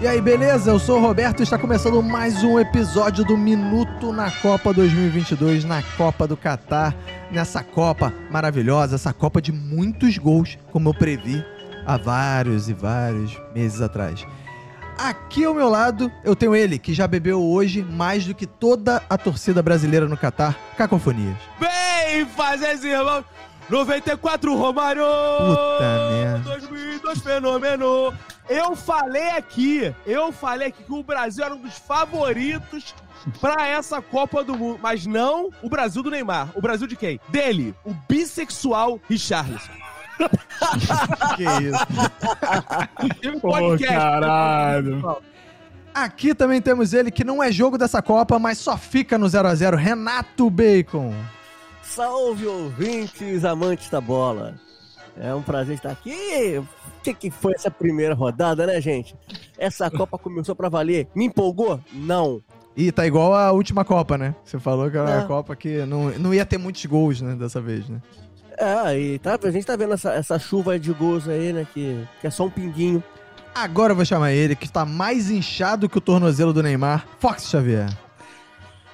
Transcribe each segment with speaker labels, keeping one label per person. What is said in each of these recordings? Speaker 1: E aí, beleza? Eu sou o Roberto e está começando mais um episódio do Minuto na Copa 2022, na Copa do Catar, nessa Copa maravilhosa, essa Copa de muitos gols, como eu previ há vários e vários meses atrás. Aqui ao meu lado, eu tenho ele, que já bebeu hoje mais do que toda a torcida brasileira no Catar, Cacofonias.
Speaker 2: Bem, fazeres irmãos. 94 Romário!
Speaker 1: Puta merda.
Speaker 2: 2002 Fenômeno! Eu falei aqui, eu falei aqui que o Brasil era um dos favoritos pra essa Copa do Mundo, mas não o Brasil do Neymar. O Brasil de quem? Dele, o bissexual Richarlison.
Speaker 1: Que isso.
Speaker 2: Teve
Speaker 3: Pô, caralho.
Speaker 1: Aqui também temos ele, que não é jogo dessa Copa, mas só fica no 0 a 0 Renato Bacon.
Speaker 4: Salve ouvintes, amantes da bola. É um prazer estar aqui. O que, que foi essa primeira rodada, né, gente? Essa Copa começou pra valer. Me empolgou? Não.
Speaker 1: E tá igual a última Copa, né? Você falou que era uma
Speaker 4: É.
Speaker 1: Copa que não, não ia ter muitos gols, né, dessa vez, né?
Speaker 4: É, e tá, a gente tá vendo essa, essa chuva de gols aí, né? Que, que é só um pinguinho.
Speaker 1: Agora eu vou chamar ele, que tá mais inchado que o tornozelo do Neymar, Fox Xavier.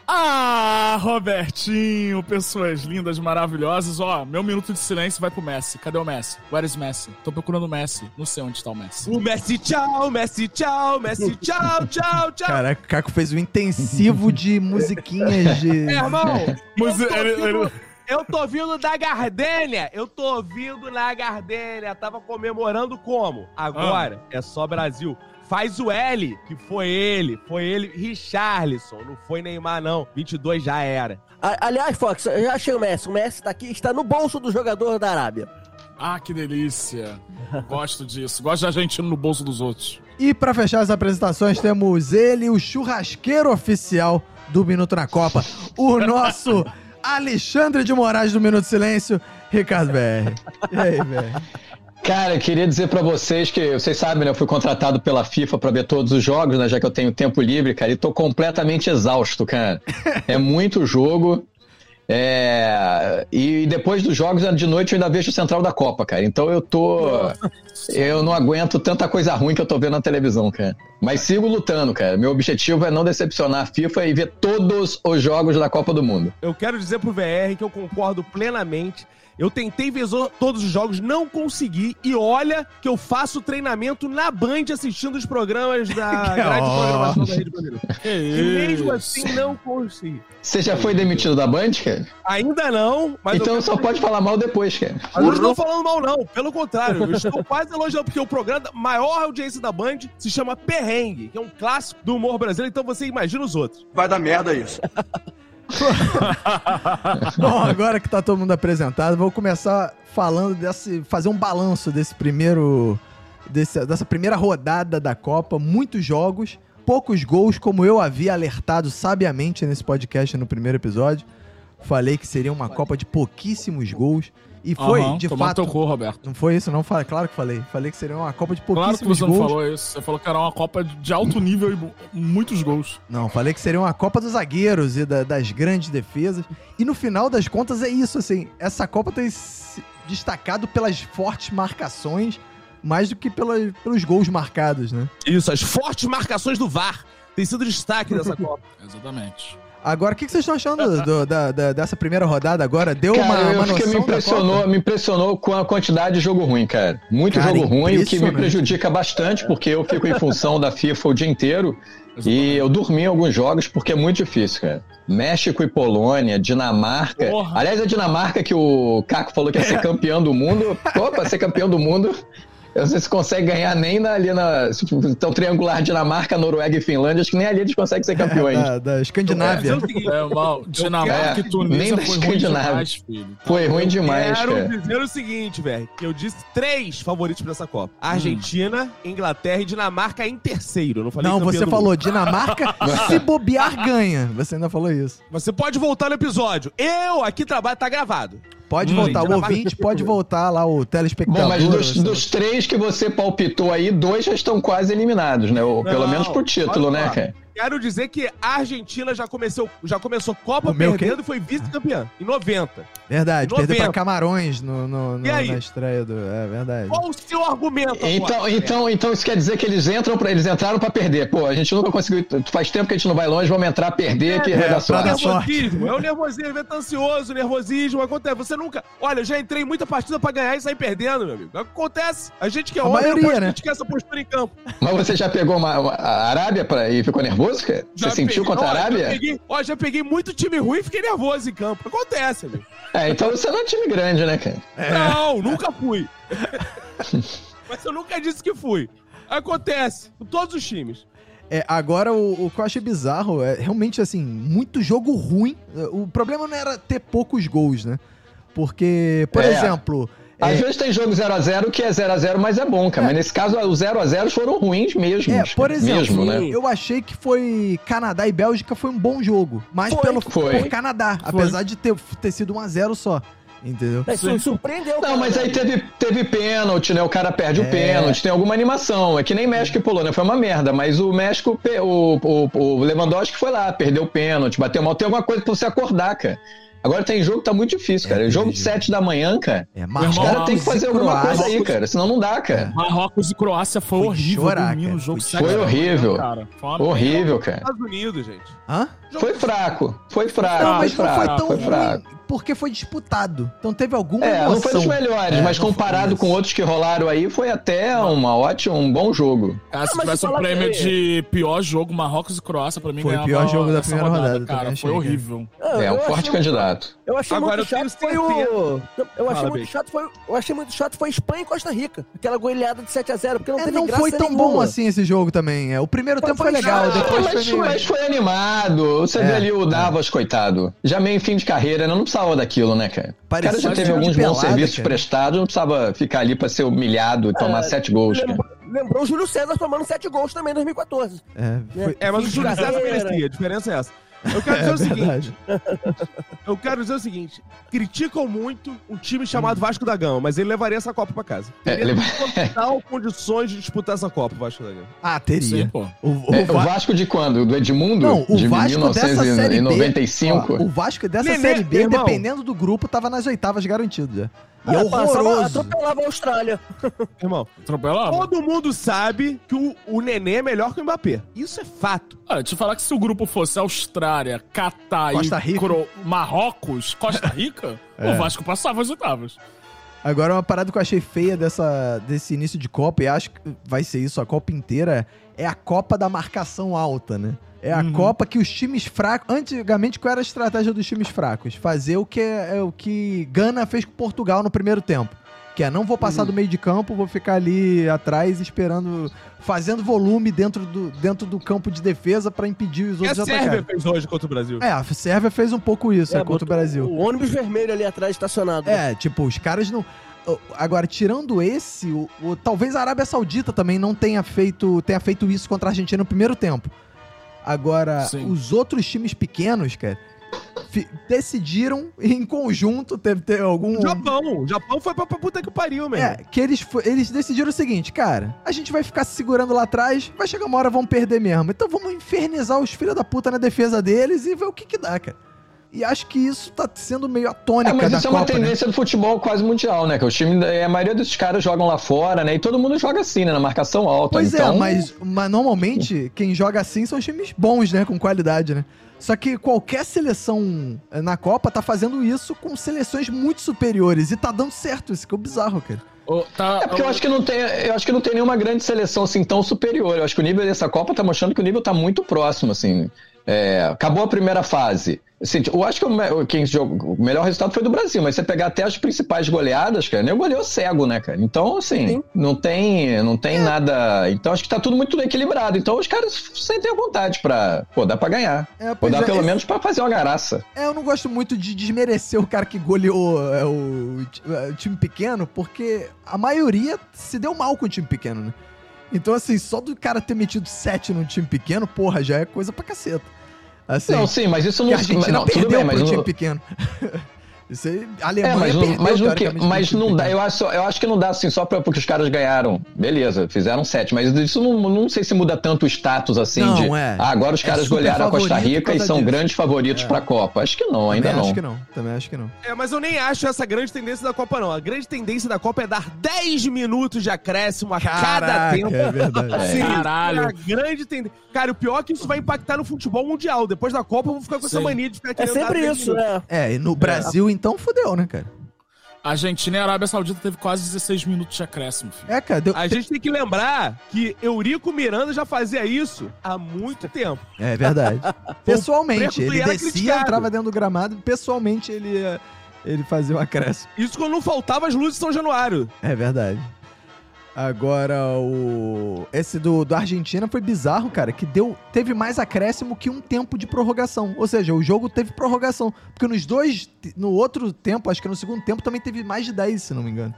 Speaker 3: Ah, Robertinho, pessoas lindas, maravilhosas. Ó, meu minuto de silêncio vai pro Messi. Cadê o Messi? Where is Messi? Tô procurando o Messi. Não sei onde tá o Messi.
Speaker 2: O Messi tchau, Messi tchau, Messi tchau, tchau, tchau.
Speaker 1: Caraca, o Caco fez um intensivo de musiquinhas de...
Speaker 2: Meu irmão,
Speaker 3: Mas
Speaker 2: eu tô
Speaker 3: ele-
Speaker 2: vindo-
Speaker 3: ele-
Speaker 2: eu tô vindo da Gardênia. Eu tô vindo na Gardênia. Tava comemorando como? Agora
Speaker 3: Ah.
Speaker 2: é só Brasil. Faz o L, que foi ele. Foi ele, Richarlison. Não foi Neymar, não. 22 já era.
Speaker 4: A- aliás, Fox, eu já achei o Messi. O Messi tá aqui, está no bolso do jogador da Arábia.
Speaker 3: Ah, que delícia. Gosto disso. Gosto de argentino no bolso dos outros.
Speaker 1: E pra fechar as apresentações, temos ele, o churrasqueiro oficial do Minuto na Copa, o nosso Alexandre de Moraes do Minuto de Silêncio, Ricardo BR. E aí, velho?
Speaker 5: Cara, eu queria dizer pra vocês que vocês sabem, né? Eu fui contratado pela FIFA pra ver todos os jogos, né? Já que eu tenho tempo livre, cara, e tô completamente exausto, cara. É muito jogo. é, E depois dos jogos né, de noite eu ainda vejo o Central da Copa, cara. Então eu tô. Eu não aguento tanta coisa ruim que eu tô vendo na televisão, cara. Mas sigo lutando, cara. Meu objetivo é não decepcionar a FIFA e ver todos os jogos da Copa do Mundo.
Speaker 2: Eu quero dizer pro VR que eu concordo plenamente. Eu tentei ver zo- todos os jogos, não consegui. E olha que eu faço treinamento na Band assistindo os programas da grade de programação da Rede Bandeira.
Speaker 3: Que
Speaker 2: E mesmo assim não consegui.
Speaker 5: Você já foi demitido da Band, cara?
Speaker 2: Ainda não, mas
Speaker 5: então
Speaker 2: eu
Speaker 5: só pode falar mal depois, cara.
Speaker 2: Mas eu não estou falando mal, não. Pelo contrário, eu estou quase elogiando, porque o programa da maior audiência da Band se chama Perrengue, que é um clássico do humor brasileiro, então você imagina os outros.
Speaker 6: Vai dar merda isso.
Speaker 1: Bom, agora que tá todo mundo apresentado, vou começar falando desse. fazer um balanço desse primeiro. desse- dessa primeira rodada da Copa. Muitos jogos, poucos gols, como eu havia alertado sabiamente nesse podcast no primeiro episódio. Falei que seria uma Copa de pouquíssimos gols. E foi,
Speaker 3: Aham,
Speaker 1: de
Speaker 3: tomar
Speaker 1: fato.
Speaker 3: teu cu, Roberto.
Speaker 1: Não foi isso, não? Fala, claro que falei. Falei que seria uma Copa de
Speaker 3: Claro
Speaker 1: pouquíssimos
Speaker 3: que você
Speaker 1: gols.
Speaker 3: não falou isso. Você falou que era uma Copa de alto nível e mu- muitos gols.
Speaker 1: Não, falei que seria uma Copa dos Zagueiros e da- das grandes defesas. E no final das contas é isso, assim. Essa Copa tem se destacado pelas fortes marcações, mais do que pela- pelos gols marcados, né?
Speaker 2: Isso, as fortes marcações do VAR. Tem sido destaque dessa Copa.
Speaker 3: Exatamente.
Speaker 1: Agora, o que, que vocês estão achando do- da- da- dessa primeira rodada agora? Deu
Speaker 5: Cara,
Speaker 1: uma,
Speaker 5: eu
Speaker 1: uma
Speaker 5: fiquei-
Speaker 1: noção
Speaker 5: me
Speaker 1: da
Speaker 5: impressionou, me impressionou com a quantidade de jogo ruim, cara. Muito
Speaker 1: Cara,
Speaker 5: jogo ruim, o que me
Speaker 1: impressionante.
Speaker 5: prejudica bastante, porque eu fico em função da FIFA o dia inteiro e eu dormi em alguns jogos porque é muito difícil, cara. México e Polônia, Dinamarca.
Speaker 3: Porra.
Speaker 5: Aliás, a Dinamarca que o Caco falou que ia ser campeão do mundo. Opa, ser campeão do mundo. Eu não sei se consegue ganhar nem na, ali na. Então, triangular Dinamarca, Noruega e Finlândia, acho que nem ali eles conseguem ser campeões.
Speaker 1: Copa? Da, da Escandinávia.
Speaker 2: Fazer o seguinte,
Speaker 3: É, mal. Dinamarca
Speaker 5: É,
Speaker 3: e Tunísia
Speaker 5: nem da
Speaker 3: foi ruim
Speaker 5: Escandinávia.
Speaker 3: demais, filho.
Speaker 5: Foi ruim demais,
Speaker 2: Quero
Speaker 5: cara.
Speaker 2: dizer o seguinte, velho. que Eu disse três favoritos pra essa Copa: Argentina, Inglaterra e Dinamarca em terceiro. Eu Não, falei
Speaker 1: Não,
Speaker 2: campeão
Speaker 1: você
Speaker 2: do
Speaker 1: falou Dinamarca, se bobear, ganha. Você ainda falou isso.
Speaker 2: mundo. Você pode voltar no episódio. Eu aqui trabalho, tá gravado.
Speaker 1: Pode
Speaker 3: Hum,
Speaker 1: voltar, o
Speaker 2: Dinamarca-
Speaker 1: ouvinte pode voltar lá, o telespectador. assim,
Speaker 5: Bom, mas dos,
Speaker 1: você-
Speaker 5: dos três que você palpitou aí, dois já estão quase eliminados, né? Ou pelo menos pro título, né, cara?
Speaker 2: Quero dizer que a Argentina já começou, já começou Copa
Speaker 1: Comeu quem?
Speaker 2: perdendo e foi vice-campeã, em 90.
Speaker 1: Verdade, perdeu pra
Speaker 2: 90.
Speaker 1: Camarões no, no- no-
Speaker 2: E aí?
Speaker 1: na estreia do. É verdade.
Speaker 2: Qual o seu argumento, É.
Speaker 5: Então,
Speaker 2: agora?
Speaker 5: então, então isso quer dizer que eles entram pra, eles entraram pra perder. Pô, a gente nunca conseguiu. Faz tempo que a gente não vai longe, vamos entrar, perder, que
Speaker 1: pra
Speaker 5: é,
Speaker 2: É o
Speaker 1: dar
Speaker 5: sorte.
Speaker 1: sorte.
Speaker 2: nervosismo, é o nervosismo, é tá ansioso, nervosismo, acontece. Você nunca. Olha, eu já entrei em muita partida pra ganhar e sair perdendo, meu amigo. Acontece. A gente que é
Speaker 1: A
Speaker 2: homem não
Speaker 1: maioria,
Speaker 2: pode
Speaker 1: né?
Speaker 2: criticar essa postura em campo.
Speaker 5: Mas você já pegou uma, uma- a Arábia pra, e ficou nervoso? cara? Você
Speaker 2: Já
Speaker 5: sentiu
Speaker 2: peguei-
Speaker 5: contra a
Speaker 2: Olha, Já
Speaker 5: Arábia?
Speaker 2: peguei, ó, já peguei muito time ruim e fiquei nervoso em campo. Acontece, amigo.
Speaker 5: É, então você não é um time grande, né, cara?
Speaker 1: É.
Speaker 2: Não, nunca fui. Mas eu nunca disse que fui. Acontece, com todos os times.
Speaker 1: É, agora, o, o que eu achei bizarro é realmente, assim, muito jogo ruim. O problema não era ter poucos gols, né? Porque, por
Speaker 5: É.
Speaker 1: exemplo.
Speaker 5: Às
Speaker 1: é,
Speaker 5: vezes tem jogo 0x0 que é 0x0, mas é bom, cara.
Speaker 1: É.
Speaker 5: Mas nesse caso, os 0x0 foram ruins mesmo.
Speaker 1: É, por exemplo,
Speaker 5: Mesmo, né?
Speaker 4: sim.
Speaker 1: Eu achei que foi Canadá e Bélgica foi um bom jogo, mas
Speaker 4: Foi.
Speaker 1: pelo
Speaker 5: Foi.
Speaker 1: por Canadá, apesar de ter, ter sido 1 a 0 só, entendeu?
Speaker 4: Mas
Speaker 3: Sim.
Speaker 4: su- surpreendeu,
Speaker 5: Não, mas aí teve, teve pênalti, né? O cara perde
Speaker 1: É.
Speaker 5: o pênalti, tem alguma animação. É que nem México e Polônia, foi uma merda. Mas o México, pe- o, o, o Lewandowski foi lá, perdeu o pênalti, bateu mal. Tem alguma coisa pra você acordar, cara. Agora tem jogo que tá muito difícil,
Speaker 1: É,
Speaker 5: cara.
Speaker 1: tem
Speaker 5: jogo de
Speaker 1: jogo.
Speaker 5: 7 da manhã, cara.
Speaker 1: É,
Speaker 5: Os caras têm que
Speaker 1: e
Speaker 5: fazer alguma coisa aí,
Speaker 1: Croácia.
Speaker 5: cara. Senão não dá, cara.
Speaker 3: Marrocos e Croácia foi,
Speaker 1: Foi
Speaker 3: horrível.
Speaker 1: chorar,
Speaker 3: dormi no
Speaker 1: cara.
Speaker 3: jogo
Speaker 1: Foi
Speaker 3: sete da manhã,
Speaker 5: horrível.
Speaker 3: cara. Foi uma-
Speaker 5: Horrível, cara.
Speaker 2: Estados Unidos, gente.
Speaker 1: Hã?
Speaker 5: Foi fraco, Ah, foi fraco,
Speaker 1: Não, mas
Speaker 5: foi
Speaker 1: não foi
Speaker 5: fraco,
Speaker 1: tão
Speaker 5: foi fraco.
Speaker 1: ruim, porque foi disputado. Então teve alguma
Speaker 5: É,
Speaker 1: emoção.
Speaker 5: não foi dos melhores,
Speaker 1: É,
Speaker 5: mas
Speaker 1: não foi
Speaker 5: comparado
Speaker 1: isso.
Speaker 5: com outros que rolaram aí, foi até uma ótima, um bom jogo.
Speaker 3: Cara, se
Speaker 4: Ah, mas
Speaker 3: tivesse
Speaker 4: se
Speaker 3: um
Speaker 4: falar
Speaker 3: prêmio
Speaker 4: que-
Speaker 3: de pior jogo, Marrocos e Croácia, pra mim
Speaker 1: Foi o
Speaker 3: ganhava
Speaker 1: pior jogo da
Speaker 3: essa
Speaker 1: primeira rodada, também
Speaker 3: cara. Foi
Speaker 1: achei, cara.
Speaker 3: horrível.
Speaker 4: Ah,
Speaker 5: É, um forte candidato.
Speaker 4: Eu achei
Speaker 2: Agora
Speaker 4: muito
Speaker 2: eu tenho
Speaker 4: chato foi o. Não, Eu achei
Speaker 2: Fala,
Speaker 4: muito
Speaker 2: Bacon.
Speaker 4: chato foi. Eu achei muito chato foi Espanha e Costa Rica. Aquela goleada de 7 a 0 porque não
Speaker 1: É,
Speaker 4: teve
Speaker 1: não
Speaker 4: graça
Speaker 1: foi tão
Speaker 4: nenhuma.
Speaker 1: bom assim esse jogo também. É, o primeiro
Speaker 4: Mas
Speaker 1: tempo foi
Speaker 4: foi
Speaker 1: legal,
Speaker 4: chato,
Speaker 1: depois foi
Speaker 5: mas,
Speaker 1: meio...
Speaker 5: mas foi animado. Você
Speaker 1: É,
Speaker 5: vê ali o
Speaker 1: é.
Speaker 5: Davas, coitado. Já meio fim de carreira, né? não precisava daquilo, né, cara? O cara já
Speaker 1: Parecia jogo
Speaker 5: teve
Speaker 1: de
Speaker 5: alguns bons
Speaker 1: pelada,
Speaker 5: serviços
Speaker 1: cara.
Speaker 5: prestados, não precisava ficar ali pra ser humilhado e
Speaker 1: É.
Speaker 5: tomar sete gols, cara.
Speaker 4: Lembrou, lembrou o Júlio César tomando 7 gols também em 2014.
Speaker 1: É, foi...
Speaker 2: É, mas o
Speaker 4: Fim de
Speaker 2: Júlio César
Speaker 4: carreira.
Speaker 2: merecia, a diferença é essa. Eu quero dizer
Speaker 1: É
Speaker 2: o seguinte,
Speaker 1: verdade.
Speaker 2: eu quero dizer o seguinte, criticam muito um time chamado Vasco da Gama, mas ele levaria essa Copa pra casa.
Speaker 5: É,
Speaker 2: Teria
Speaker 5: leva-
Speaker 2: total condições de disputar essa Copa, Vasco da Gama.
Speaker 1: Ah,
Speaker 3: Sim,
Speaker 1: teria.
Speaker 3: pô.
Speaker 1: O, o
Speaker 5: É,
Speaker 1: Va-
Speaker 5: o Vasco de quando? Do Edmundo?
Speaker 1: Não, o
Speaker 5: de
Speaker 1: Vasco dessa série B.
Speaker 5: 1995?
Speaker 1: ó, o Vasco dessa
Speaker 2: Nenê,
Speaker 1: série B,
Speaker 2: irmão.
Speaker 1: dependendo do grupo, tava nas oitavas garantido já. E é
Speaker 4: Ah, passava-
Speaker 1: horroroso.
Speaker 4: Atropelava a Austrália.
Speaker 2: Irmão,
Speaker 1: Tá
Speaker 3: Atropelava.
Speaker 2: todo mundo sabe que o, o Nenê é melhor que o Mbappé. Isso é fato.
Speaker 3: Olha, te falar que se o grupo fosse Austrália, Catar
Speaker 1: Costa
Speaker 3: e
Speaker 1: Rica.
Speaker 3: Cro- Marrocos, Costa Rica,
Speaker 1: É.
Speaker 3: o Vasco passava as oitavas.
Speaker 1: Agora, uma parada que eu achei feia dessa, desse início de Copa, e acho que vai ser isso a Copa inteira, é a Copa da marcação alta, né? É a
Speaker 3: Uhum.
Speaker 1: Copa que os times fracos. Antigamente, qual era a estratégia dos times fracos? Fazer o que, é, o que Gana fez com Portugal no primeiro tempo. Que é, não vou passar
Speaker 2: Uhum.
Speaker 1: do meio de campo, vou ficar ali atrás esperando. fazendo volume dentro do, dentro do campo de defesa pra impedir os
Speaker 2: E É a
Speaker 1: outros
Speaker 2: Sérvia
Speaker 1: atacarem.
Speaker 2: fez hoje contra o Brasil.
Speaker 1: É, a Sérvia fez um pouco isso é, contra o
Speaker 4: botou
Speaker 1: Brasil.
Speaker 4: O ônibus vermelho ali atrás estacionado.
Speaker 1: É, tipo, os caras não. o- Agora, tirando esse, o, o- talvez a Arábia Saudita também não tenha feito, tenha feito isso contra a Argentina no primeiro tempo. Agora,
Speaker 3: Sim.
Speaker 1: os outros times pequenos, cara, fi- decidiram em conjunto, teve, teve
Speaker 4: É.
Speaker 1: algum.
Speaker 2: Japão. O Japão foi pra, pra puta que pariu, meu.
Speaker 1: É, que eles, fo- eles decidiram o seguinte, cara, a gente vai ficar se segurando lá atrás, vai chegar uma hora, vão perder mesmo. Então vamos infernizar os filhos da puta na defesa deles e ver o que que dá, cara. E acho que isso tá sendo meio a
Speaker 5: É,
Speaker 1: tônica
Speaker 5: mas
Speaker 1: da
Speaker 5: isso é uma
Speaker 1: Copa, né?
Speaker 5: tendência do futebol quase mundial, né? Que o time, a maioria desses caras jogam lá fora, né? E todo mundo joga assim, né? Na marcação alta.
Speaker 1: Pois
Speaker 5: então,
Speaker 1: é, mas, mas normalmente quem joga assim são times bons, né? Com qualidade, né? Só que qualquer seleção eh, na Copa tá fazendo isso com seleções muito superiores. E tá dando certo, isso que é o bizarro, cara.
Speaker 3: Ô, tá,
Speaker 5: É porque eu acho que não tem, eu acho que não tem nenhuma grande seleção assim tão superior. Eu acho que o nível dessa Copa tá mostrando que o nível tá muito próximo, assim. É, acabou a primeira fase. Assim, eu acho que o, me- quem jogou- o melhor resultado foi do Brasil, mas você pegar até as principais goleadas, cara, nem o goleou cego, né, cara? Então, assim,
Speaker 4: Sim.
Speaker 5: não tem, não
Speaker 1: É.
Speaker 5: tem nada. Então, acho que tá tudo muito equilibrado. Então, os caras sentem a vontade pra. Pô, dá pra ganhar.
Speaker 1: É,
Speaker 5: Ou
Speaker 1: pois
Speaker 5: dá
Speaker 1: é,
Speaker 5: pelo
Speaker 1: esse-
Speaker 5: menos pra fazer uma garaça.
Speaker 1: É, eu não gosto muito de desmerecer o cara que goleou é, o, ti- é, o time pequeno, porque a maioria se deu mal com o time pequeno, né? Então, assim, só do cara ter metido 7 num time pequeno, porra, já é coisa pra caceta. Assim,
Speaker 5: Não, sim, mas isso
Speaker 1: que
Speaker 5: não.
Speaker 1: a Argentina
Speaker 5: não, tudo
Speaker 1: perdeu
Speaker 5: bem, mas
Speaker 1: pro
Speaker 5: não-
Speaker 1: time pequeno. Isso aí, a
Speaker 5: É,
Speaker 1: Alemanha
Speaker 5: mas, não,
Speaker 1: perdeu,
Speaker 5: mas, não, que-
Speaker 1: teoricamente,
Speaker 5: mas
Speaker 1: pro
Speaker 5: não
Speaker 1: time
Speaker 5: dá.
Speaker 1: pequeno.
Speaker 5: Eu acho, eu acho que não dá assim só pra, porque os caras ganharam. Beleza, fizeram sete, mas isso não, não sei se muda tanto o status assim
Speaker 1: Não,
Speaker 5: de.
Speaker 1: é.
Speaker 5: Ah, agora os
Speaker 1: É
Speaker 5: caras
Speaker 1: super
Speaker 5: golearam a Costa
Speaker 1: favorito por
Speaker 5: Rica e
Speaker 1: causa
Speaker 5: são
Speaker 1: disso.
Speaker 5: grandes favoritos
Speaker 1: É.
Speaker 5: pra Copa. Acho que não, ainda
Speaker 1: Também
Speaker 5: não.
Speaker 1: acho que não. Também acho que não.
Speaker 2: É, mas eu nem acho essa grande tendência da Copa, não. A grande tendência da Copa é dar 10 minutos de acréscimo a cada
Speaker 1: Caraca,
Speaker 2: tempo.
Speaker 1: É verdade.
Speaker 5: É.
Speaker 2: Sim,
Speaker 3: Caralho.
Speaker 2: é a grande tendência. Cara, o pior é que isso vai impactar no futebol mundial. Depois da Copa, eu vou ficar com essa
Speaker 3: Sim.
Speaker 2: mania de ficar
Speaker 4: É
Speaker 2: querendo dar
Speaker 4: sempre
Speaker 2: 10
Speaker 4: isso,
Speaker 2: minutos.
Speaker 4: né?
Speaker 1: É, e no Brasil, então, fudeu, né, cara?
Speaker 3: Argentina e Arábia Saudita teve quase 16 minutos de acréscimo, filho.
Speaker 1: É, cara, deu...
Speaker 2: A gente tem que lembrar que Eurico Miranda já fazia isso há muito tempo.
Speaker 1: É verdade. Pessoalmente,
Speaker 2: Preto
Speaker 1: ele
Speaker 2: era
Speaker 1: descia,
Speaker 2: criticado.
Speaker 1: entrava dentro do gramado, pessoalmente ele, eh, ele fazia o acréscimo.
Speaker 2: Isso quando não faltava as luzes de São Januário.
Speaker 1: É verdade. Agora, o. Esse do, do Argentina foi bizarro, cara, que deu teve mais acréscimo que um tempo de prorrogação. Ou seja, o jogo teve prorrogação. Porque nos dois. No outro tempo, acho que no segundo tempo, também teve mais de 10, se não me engano.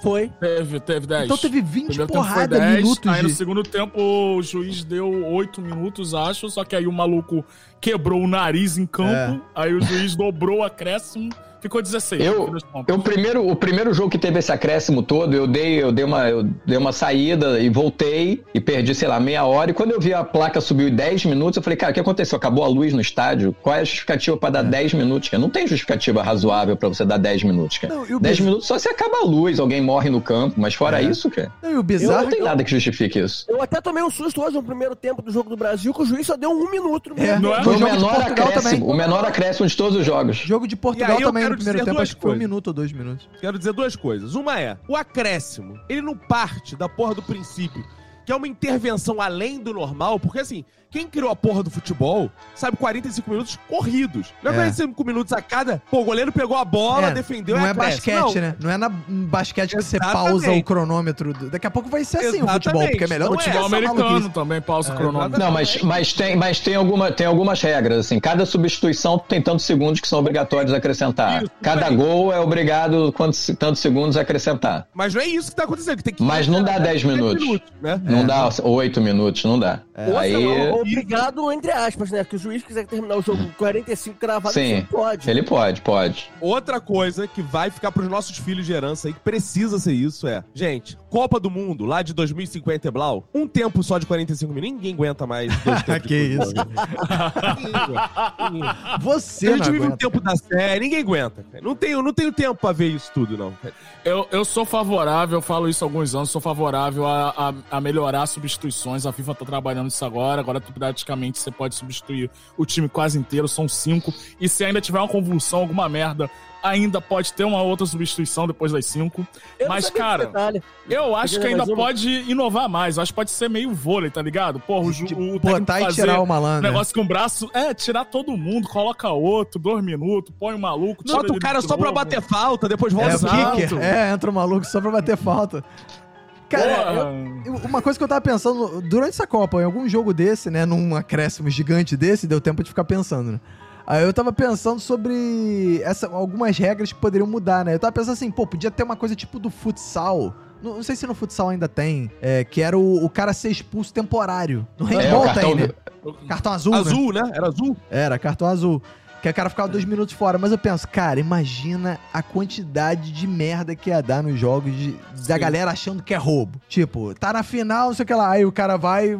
Speaker 4: Foi.
Speaker 3: Teve, teve 10.
Speaker 1: Então teve 20
Speaker 3: Primeiro tempo foi
Speaker 1: porrada
Speaker 3: 10,
Speaker 1: minutos
Speaker 3: Aí no
Speaker 1: de.
Speaker 3: segundo tempo o juiz deu 8 minutos, acho. Só que aí o maluco quebrou o nariz em campo.
Speaker 1: É.
Speaker 3: Aí o juiz dobrou o acréscimo. Ficou 16.
Speaker 5: Eu-
Speaker 3: no fim das contas.
Speaker 5: Eu primeiro, o primeiro jogo que teve esse acréscimo todo, eu dei, eu dei uma, eu dei uma saída e voltei e perdi, sei lá, meia hora. E quando eu vi a placa subir 10 minutos, eu falei, cara, o que aconteceu? Acabou a luz no estádio? Qual é a justificativa pra dar 10 minutos? Cara? Não tem justificativa razoável pra você dar 10 minutos, cara.
Speaker 1: Não, e o,
Speaker 5: 10
Speaker 1: biz-
Speaker 5: minutos só se acaba a luz, alguém morre no campo, mas fora
Speaker 1: É.
Speaker 5: isso, cara,
Speaker 1: não, e o
Speaker 5: não
Speaker 1: bizarro. é
Speaker 5: tem nada que justifique isso.
Speaker 4: Eu até tomei um susto hoje no primeiro tempo do jogo do Brasil, que o juiz só deu um minuto. no
Speaker 1: É,
Speaker 4: primeiro
Speaker 3: Não é?
Speaker 4: tempo.
Speaker 1: no
Speaker 5: Foi o
Speaker 1: jogo de
Speaker 5: menor
Speaker 1: Portugal
Speaker 5: acréscimo,
Speaker 1: também.
Speaker 5: o menor acréscimo de todos os jogos.
Speaker 1: Jogo de Portugal
Speaker 2: E aí eu
Speaker 1: também no
Speaker 2: quero
Speaker 1: primeiro
Speaker 2: dizer
Speaker 1: tempo,
Speaker 2: duas
Speaker 1: acho que foi um
Speaker 2: coisas.
Speaker 1: minuto ou dois minutos.
Speaker 2: Quero dizer duas coisas. Uma é, o acréscimo, ele não parte da porra do princípio, que é uma intervenção além do normal, porque assim, quem criou a porra do futebol sabe 45 minutos corridos. Não é
Speaker 1: É.
Speaker 2: 45 minutos a cada. Pô, o goleiro pegou a bola,
Speaker 1: É,
Speaker 2: defendeu
Speaker 1: não
Speaker 2: e
Speaker 1: é
Speaker 2: acréscimo.
Speaker 1: basquete,
Speaker 2: Não.
Speaker 1: né? Não é na em basquete que você
Speaker 2: Exatamente.
Speaker 1: pausa o cronômetro. do- Daqui a pouco vai ser assim o futebol,
Speaker 2: Exatamente.
Speaker 1: porque é melhor
Speaker 2: Não
Speaker 1: do que
Speaker 2: é
Speaker 3: Futebol
Speaker 1: essa
Speaker 3: americano
Speaker 1: maluquice. É,
Speaker 3: também, pausa o cronômetro.
Speaker 5: Não, mas, mas, tem, mas tem, alguma, tem algumas regras, assim. Cada substituição tem tantos segundos que são obrigatórios a acrescentar.
Speaker 2: Isso,
Speaker 5: Cada
Speaker 2: aí.
Speaker 5: gol é obrigado quantos, tantos segundos a acrescentar.
Speaker 2: Mas não é isso que tá acontecendo. que tem que
Speaker 5: Mas não dá 10 minutos.
Speaker 2: né?
Speaker 5: Não
Speaker 1: É.
Speaker 5: dá oito minutos, não dá.
Speaker 4: Ou, sei
Speaker 5: Aí
Speaker 4: lá, obrigado, entre aspas, né? Que o juiz quiser terminar o jogo com 45 cravado,
Speaker 5: Sim.
Speaker 4: ele pode.
Speaker 5: ele pode, pode.
Speaker 2: Outra coisa que vai ficar pros nossos filhos de herança aí, que precisa ser isso, é... Gente, Copa do Mundo, lá de 2050 e blau, um tempo só de 45 minutos, ninguém aguenta mais dois tempos de
Speaker 1: que isso.
Speaker 2: futebol, gente. Ninguém aguenta.
Speaker 1: Ah, Você
Speaker 2: a gente
Speaker 1: não
Speaker 2: vive um o
Speaker 1: aguenta.
Speaker 2: tempo da série, ninguém aguenta. cara. Não tenho, não tenho tempo pra ver isso tudo, não. cara.
Speaker 3: Eu, eu sou favorável, eu falo isso há alguns anos, sou favorável a, a, a melhorar substituições. A FIFA tá trabalhando isso agora. Agora, tu, praticamente, você pode substituir o time quase inteiro, são cinco. E se ainda tiver uma convulsão, alguma merda, ainda pode ter uma outra substituição depois das cinco.
Speaker 4: Eu não
Speaker 3: Mas,
Speaker 4: sabia
Speaker 3: cara,
Speaker 4: desse detalhe.
Speaker 3: Eu acho que ainda
Speaker 4: Mais uma.
Speaker 3: pode inovar mais. Eu acho que pode ser meio vôlei, tá ligado? Porra, o, ju-
Speaker 1: De
Speaker 3: o técnico
Speaker 1: botar e tá
Speaker 3: fazer
Speaker 1: tirar o
Speaker 3: um
Speaker 1: malandro.
Speaker 3: negócio com o braço. É, tirar todo mundo, coloca outro, dois minutos, põe o maluco, tira
Speaker 2: Bota
Speaker 3: ele
Speaker 2: o cara
Speaker 3: de
Speaker 2: só pra
Speaker 3: novo.
Speaker 2: bater falta, depois volta
Speaker 1: É
Speaker 2: é,
Speaker 1: o
Speaker 3: Exato.
Speaker 1: kicker. É, entra o maluco só pra bater falta. Cara,
Speaker 3: Porra.
Speaker 1: eu- uma coisa que eu tava pensando durante essa Copa, em algum jogo desse, né? Num acréscimo gigante desse, deu tempo de ficar pensando, né? Aí eu tava pensando sobre essa, algumas regras que poderiam mudar, né? Eu tava pensando assim, pô, podia ter uma coisa tipo do futsal. Não, não sei se no futsal ainda tem, é, que era o, o cara ser expulso temporário. No
Speaker 5: É, o
Speaker 1: handball tem,
Speaker 5: cartão,
Speaker 1: né? Cartão azul, né?
Speaker 2: Azul, né? Era azul?
Speaker 1: Era, cartão azul. Que o cara ficava dois minutos fora. Mas eu penso, cara, imagina a quantidade de merda que ia dar nos jogos de, da galera achando que é roubo. Tipo, tá na final, não sei o que lá. Aí o cara vai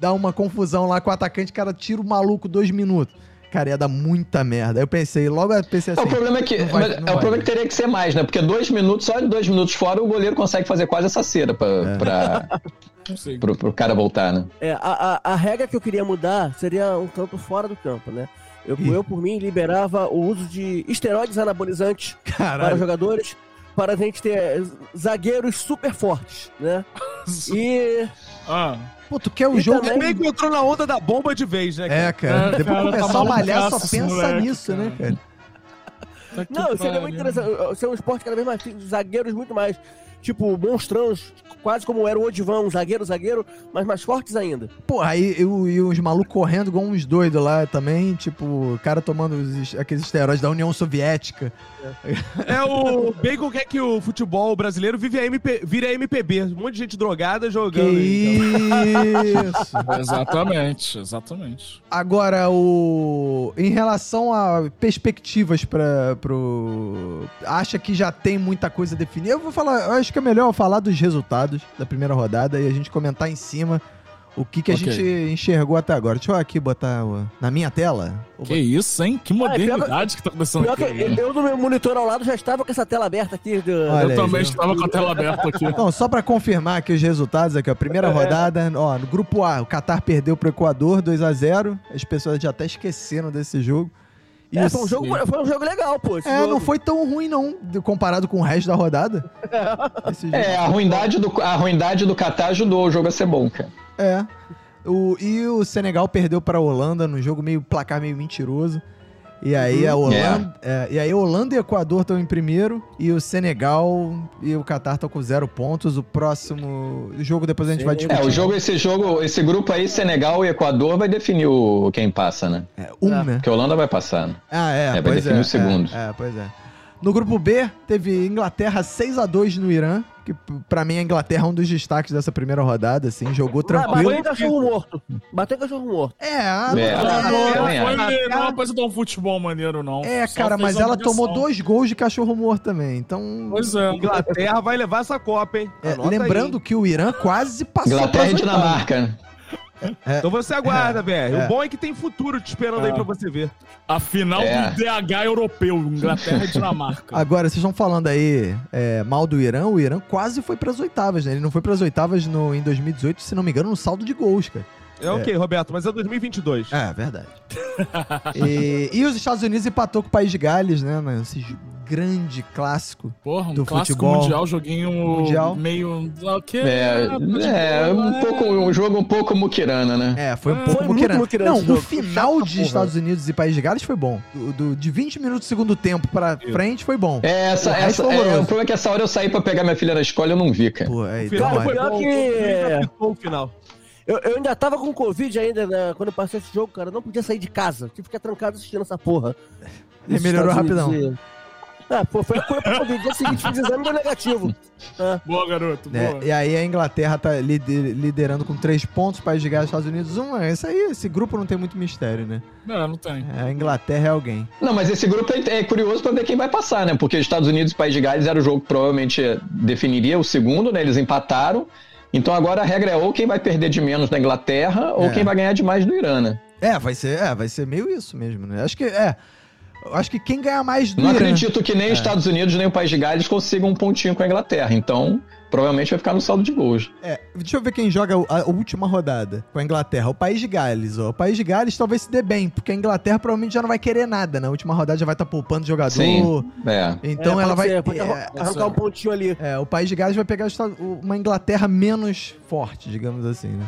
Speaker 1: dar uma confusão lá com o atacante, o cara tira o maluco dois minutos. Cara, ia dar muita merda. Aí eu pensei, logo eu pensei
Speaker 5: É,
Speaker 1: assim.
Speaker 5: o problema é que,
Speaker 1: não vai-
Speaker 5: mas
Speaker 1: não
Speaker 5: é
Speaker 1: vai.
Speaker 5: o problema é que teria que ser mais, né? Porque dois minutos, só de dois minutos fora, o goleiro consegue fazer quase essa cera pra,
Speaker 1: É.
Speaker 5: pra-
Speaker 3: Não sei.
Speaker 5: pro, pro cara voltar, né?
Speaker 4: É, a, a, a regra que eu queria mudar seria um tanto fora do campo, né? Eu,
Speaker 1: Ih.
Speaker 4: eu, por mim, liberava o uso de esteroides anabolizantes para
Speaker 1: Caralho.
Speaker 4: jogadores, para a gente ter zagueiros super fortes, né? E
Speaker 3: Ah.
Speaker 1: Pô, tu quer o
Speaker 4: E
Speaker 1: jogo.
Speaker 4: também-
Speaker 2: Meio que É entrou na onda da bomba de vez, né?
Speaker 1: É, cara.
Speaker 3: É,
Speaker 1: Depois
Speaker 3: cara,
Speaker 1: que começar
Speaker 3: tá
Speaker 1: a malhar, só
Speaker 3: malucaço esse
Speaker 1: pensa
Speaker 3: moleque,
Speaker 1: nisso, né, cara?
Speaker 3: Tá que
Speaker 4: Não, seria
Speaker 3: pariu.
Speaker 4: é muito interessante. Seria um esporte cada vez mais. Zagueiros muito mais. tipo, monstrões, quase como era o Odivão, um zagueiro, zagueiro, mas mais fortes ainda.
Speaker 1: Pô, aí eu, e os malucos correndo igual uns doidos lá também, tipo, o cara tomando os es- aqueles esteroides da União Soviética.
Speaker 2: É o Bacon quer que o futebol brasileiro vive a MP, vira MPB. Um monte de gente drogada
Speaker 1: Que
Speaker 2: jogando. aí, então.
Speaker 1: isso!
Speaker 3: Exatamente, exatamente.
Speaker 1: Agora, o... em relação a perspectivas para pro... Acha que já tem muita coisa definida? Eu vou falar, eu acho que é melhor eu falar dos resultados da primeira rodada e a gente comentar em cima o que, que a
Speaker 3: Ok.
Speaker 1: gente enxergou até agora. Deixa eu aqui botar o- na minha tela.
Speaker 3: Que isso, hein? Que modernidade que tá começando
Speaker 4: Pior que
Speaker 3: aqui.
Speaker 4: eu, eu no meu monitor ao lado já estava com essa tela aberta aqui. do-
Speaker 1: Olha
Speaker 3: Eu
Speaker 1: aí, viu?
Speaker 3: também estava com a tela aberta aqui.
Speaker 1: Então, só pra confirmar aqui os resultados aqui, ó.
Speaker 4: É.
Speaker 1: Primeira rodada, ó, no grupo A, o Catar perdeu pro Equador 2 a 0. As pessoas já até esqueceram desse jogo. E
Speaker 4: É,
Speaker 1: o
Speaker 4: foi, um
Speaker 1: C-
Speaker 4: jogo, foi um jogo legal, pô. esse
Speaker 1: É,
Speaker 4: jogo.
Speaker 1: não foi tão ruim não, de- comparado com o resto da rodada. Esse jogo.
Speaker 5: É, a ruindade, do, a ruindade do Catar ajudou o jogo a ser bom, cara.
Speaker 1: É. O, e o Senegal perdeu pra Holanda num jogo meio placar meio mentiroso. E
Speaker 4: Uhum.
Speaker 1: aí a Holanda, é, e aí a Holanda e o Equador estão em primeiro e o Senegal e o Catar estão com zero pontos. O próximo jogo depois a gente vai discutir.
Speaker 5: É, o jogo, esse jogo, esse grupo aí, Senegal e Equador, vai definir o, quem passa, né?
Speaker 1: É, um,
Speaker 4: É.
Speaker 1: né?
Speaker 5: Porque a Holanda vai passar. né?
Speaker 1: Ah, é,
Speaker 5: vai
Speaker 1: pois
Speaker 5: definir
Speaker 1: é,
Speaker 5: os segundos.
Speaker 1: É, é, pois é. No grupo B, teve Inglaterra 6 a 2 no Irã, que p- pra mim a Inglaterra é um dos destaques dessa primeira rodada, assim, jogou
Speaker 4: Ba-
Speaker 1: tranquilo.
Speaker 3: tá
Speaker 4: Bateu em cachorro morto. Bateu em cachorro morto.
Speaker 1: É, a-
Speaker 5: É,
Speaker 1: ela-
Speaker 3: Não,
Speaker 5: eu também
Speaker 3: não foi
Speaker 5: acho.
Speaker 3: mesmo, não apresentou um futebol maneiro, não.
Speaker 1: é,
Speaker 3: Só
Speaker 1: cara,
Speaker 3: fez
Speaker 1: mas
Speaker 3: a
Speaker 1: ela
Speaker 3: obrigação.
Speaker 1: tomou dois gols de cachorro morto também, então...
Speaker 3: Pois é.
Speaker 2: Inglaterra vai levar essa Copa, hein?
Speaker 1: é,
Speaker 2: Anota aí.
Speaker 1: lembrando que o Irã quase passou
Speaker 5: Inglaterra
Speaker 1: pras
Speaker 5: e
Speaker 1: oitavas.
Speaker 5: Dinamarca. né?
Speaker 2: Então você aguarda, velho.
Speaker 1: É.
Speaker 2: O bom é que tem futuro te esperando aí pra você ver.
Speaker 3: A final
Speaker 5: É.
Speaker 3: do DH europeu, Inglaterra e Dinamarca.
Speaker 1: Agora, vocês estão falando aí é, mal do Irã, o Irã quase foi pras oitavas, né? Ele não foi pras oitavas no, em 2018, se não me engano, no saldo de gols, cara.
Speaker 2: É, ok, Roberto, mas é 2022.
Speaker 1: É, verdade. e, e os Estados Unidos empatou com o País de Gales, né? Esse j- grande clássico.
Speaker 3: Porra, um
Speaker 1: Do
Speaker 3: clássico
Speaker 1: futebol.
Speaker 3: mundial, joguinho
Speaker 1: Mundial.
Speaker 3: meio. ah, O quê? tá
Speaker 5: É, é,
Speaker 3: né?
Speaker 5: um, pouco, um jogo um pouco muquirana, né?
Speaker 1: É, foi um
Speaker 3: É,
Speaker 1: pouco
Speaker 4: foi Ah, muito
Speaker 1: muquirana.
Speaker 4: muquirana
Speaker 1: Não,
Speaker 4: esse
Speaker 1: o
Speaker 4: jogo.
Speaker 1: final
Speaker 4: Chata
Speaker 1: de
Speaker 4: porra.
Speaker 1: Estados Unidos e País de Gales foi bom. Do, do- de 20 minutos do segundo tempo pra frente foi bom.
Speaker 5: É,
Speaker 1: O
Speaker 5: essa,
Speaker 1: resto
Speaker 5: essa,
Speaker 1: foi
Speaker 5: é,
Speaker 1: horroroso.
Speaker 5: o problema é que essa hora eu saí pra pegar minha filha na escola e eu não vi, cara.
Speaker 1: Pô, é,
Speaker 2: O
Speaker 1: então,
Speaker 2: final
Speaker 4: Cara,
Speaker 1: é.
Speaker 2: foi
Speaker 4: pior
Speaker 2: bom.
Speaker 4: que-
Speaker 2: o apitou o final.
Speaker 4: Eu, eu ainda tava com Covid ainda né, quando eu passei esse jogo, cara. Eu não podia sair de casa. Tive que ficar trancado assistindo essa porra.
Speaker 1: E melhorou
Speaker 4: Estados
Speaker 1: rapidão.
Speaker 4: Unidos e- Ah, pô, foi a cura pro Covid. Dia seguinte fiz exame deu negativo.
Speaker 3: Boa, garoto.
Speaker 1: É,
Speaker 3: Boa.
Speaker 1: e aí a Inglaterra tá lider- liderando com três pontos, País de Gales, Estados Unidos um. É Isso aí, esse grupo não tem muito mistério, né?
Speaker 3: Não, não tem.
Speaker 1: É, A Inglaterra é alguém.
Speaker 5: Não, mas esse grupo é, é curioso pra ver quem vai passar, né? Porque Estados Unidos e País de Gales era o jogo que provavelmente definiria o segundo, né? Eles empataram. Então agora a regra é ou quem vai perder de menos da Inglaterra ou
Speaker 1: É.
Speaker 5: quem vai ganhar de mais do Irã, né?
Speaker 1: É, vai ser, é, vai ser meio isso mesmo, né? Acho que é. Acho que quem ganhar mais do
Speaker 5: Não
Speaker 1: Irã-
Speaker 5: acredito que
Speaker 1: É.
Speaker 5: nem Estados Unidos nem o País de Gales consigam um pontinho com a Inglaterra. Então provavelmente vai ficar no saldo de gols.
Speaker 1: É, deixa eu ver quem joga a a última rodada com a Inglaterra. O País de Gales, ó. O País de Gales talvez se dê bem, porque a Inglaterra provavelmente já não vai querer nada. Na última rodada já vai estar poupando jogador.
Speaker 5: Sim. É.
Speaker 1: Então
Speaker 4: É,
Speaker 1: ela
Speaker 4: pode
Speaker 1: vai.
Speaker 4: ser, pode
Speaker 1: é,
Speaker 4: arran- arrancar um pontinho ali.
Speaker 1: é, o País de Gales vai pegar os Estados- uma Inglaterra menos forte, digamos assim, né?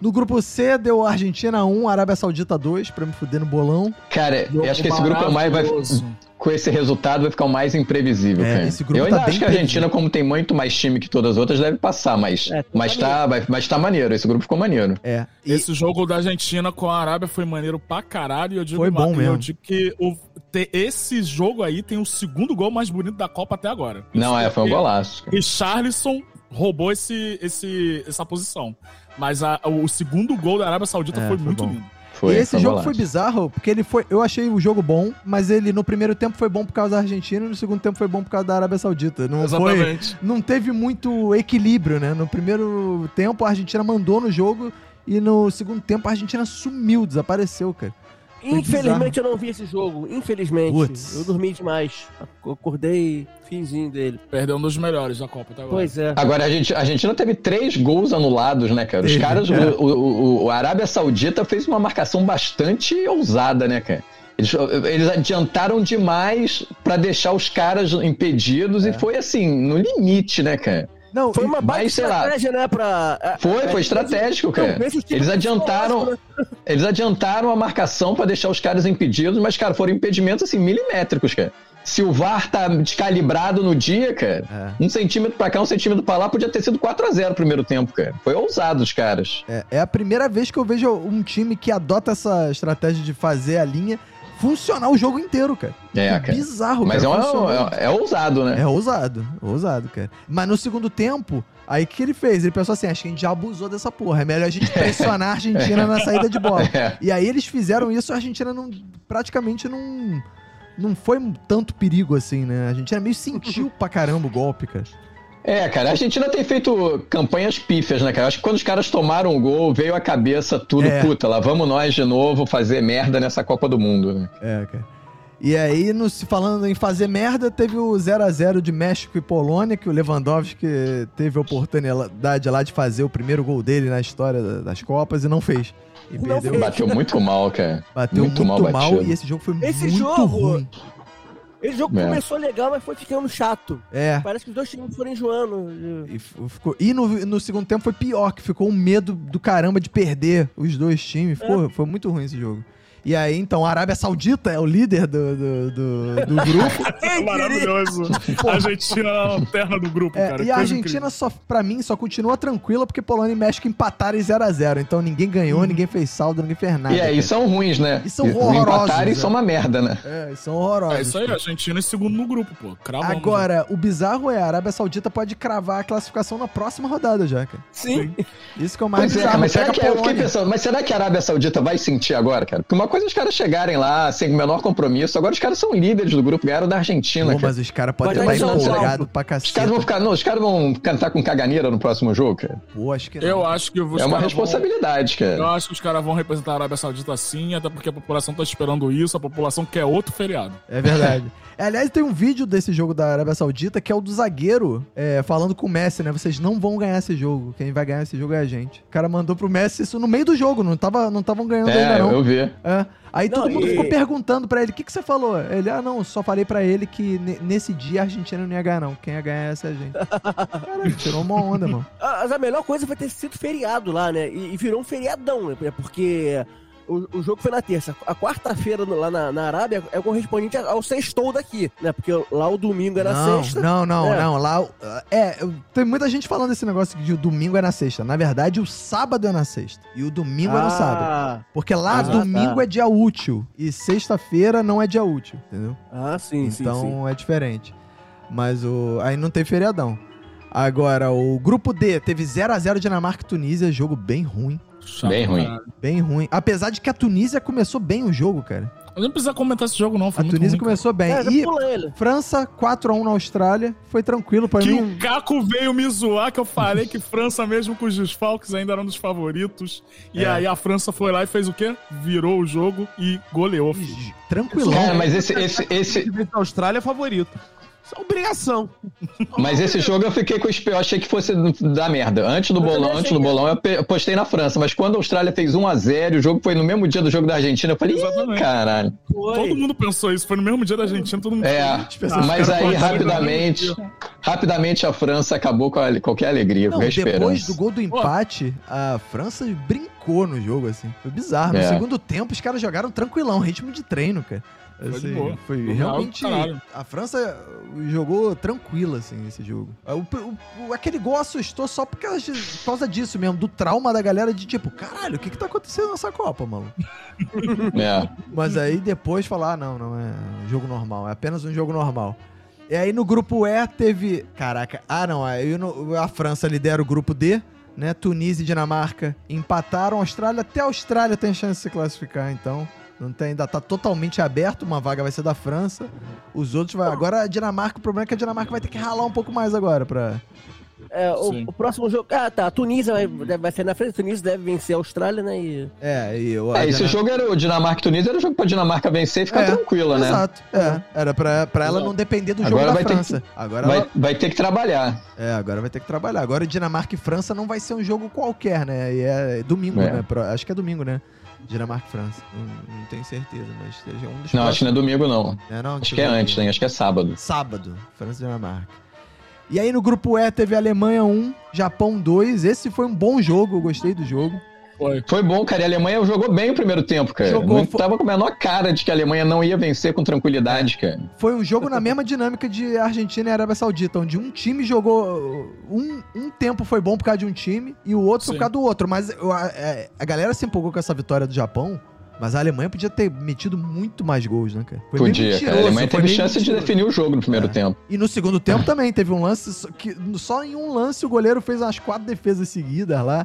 Speaker 1: No grupo C deu Argentina 1, Arábia Saudita 2, pra me fuder no bolão.
Speaker 5: Cara, eu acho que esse grupo é o mais vai,
Speaker 3: Maravilhoso.
Speaker 5: com esse resultado vai ficar o mais imprevisível,
Speaker 1: É,
Speaker 5: cara.
Speaker 1: esse grupo
Speaker 5: eu
Speaker 1: tá
Speaker 5: ainda
Speaker 1: bem
Speaker 5: acho que a Argentina, como tem muito mais time que todas as outras, deve passar, mas,
Speaker 4: É, tá
Speaker 5: mas, tá, vai, mas tá maneiro. Esse grupo ficou maneiro.
Speaker 1: É. E
Speaker 3: Esse jogo da Argentina com a Arábia foi maneiro pra caralho. e Eu digo,
Speaker 1: Foi bom
Speaker 3: eu
Speaker 1: mesmo.
Speaker 3: digo que o, te- esse jogo aí tem o segundo gol mais bonito da Copa até agora.
Speaker 5: Não, é, foi um
Speaker 3: porque
Speaker 5: golaço. cara.
Speaker 3: Richarlison roubou esse, esse, essa posição. Mas a- o segundo gol da Arábia Saudita
Speaker 1: É,
Speaker 3: foi,
Speaker 1: foi
Speaker 3: muito
Speaker 1: bom.
Speaker 3: lindo.
Speaker 5: Foi,
Speaker 1: e esse
Speaker 5: foi um
Speaker 1: jogo
Speaker 5: golaço.
Speaker 1: foi bizarro, porque ele foi. Eu achei o jogo bom, mas ele no primeiro tempo foi bom por causa da Argentina e no segundo tempo foi bom por causa da Arábia Saudita. Não foi.
Speaker 3: Exatamente.
Speaker 1: Não teve muito equilíbrio, né? No primeiro tempo a Argentina mandou no jogo e no segundo tempo a Argentina sumiu, desapareceu, cara.
Speaker 4: Infelizmente eu não vi esse jogo. Infelizmente.
Speaker 1: Putz.
Speaker 4: Eu dormi demais. Ac- Acordei finzinho dele.
Speaker 3: Perdeu um dos melhores da Copa até agora.
Speaker 4: Pois é.
Speaker 5: Agora, a Argentina, a Argentina teve três gols anulados, né, cara? Os
Speaker 1: Teve,
Speaker 5: caras.
Speaker 1: é.
Speaker 5: O, o, o- a Arábia Saudita fez uma marcação bastante ousada, né, cara? Eles, eles adiantaram demais pra deixar os caras impedidos e foi assim, no limite, né, cara?
Speaker 1: Não,
Speaker 4: Foi
Speaker 1: e-
Speaker 4: uma baita
Speaker 5: Mas, sei lá.
Speaker 4: estratégia, né? Pra... a-
Speaker 5: Foi,
Speaker 4: a-
Speaker 5: foi estratégico, cara.
Speaker 4: Não, tipo esses times
Speaker 5: Eles
Speaker 4: são
Speaker 5: adiantaram,
Speaker 4: ótimos,
Speaker 5: Eles adiantaram a marcação pra deixar os caras impedidos, mas, cara, foram impedimentos assim, milimétricos, cara. Se o VAR tá descalibrado no dia, cara,
Speaker 1: É,
Speaker 5: um centímetro pra cá, um centímetro pra lá, podia ter sido 4 a 0 o primeiro tempo, cara. Foi ousado os caras.
Speaker 1: É, é a primeira vez que eu vejo um time que adota essa estratégia de fazer a linha funcionar o jogo inteiro, cara.
Speaker 5: É,
Speaker 1: Que
Speaker 5: cara.
Speaker 1: bizarro,
Speaker 5: Mas é,
Speaker 1: cara.
Speaker 5: uma-
Speaker 1: Funcionou.
Speaker 5: é- é ousado, né?
Speaker 1: É ousado, ousado, cara. Mas no segundo tempo, aí o que ele fez? Ele pensou assim: acho que a gente já abusou dessa porra. É melhor a gente pressionar a Argentina na saída de bola.
Speaker 5: É.
Speaker 1: E aí eles fizeram isso, a Argentina não, praticamente não, não foi um tanto perigo assim, né? A Argentina meio sentiu pra caramba o golpe, cara.
Speaker 5: É, cara, a Argentina tem feito campanhas pífias, né, cara? Acho que quando os caras tomaram o gol, veio a cabeça tudo,
Speaker 1: É.
Speaker 5: puta, lá vamos nós de novo fazer merda nessa Copa do Mundo, né?
Speaker 1: É, cara. E aí, no, se falando em fazer merda, teve o 0 a 0 de México e Polônia, que o Lewandowski teve a oportunidade lá de fazer o primeiro gol dele na história da- das Copas e não fez. E
Speaker 4: Não
Speaker 1: perdeu.
Speaker 4: fez.
Speaker 5: Bateu muito mal, cara.
Speaker 1: Bateu muito,
Speaker 5: Muito mal
Speaker 1: mal,
Speaker 5: batido.
Speaker 1: e esse jogo foi
Speaker 4: Esse
Speaker 1: muito
Speaker 4: jogo-
Speaker 1: ruim.
Speaker 4: Esse jogo
Speaker 5: É.
Speaker 4: começou legal, mas foi ficando chato.
Speaker 1: É.
Speaker 4: Parece que os dois times foram enjoando. né?
Speaker 1: E, f- ficou, e no, no segundo tempo foi pior, que ficou um medo do caramba de perder os dois times.
Speaker 3: É.
Speaker 1: Ficou- Foi muito ruim esse jogo. E aí, então, a Arábia Saudita é o líder do, do, do- do grupo.
Speaker 3: Maravilhoso. A Argentina é a lanterna do grupo,
Speaker 1: É,
Speaker 3: cara.
Speaker 1: e a
Speaker 3: Coisa
Speaker 1: Argentina, só, pra mim, só continua tranquila porque Polônia e México empataram em 0x0. Então ninguém ganhou,
Speaker 3: Uhum.
Speaker 1: ninguém fez saldo, ninguém fez nada.
Speaker 5: e aí, são ruins, né?
Speaker 1: E são
Speaker 5: não Empataram
Speaker 1: horrorosos,
Speaker 5: e são
Speaker 1: né?
Speaker 5: uma merda, né?
Speaker 1: cara. É, são
Speaker 3: incrível.
Speaker 1: horrorosos.
Speaker 3: É isso aí, Tá a Argentina é segundo no grupo, pô. Cravamos.
Speaker 1: Agora, o bizarro é a Arábia Saudita pode cravar a classificação na próxima rodada já, cara.
Speaker 4: Sim.
Speaker 1: Isso que é o mais
Speaker 5: Pois é,
Speaker 1: bizarro.
Speaker 5: cara, mas será
Speaker 1: pega
Speaker 5: que
Speaker 1: a
Speaker 5: eu fiquei
Speaker 1: Polônia.
Speaker 5: pensando, mas será que a Arábia Saudita vai sentir agora, cara? Porque uma coisa é os caras chegarem lá sem o menor compromisso, agora os caras são líderes do grupo, ganharam da Argentina,
Speaker 1: Pô,
Speaker 5: né, cara.
Speaker 1: mas os caras podem
Speaker 4: Mas
Speaker 1: estar
Speaker 4: aí são os
Speaker 1: empolgados
Speaker 4: alvos.
Speaker 1: pra
Speaker 5: Os
Speaker 1: cacete.
Speaker 5: caras vão ficar, não, os caras vão cantar com caganeira no próximo jogo, cara.
Speaker 1: Pô, acho que não.
Speaker 3: né? Eu acho que os
Speaker 5: é uma
Speaker 3: caras vão-
Speaker 5: responsabilidade,
Speaker 3: Eu
Speaker 5: cara.
Speaker 3: acho que os caras vão representar a Arábia Saudita sim, até porque a população tá esperando isso, a população quer outro feriado.
Speaker 1: É verdade. Aliás, tem um vídeo desse jogo da Arábia Saudita que é o do zagueiro é, falando com o Messi, né? Vocês não vão ganhar esse jogo. Quem vai ganhar esse jogo é a gente. O cara mandou pro Messi isso no meio do jogo, não estavam não tavam ganhando ainda,
Speaker 5: É,
Speaker 1: não.
Speaker 5: eu vi.
Speaker 1: É. Aí todo
Speaker 4: Não,
Speaker 1: mundo
Speaker 4: e-
Speaker 1: ficou perguntando pra ele: o que, que você falou? Ele, ah, não, só falei pra ele que ne- nesse dia a Argentina não ia ganhar, não. Quem ia ganhar essa é a gente. Caralho, tirou uma onda, mano.
Speaker 4: Ah, Mas a melhor coisa foi ter sido feriado lá, né? E, e virou um feriadão, né? Porque o, o jogo foi na terça. A quarta-feira no- lá na, na Arábia é correspondente ao sextou daqui, né? Porque lá o domingo era
Speaker 1: não,
Speaker 4: sexta.
Speaker 1: Não, não,
Speaker 4: É.
Speaker 1: não. Lá. É, eu- tem muita gente falando esse negócio de o domingo é na sexta. Na verdade, o sábado é na sexta. E o domingo é no sábado.
Speaker 4: Ah,
Speaker 1: Porque lá
Speaker 4: Ah,
Speaker 1: domingo
Speaker 4: tá.
Speaker 1: é dia útil. E sexta-feira não é dia útil, entendeu?
Speaker 4: Ah, sim,
Speaker 1: então
Speaker 4: sim, sim.
Speaker 1: é diferente. Mas o. Aí não tem feriadão. Agora, o grupo D teve 0x0 Dinamarca e Tunísia, jogo bem ruim.
Speaker 3: Chato,
Speaker 5: Bem ruim.
Speaker 3: caralho.
Speaker 1: Bem ruim. Apesar de que a Tunísia começou bem o jogo, cara.
Speaker 3: Eu nem precisa comentar esse jogo, não.
Speaker 1: A
Speaker 3: Foi muito
Speaker 1: Tunísia
Speaker 3: ruim, cara.
Speaker 1: começou bem.
Speaker 4: É,
Speaker 1: E
Speaker 4: pula ele.
Speaker 1: França 4x1 na Austrália. Foi tranquilo pra
Speaker 3: Que
Speaker 1: mim.
Speaker 3: o Caco veio me zoar, que eu falei que França, mesmo com os desfalques, ainda era um dos favoritos. E
Speaker 1: É.
Speaker 3: aí a França foi lá e fez o quê? Virou o jogo e goleou. filho.
Speaker 1: Tranquilão.
Speaker 5: Cara, mas esse, esse, esse,
Speaker 2: A Austrália é favorito. Isso é obrigação.
Speaker 5: mas esse jogo eu fiquei com o espe- eu achei que fosse dar merda. Antes do
Speaker 4: Eu também
Speaker 5: bolão,
Speaker 4: achei
Speaker 5: antes do
Speaker 4: que-
Speaker 5: bolão eu pe- eu postei na França, mas quando a Austrália fez 1 a 0, e o jogo foi no mesmo dia do jogo da Argentina, eu falei, "Ih,
Speaker 3: Exatamente.
Speaker 5: caralho.
Speaker 3: Todo mundo pensou isso. Foi no mesmo dia da Argentina, todo mundo.
Speaker 5: É.
Speaker 3: As pessoas
Speaker 1: Os
Speaker 5: Mas
Speaker 3: ficaram
Speaker 5: aí
Speaker 3: falando,
Speaker 5: rapidamente, rapidamente a França acabou com né? a- qualquer alegria,
Speaker 1: Não,
Speaker 5: qualquer
Speaker 1: depois
Speaker 5: esperança.
Speaker 1: do gol do empate, a França brincou no jogo, assim. Foi bizarro. No
Speaker 5: É.
Speaker 1: segundo tempo, os caras jogaram tranquilão, ritmo de treino, cara.
Speaker 3: de
Speaker 1: Assim,
Speaker 3: boa.
Speaker 1: foi
Speaker 3: Foi
Speaker 1: realmente.
Speaker 3: algo do caralho.
Speaker 1: A França jogou tranquila, assim, esse jogo. O- o- o- aquele gol assustou só por causa, de- por causa disso mesmo, do trauma da galera de tipo, caralho, o que que tá acontecendo nessa Copa, mano?
Speaker 5: É.
Speaker 1: Mas aí depois falar, ah, não, não é um jogo normal, é apenas um jogo normal. E aí no grupo E teve. Caraca, ah não, aí no- a França lidera o grupo D, né? Tunísia e Dinamarca empataram, Austrália, até a Austrália tem chance de se classificar, então. Não tem, ainda tá totalmente aberto, uma vaga vai ser da França. Os outros vai. Agora a Dinamarca, o problema é que a Dinamarca vai ter que ralar um pouco mais agora pra.
Speaker 4: É, o,
Speaker 3: Sim.
Speaker 4: o próximo jogo. Ah, tá. A Tunísia vai, deve- vai ser na frente. A Tunísia deve vencer a Austrália, né? E...
Speaker 1: É, e eu.
Speaker 5: É, esse jogo era o Dinamarca e Tunísia, era o jogo pra Dinamarca vencer e ficar
Speaker 1: É,
Speaker 5: tranquila, né?
Speaker 1: Exato. É, era pra, pra ela
Speaker 3: Exato.
Speaker 1: não depender do jogo
Speaker 5: Agora
Speaker 1: da
Speaker 5: vai ter que-
Speaker 1: França. Agora ela
Speaker 5: Vai, vai ter que trabalhar.
Speaker 1: É, agora vai ter que trabalhar. Agora Dinamarca e França não vai ser um jogo qualquer, né? E é domingo,
Speaker 5: É.
Speaker 1: né? Pro- Acho que é domingo, né? Dinamarca e França. Não, não tenho certeza, mas seja um dos
Speaker 5: Não, acho que não é domingo, não.
Speaker 1: não. É, não,
Speaker 5: Acho
Speaker 1: deixa
Speaker 5: que é
Speaker 1: eu ver
Speaker 5: antes,
Speaker 1: aqui.
Speaker 5: né? Acho que é sábado.
Speaker 1: Sábado, França e Dinamarca. E um aí no grupo E teve Alemanha 1, Japão 2. Esse foi um bom jogo, eu gostei do jogo.
Speaker 3: Foi.
Speaker 5: Foi bom, cara. E a Alemanha jogou bem o primeiro tempo, cara.
Speaker 1: Jogou,
Speaker 5: Não
Speaker 1: foi-
Speaker 5: Tava com a menor cara de que a Alemanha não ia vencer com tranquilidade, cara.
Speaker 1: Foi um jogo na mesma dinâmica de Argentina e Arábia Saudita, onde um time jogou. Um, um tempo foi bom por causa de um time e o outro
Speaker 3: Sim.
Speaker 1: por causa do outro. Mas eu- a, a- a galera se empolgou com essa vitória do Japão, mas a Alemanha podia ter metido muito mais gols, né, cara? Foi meio
Speaker 5: Podia, cara. A
Speaker 1: mentiroso,
Speaker 5: Alemanha
Speaker 1: foi
Speaker 5: teve
Speaker 1: meio
Speaker 5: chance de
Speaker 1: mentiroso.
Speaker 5: definir o jogo no primeiro
Speaker 1: É.
Speaker 5: tempo.
Speaker 1: E no segundo tempo também teve um lance só- que só em um lance o goleiro fez umas quatro defesas seguidas lá.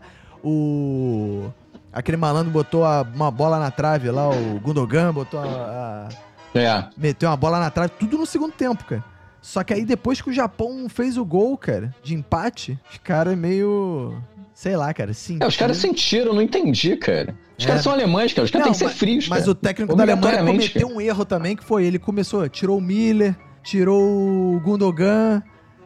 Speaker 1: O aquele malandro botou a- uma bola na trave lá, o Gundogan botou a- a
Speaker 5: É.
Speaker 1: meteu uma bola na trave, tudo no segundo tempo, cara. Só que aí depois que o Japão fez o gol, cara, de empate, os caras meio. Sei lá, cara, sim.
Speaker 5: É, os caras sentiram, não entendi, cara. Os
Speaker 1: É.
Speaker 5: caras são alemães, cara. Os caras
Speaker 1: Não,
Speaker 5: têm que ser frios,
Speaker 1: Mas
Speaker 5: cara.
Speaker 1: o técnico da Alemanha
Speaker 5: Obrigatoriamente,
Speaker 1: cometeu um erro também, que foi ele começou, tirou o Miller, tirou o Gundogan,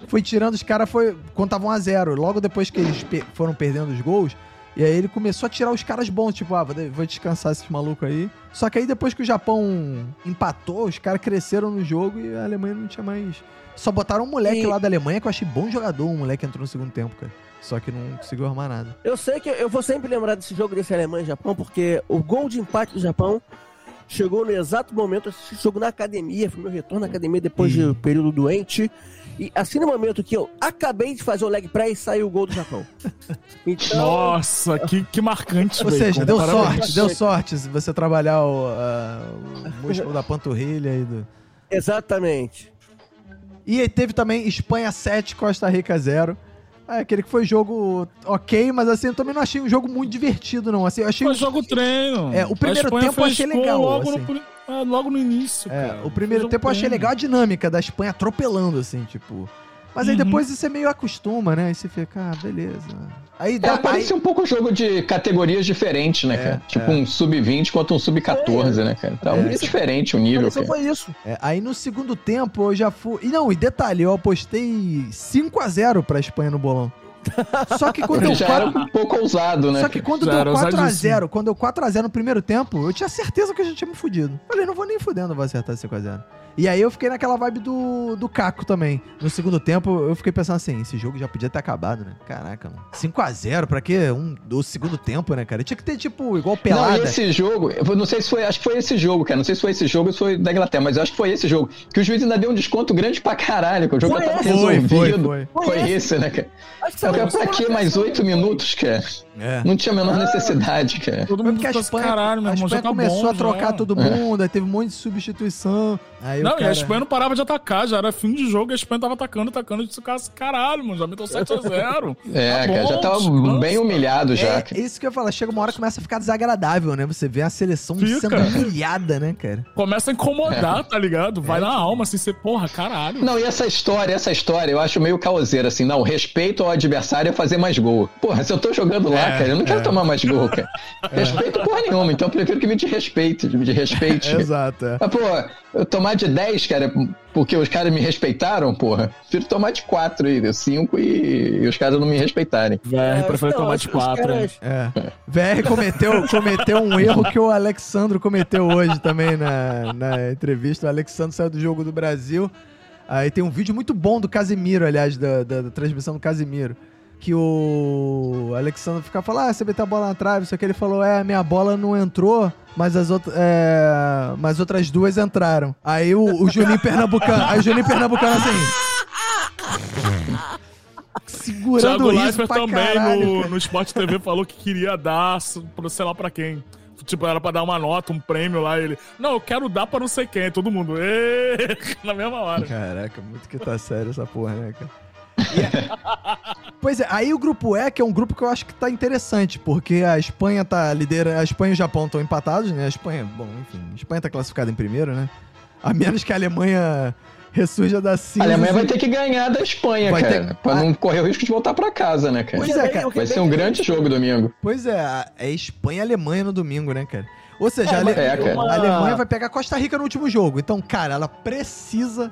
Speaker 1: foi tirando os caras, foi contavam a zero. Logo depois que eles pe- foram perdendo os gols, e aí ele começou a tirar os caras bons, tipo, ah, vou de- vou descansar esses malucos aí. Só que aí depois que o Japão empatou, os caras cresceram no jogo e a Alemanha não tinha mais. Só botaram um moleque
Speaker 4: E-
Speaker 1: lá da Alemanha que eu achei bom jogador, um moleque entrou no segundo tempo, cara. Só que não conseguiu armar nada.
Speaker 4: Eu sei que eu vou sempre lembrar desse jogo desse Alemanha e Japão, porque o gol de empate do Japão chegou no exato momento. Eu assisti esse jogo na academia, foi meu retorno na academia depois
Speaker 1: Ih.
Speaker 4: do período doente. E assim no momento que eu acabei de fazer o leg press, saiu o gol do Japão. Então,
Speaker 3: Nossa, que, que marcante,
Speaker 1: Ou seja,
Speaker 3: Bacon.
Speaker 1: deu
Speaker 3: Tipo, Parabéns.
Speaker 1: sorte, deu sorte se você trabalhar o, ah, o músculo da panturrilha e do.
Speaker 4: exatamente.
Speaker 1: E aí teve também Espanha 7, Costa Rica 0. Ah, aquele que foi jogo ok, mas assim, eu também não achei um jogo muito divertido, não. Assim, eu achei.
Speaker 3: Foi jogo treino.
Speaker 1: É, o primeiro
Speaker 3: A Espanha
Speaker 1: tempo eu
Speaker 3: fez
Speaker 1: achei
Speaker 3: gol
Speaker 1: legal,
Speaker 3: Logo,
Speaker 1: assim.
Speaker 3: no, pri- é, logo no início.
Speaker 1: é,
Speaker 3: cara.
Speaker 1: o primeiro
Speaker 3: Foi jogo
Speaker 1: tempo eu achei
Speaker 3: treino.
Speaker 1: legal a dinâmica da Espanha atropelando, assim, tipo. Mas aí
Speaker 3: Uhum.
Speaker 1: depois você meio acostuma, né? Aí você fica, ah, beleza. Aí
Speaker 5: É,
Speaker 1: dá. aí-
Speaker 5: parecia um pouco jogo de categorias diferentes, né,
Speaker 1: É,
Speaker 5: cara? Tipo um sub-20 contra um sub-14, né, cara? Tá
Speaker 1: É.
Speaker 5: muito diferente o nível,
Speaker 4: Mas só
Speaker 5: cara.
Speaker 4: foi isso.
Speaker 1: É, aí no segundo tempo eu já fui. E não, e detalhe, eu apostei 5x0 pra Espanha no bolão. Só que quando
Speaker 5: Ele
Speaker 1: eu
Speaker 5: já
Speaker 1: quatro-
Speaker 5: era um pouco ousado, né?
Speaker 1: Só que quando
Speaker 3: Já
Speaker 1: deu
Speaker 3: era
Speaker 1: 4x0, quando deu 4x0 no primeiro tempo, eu tinha certeza que a gente tinha me fudido. Falei, não vou nem fudendo, vou acertar esse 5x0. E aí eu fiquei naquela vibe do, do Caco também. No segundo tempo, eu fiquei pensando assim, esse jogo já podia ter acabado, né? Caraca, mano. 5x0, pra quê? Um, do segundo tempo, né, cara? Tinha que ter, tipo, igual pelada.
Speaker 5: Não, e esse jogo, eu não sei se foi, acho que foi esse jogo, cara. Não sei se foi esse jogo ou se foi da Inglaterra, mas eu acho que foi esse jogo. Que o juiz ainda deu um desconto grande pra caralho, que o jogo
Speaker 4: Foi
Speaker 5: já tava
Speaker 1: esse? Foi,
Speaker 5: resolvido.
Speaker 1: foi, foi.
Speaker 5: Foi esse, né, cara?
Speaker 4: Acho que
Speaker 5: Eu
Speaker 4: saiu
Speaker 5: quero pra que mais oito minutos, cara?
Speaker 1: É.
Speaker 5: Não tinha a menor necessidade, cara.
Speaker 3: Todo
Speaker 1: Foi
Speaker 3: mundo
Speaker 1: porque a
Speaker 3: ficou assim,
Speaker 1: Espanha,
Speaker 3: caralho, meu
Speaker 1: a
Speaker 3: irmão.
Speaker 1: Espanha
Speaker 3: Já tá
Speaker 1: começou
Speaker 3: bom,
Speaker 1: a trocar
Speaker 3: já.
Speaker 1: todo mundo, aí teve um monte de substituição. Aí o
Speaker 3: Não, e
Speaker 1: cara...
Speaker 3: a Espanha não parava de atacar, já era fim de jogo, a Espanha tava atacando, atacando, e disse, cara, caralho, mano, já meteu 7x0.
Speaker 5: É,
Speaker 3: Tá bom,
Speaker 5: cara, já tava
Speaker 3: descansa.
Speaker 5: bem humilhado já,
Speaker 1: É,
Speaker 5: cara.
Speaker 1: é isso que eu ia falar. Chega uma hora que começa a ficar desagradável, né? Você vê a seleção
Speaker 3: Fica.
Speaker 1: sendo humilhada, né, cara?
Speaker 3: Começa a incomodar,
Speaker 1: É.
Speaker 3: tá ligado? Vai na alma, assim, você, porra, caralho.
Speaker 5: Não, e essa história, essa história, eu acho meio caoseira, assim, não, respeito ao adversário é fazer mais gol. Porra, se eu tô jogando lá,
Speaker 1: É,
Speaker 5: cara, eu não quero tomar mais gol, cara. Respeito porra nenhuma, então eu prefiro que me desrespeite, me desrespeite.
Speaker 1: Exato. é.
Speaker 5: Mas, pô, eu tomar de 10, cara, porque os caras me respeitaram, porra, prefiro tomar de 4 e 5 e, e os caras não me respeitarem.
Speaker 3: Velho,
Speaker 4: Então,
Speaker 3: prefere É, tomar de 4.
Speaker 1: É. VR cometeu, cometeu um erro que o Alexandro cometeu hoje também na, na entrevista. O Alexandro saiu do jogo do Brasil. Aí tem um vídeo muito bom do Casimiro, aliás, da, da- da transmissão do Casimiro. Que o Alexandro fica falando, ah, você meteu a bola na trave, só que ele falou, é, minha bola não entrou, mas as outras. É, mas outras duas entraram. Aí o, o Juninho Pernambucano. Aí o Juninho Pernambucano assim. Segurando o
Speaker 3: Thiago
Speaker 1: risco
Speaker 3: Leifert
Speaker 1: pra
Speaker 3: também
Speaker 1: caralho,
Speaker 3: no, no Sport TV falou que queria dar, pro- sei lá pra quem. Tipo, era pra dar uma nota, um prêmio lá. e Ele, não, eu quero dar pra não sei quem. Todo mundo, "Ê", na mesma hora.
Speaker 1: Caraca, muito que tá sério essa porra, né, cara? pois é, aí o grupo E, que é um grupo que eu acho que tá interessante, porque a Espanha tá lidera, a Espanha e o Japão estão empatados, né? A Espanha, bom, enfim, a Espanha tá classificada em primeiro, né? A menos que a Alemanha ressurja da
Speaker 5: A
Speaker 1: cinza.
Speaker 5: Alemanha vai ter que ganhar da Espanha,
Speaker 1: Vai ter- Ah.
Speaker 5: cara, pra não correr o risco de voltar pra casa, né, cara?
Speaker 1: Pois é, cara.
Speaker 5: Vai ser um grande jogo domingo.
Speaker 1: Pois é, a- é Espanha e Alemanha no domingo, né, cara? Ou seja, a, Ale-
Speaker 5: mas- é, cara.
Speaker 1: a Alemanha vai pegar Costa Rica no último jogo. Então, cara, ela precisa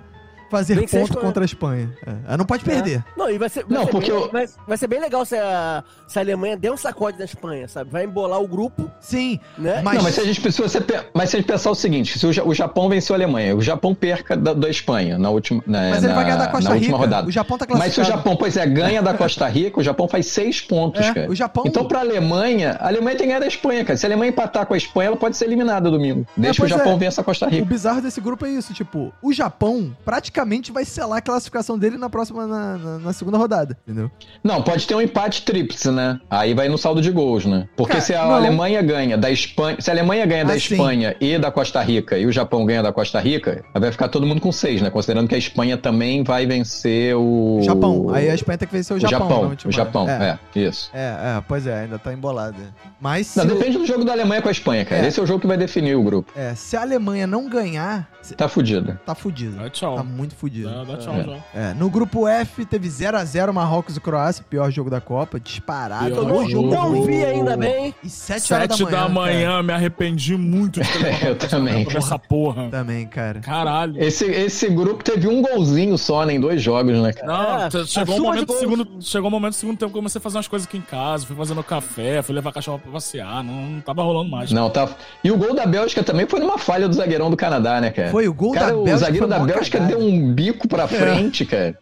Speaker 1: fazer
Speaker 4: Nem que seja
Speaker 1: ponto
Speaker 4: Espanha.
Speaker 1: contra a Espanha. É. Ela não pode perder.
Speaker 4: Não, e vai ser, vai
Speaker 5: Não,
Speaker 4: ser
Speaker 5: porque
Speaker 4: bem,
Speaker 5: eu-
Speaker 4: vai, vai ser bem legal se a, se a Alemanha der um sacode na Espanha, sabe? Vai embolar o grupo,
Speaker 1: Sim,
Speaker 4: né?
Speaker 1: mas,
Speaker 5: Não, mas se a gente, se você, pe- mas se a gente pensar o seguinte, se o, Ja- o Japão venceu a Alemanha, o Japão perca da, da Espanha na última, na,
Speaker 1: mas ele
Speaker 5: na-
Speaker 1: vai ganhar da Costa
Speaker 5: na última
Speaker 1: Rica.
Speaker 5: rodada.
Speaker 1: O Japão tá
Speaker 5: Mas se o
Speaker 1: classificado.
Speaker 5: Japão, pois é, ganha da Costa Rica, o Japão faz seis pontos,
Speaker 1: É,
Speaker 5: cara.
Speaker 1: o Japão-
Speaker 5: Então, pra Alemanha, a Alemanha tem que ganhar da Espanha, cara. Se a Alemanha empatar com a Espanha, ela pode ser eliminada domingo. Deixa que o
Speaker 1: pois
Speaker 5: Japão
Speaker 1: é.
Speaker 5: vença a Costa
Speaker 1: O
Speaker 5: Rica.
Speaker 1: bizarro desse grupo é isso, tipo, o Japão praticamente vai selar a classificação dele na próxima, na, na- na segunda rodada, entendeu?
Speaker 5: Não, pode ter um empate tríplice, né? Aí vai no saldo de gols, né? Porque
Speaker 1: Cara,
Speaker 5: se a
Speaker 1: não.
Speaker 5: Alemanha ganha da Espanha. Se a Alemanha ganha da
Speaker 1: Ah, sim.
Speaker 5: Espanha e da Costa Rica e o Japão ganha da Costa Rica, aí vai ficar todo mundo com seis, né? Considerando que a Espanha também vai vencer o.
Speaker 1: O Japão, aí a Espanha tem que vencer o
Speaker 5: o
Speaker 1: Japão.
Speaker 5: Japão.
Speaker 1: na
Speaker 5: Japão
Speaker 1: última-
Speaker 5: o Japão,
Speaker 1: é.
Speaker 5: é, isso.
Speaker 1: É, é, pois é, ainda tá embolada. Mas se,
Speaker 5: Não,
Speaker 1: o-
Speaker 5: depende do jogo da Alemanha com a Espanha, cara.
Speaker 1: É.
Speaker 5: Esse é o jogo que vai definir o grupo.
Speaker 1: é, se a Alemanha não ganhar, se-
Speaker 5: Tá fudido.
Speaker 1: tá fudida.
Speaker 3: Dá tchau.
Speaker 1: Tá muito fudida.
Speaker 3: Dá, dá tchau,
Speaker 5: É.
Speaker 3: já.
Speaker 1: É, no grupo F teve 0x0 Marrocos e Croácia, pior jogo da Copa, disparado.
Speaker 3: Pior
Speaker 1: No jogo.
Speaker 4: não
Speaker 3: jogo.
Speaker 4: vi ainda bem.
Speaker 1: E 7, horas
Speaker 3: Sete
Speaker 1: da manhã.
Speaker 3: da
Speaker 1: cara.
Speaker 3: manhã, me arrependi muito de ter
Speaker 5: Eu também.
Speaker 3: comprado essa porra.
Speaker 1: Também, cara.
Speaker 3: Caralho.
Speaker 5: Esse, esse grupo teve um golzinho só né, em dois jogos, né, cara?
Speaker 3: Não,
Speaker 4: É,
Speaker 3: t-
Speaker 4: a
Speaker 3: chegou, um
Speaker 4: suma
Speaker 3: momento
Speaker 4: de
Speaker 3: do
Speaker 4: gols.
Speaker 3: segundo, chegou um momento do segundo tempo que eu comecei a fazer umas coisas aqui em casa, fui fazendo café, fui levar a cachorro pra passear, não, não tava rolando mais.
Speaker 5: Não, tá. E o gol da Bélgica também foi numa falha do zagueirão do Canadá, né, cara?
Speaker 1: Foi o gol
Speaker 5: cara,
Speaker 1: da
Speaker 5: o
Speaker 1: Bélgica.
Speaker 5: zagueiro
Speaker 1: foi
Speaker 5: da
Speaker 1: mó
Speaker 5: Bélgica
Speaker 1: cagada. É.
Speaker 5: deu um bico pra frente, cara.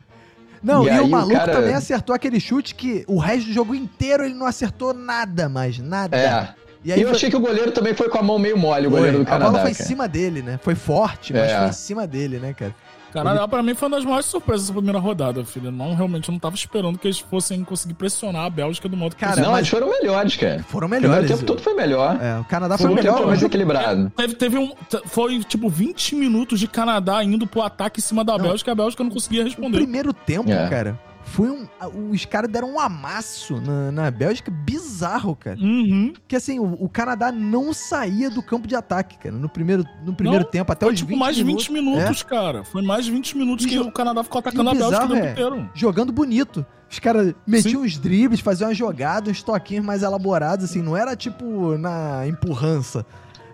Speaker 1: Não,
Speaker 5: E
Speaker 1: e,
Speaker 5: aí
Speaker 1: o
Speaker 5: o
Speaker 1: maluco
Speaker 5: cara-
Speaker 1: também acertou aquele chute que o resto do jogo inteiro ele não acertou nada mais, nada.
Speaker 5: É.
Speaker 1: E
Speaker 5: E
Speaker 1: aí
Speaker 5: eu
Speaker 1: foi-
Speaker 5: achei que o goleiro também foi com a mão meio mole, o goleiro
Speaker 1: foi.
Speaker 5: do
Speaker 1: A bola
Speaker 5: Canadá.
Speaker 1: foi em
Speaker 5: cara.
Speaker 1: cima dele, né? Foi forte, mas
Speaker 5: É.
Speaker 1: foi em cima dele, né, cara?
Speaker 3: Caralho, pra mim foi uma das maiores surpresas da primeira rodada, filho. Não, realmente, eu não tava esperando que eles fossem conseguir pressionar a Bélgica do modo que
Speaker 1: Cara,
Speaker 5: Não,
Speaker 1: mas-
Speaker 5: eles foram melhores, cara.
Speaker 1: Foram
Speaker 5: O primeiro
Speaker 1: melhores.
Speaker 5: tempo todo foi melhor.
Speaker 1: É, o Canadá
Speaker 5: Foi
Speaker 1: foi
Speaker 5: um
Speaker 1: melhor,
Speaker 5: tempo mais
Speaker 1: mas o
Speaker 5: equilibrado.
Speaker 3: Teve, teve um. t- Foi tipo 20 minutos de Canadá indo pro ataque em cima da
Speaker 1: Não.
Speaker 3: Bélgica, a Bélgica não conseguia
Speaker 1: o
Speaker 3: responder.
Speaker 1: primeiro tempo,
Speaker 5: É.
Speaker 1: cara, foi um. a- Os caras deram um amasso na, na Bélgica bizarro, cara.
Speaker 3: Uhum.
Speaker 1: Porque assim, o, o Canadá não saía do campo de ataque, cara. No primeiro, no primeiro
Speaker 3: Não,
Speaker 1: tempo, até
Speaker 3: Foi
Speaker 1: os
Speaker 3: tipo
Speaker 1: 20
Speaker 3: mais de
Speaker 1: minutos. É.
Speaker 3: 20 minutos, cara. Foi mais de 20 minutos
Speaker 1: E
Speaker 3: que
Speaker 1: jo-
Speaker 3: o Canadá ficou atacando a
Speaker 1: bizarro,
Speaker 3: Bélgica o tempo
Speaker 1: é.
Speaker 3: inteiro.
Speaker 1: jogando bonito. Os caras metiam os dribles, faziam uma jogada, uns toquinhos mais elaborados, assim, não era tipo na empurrança.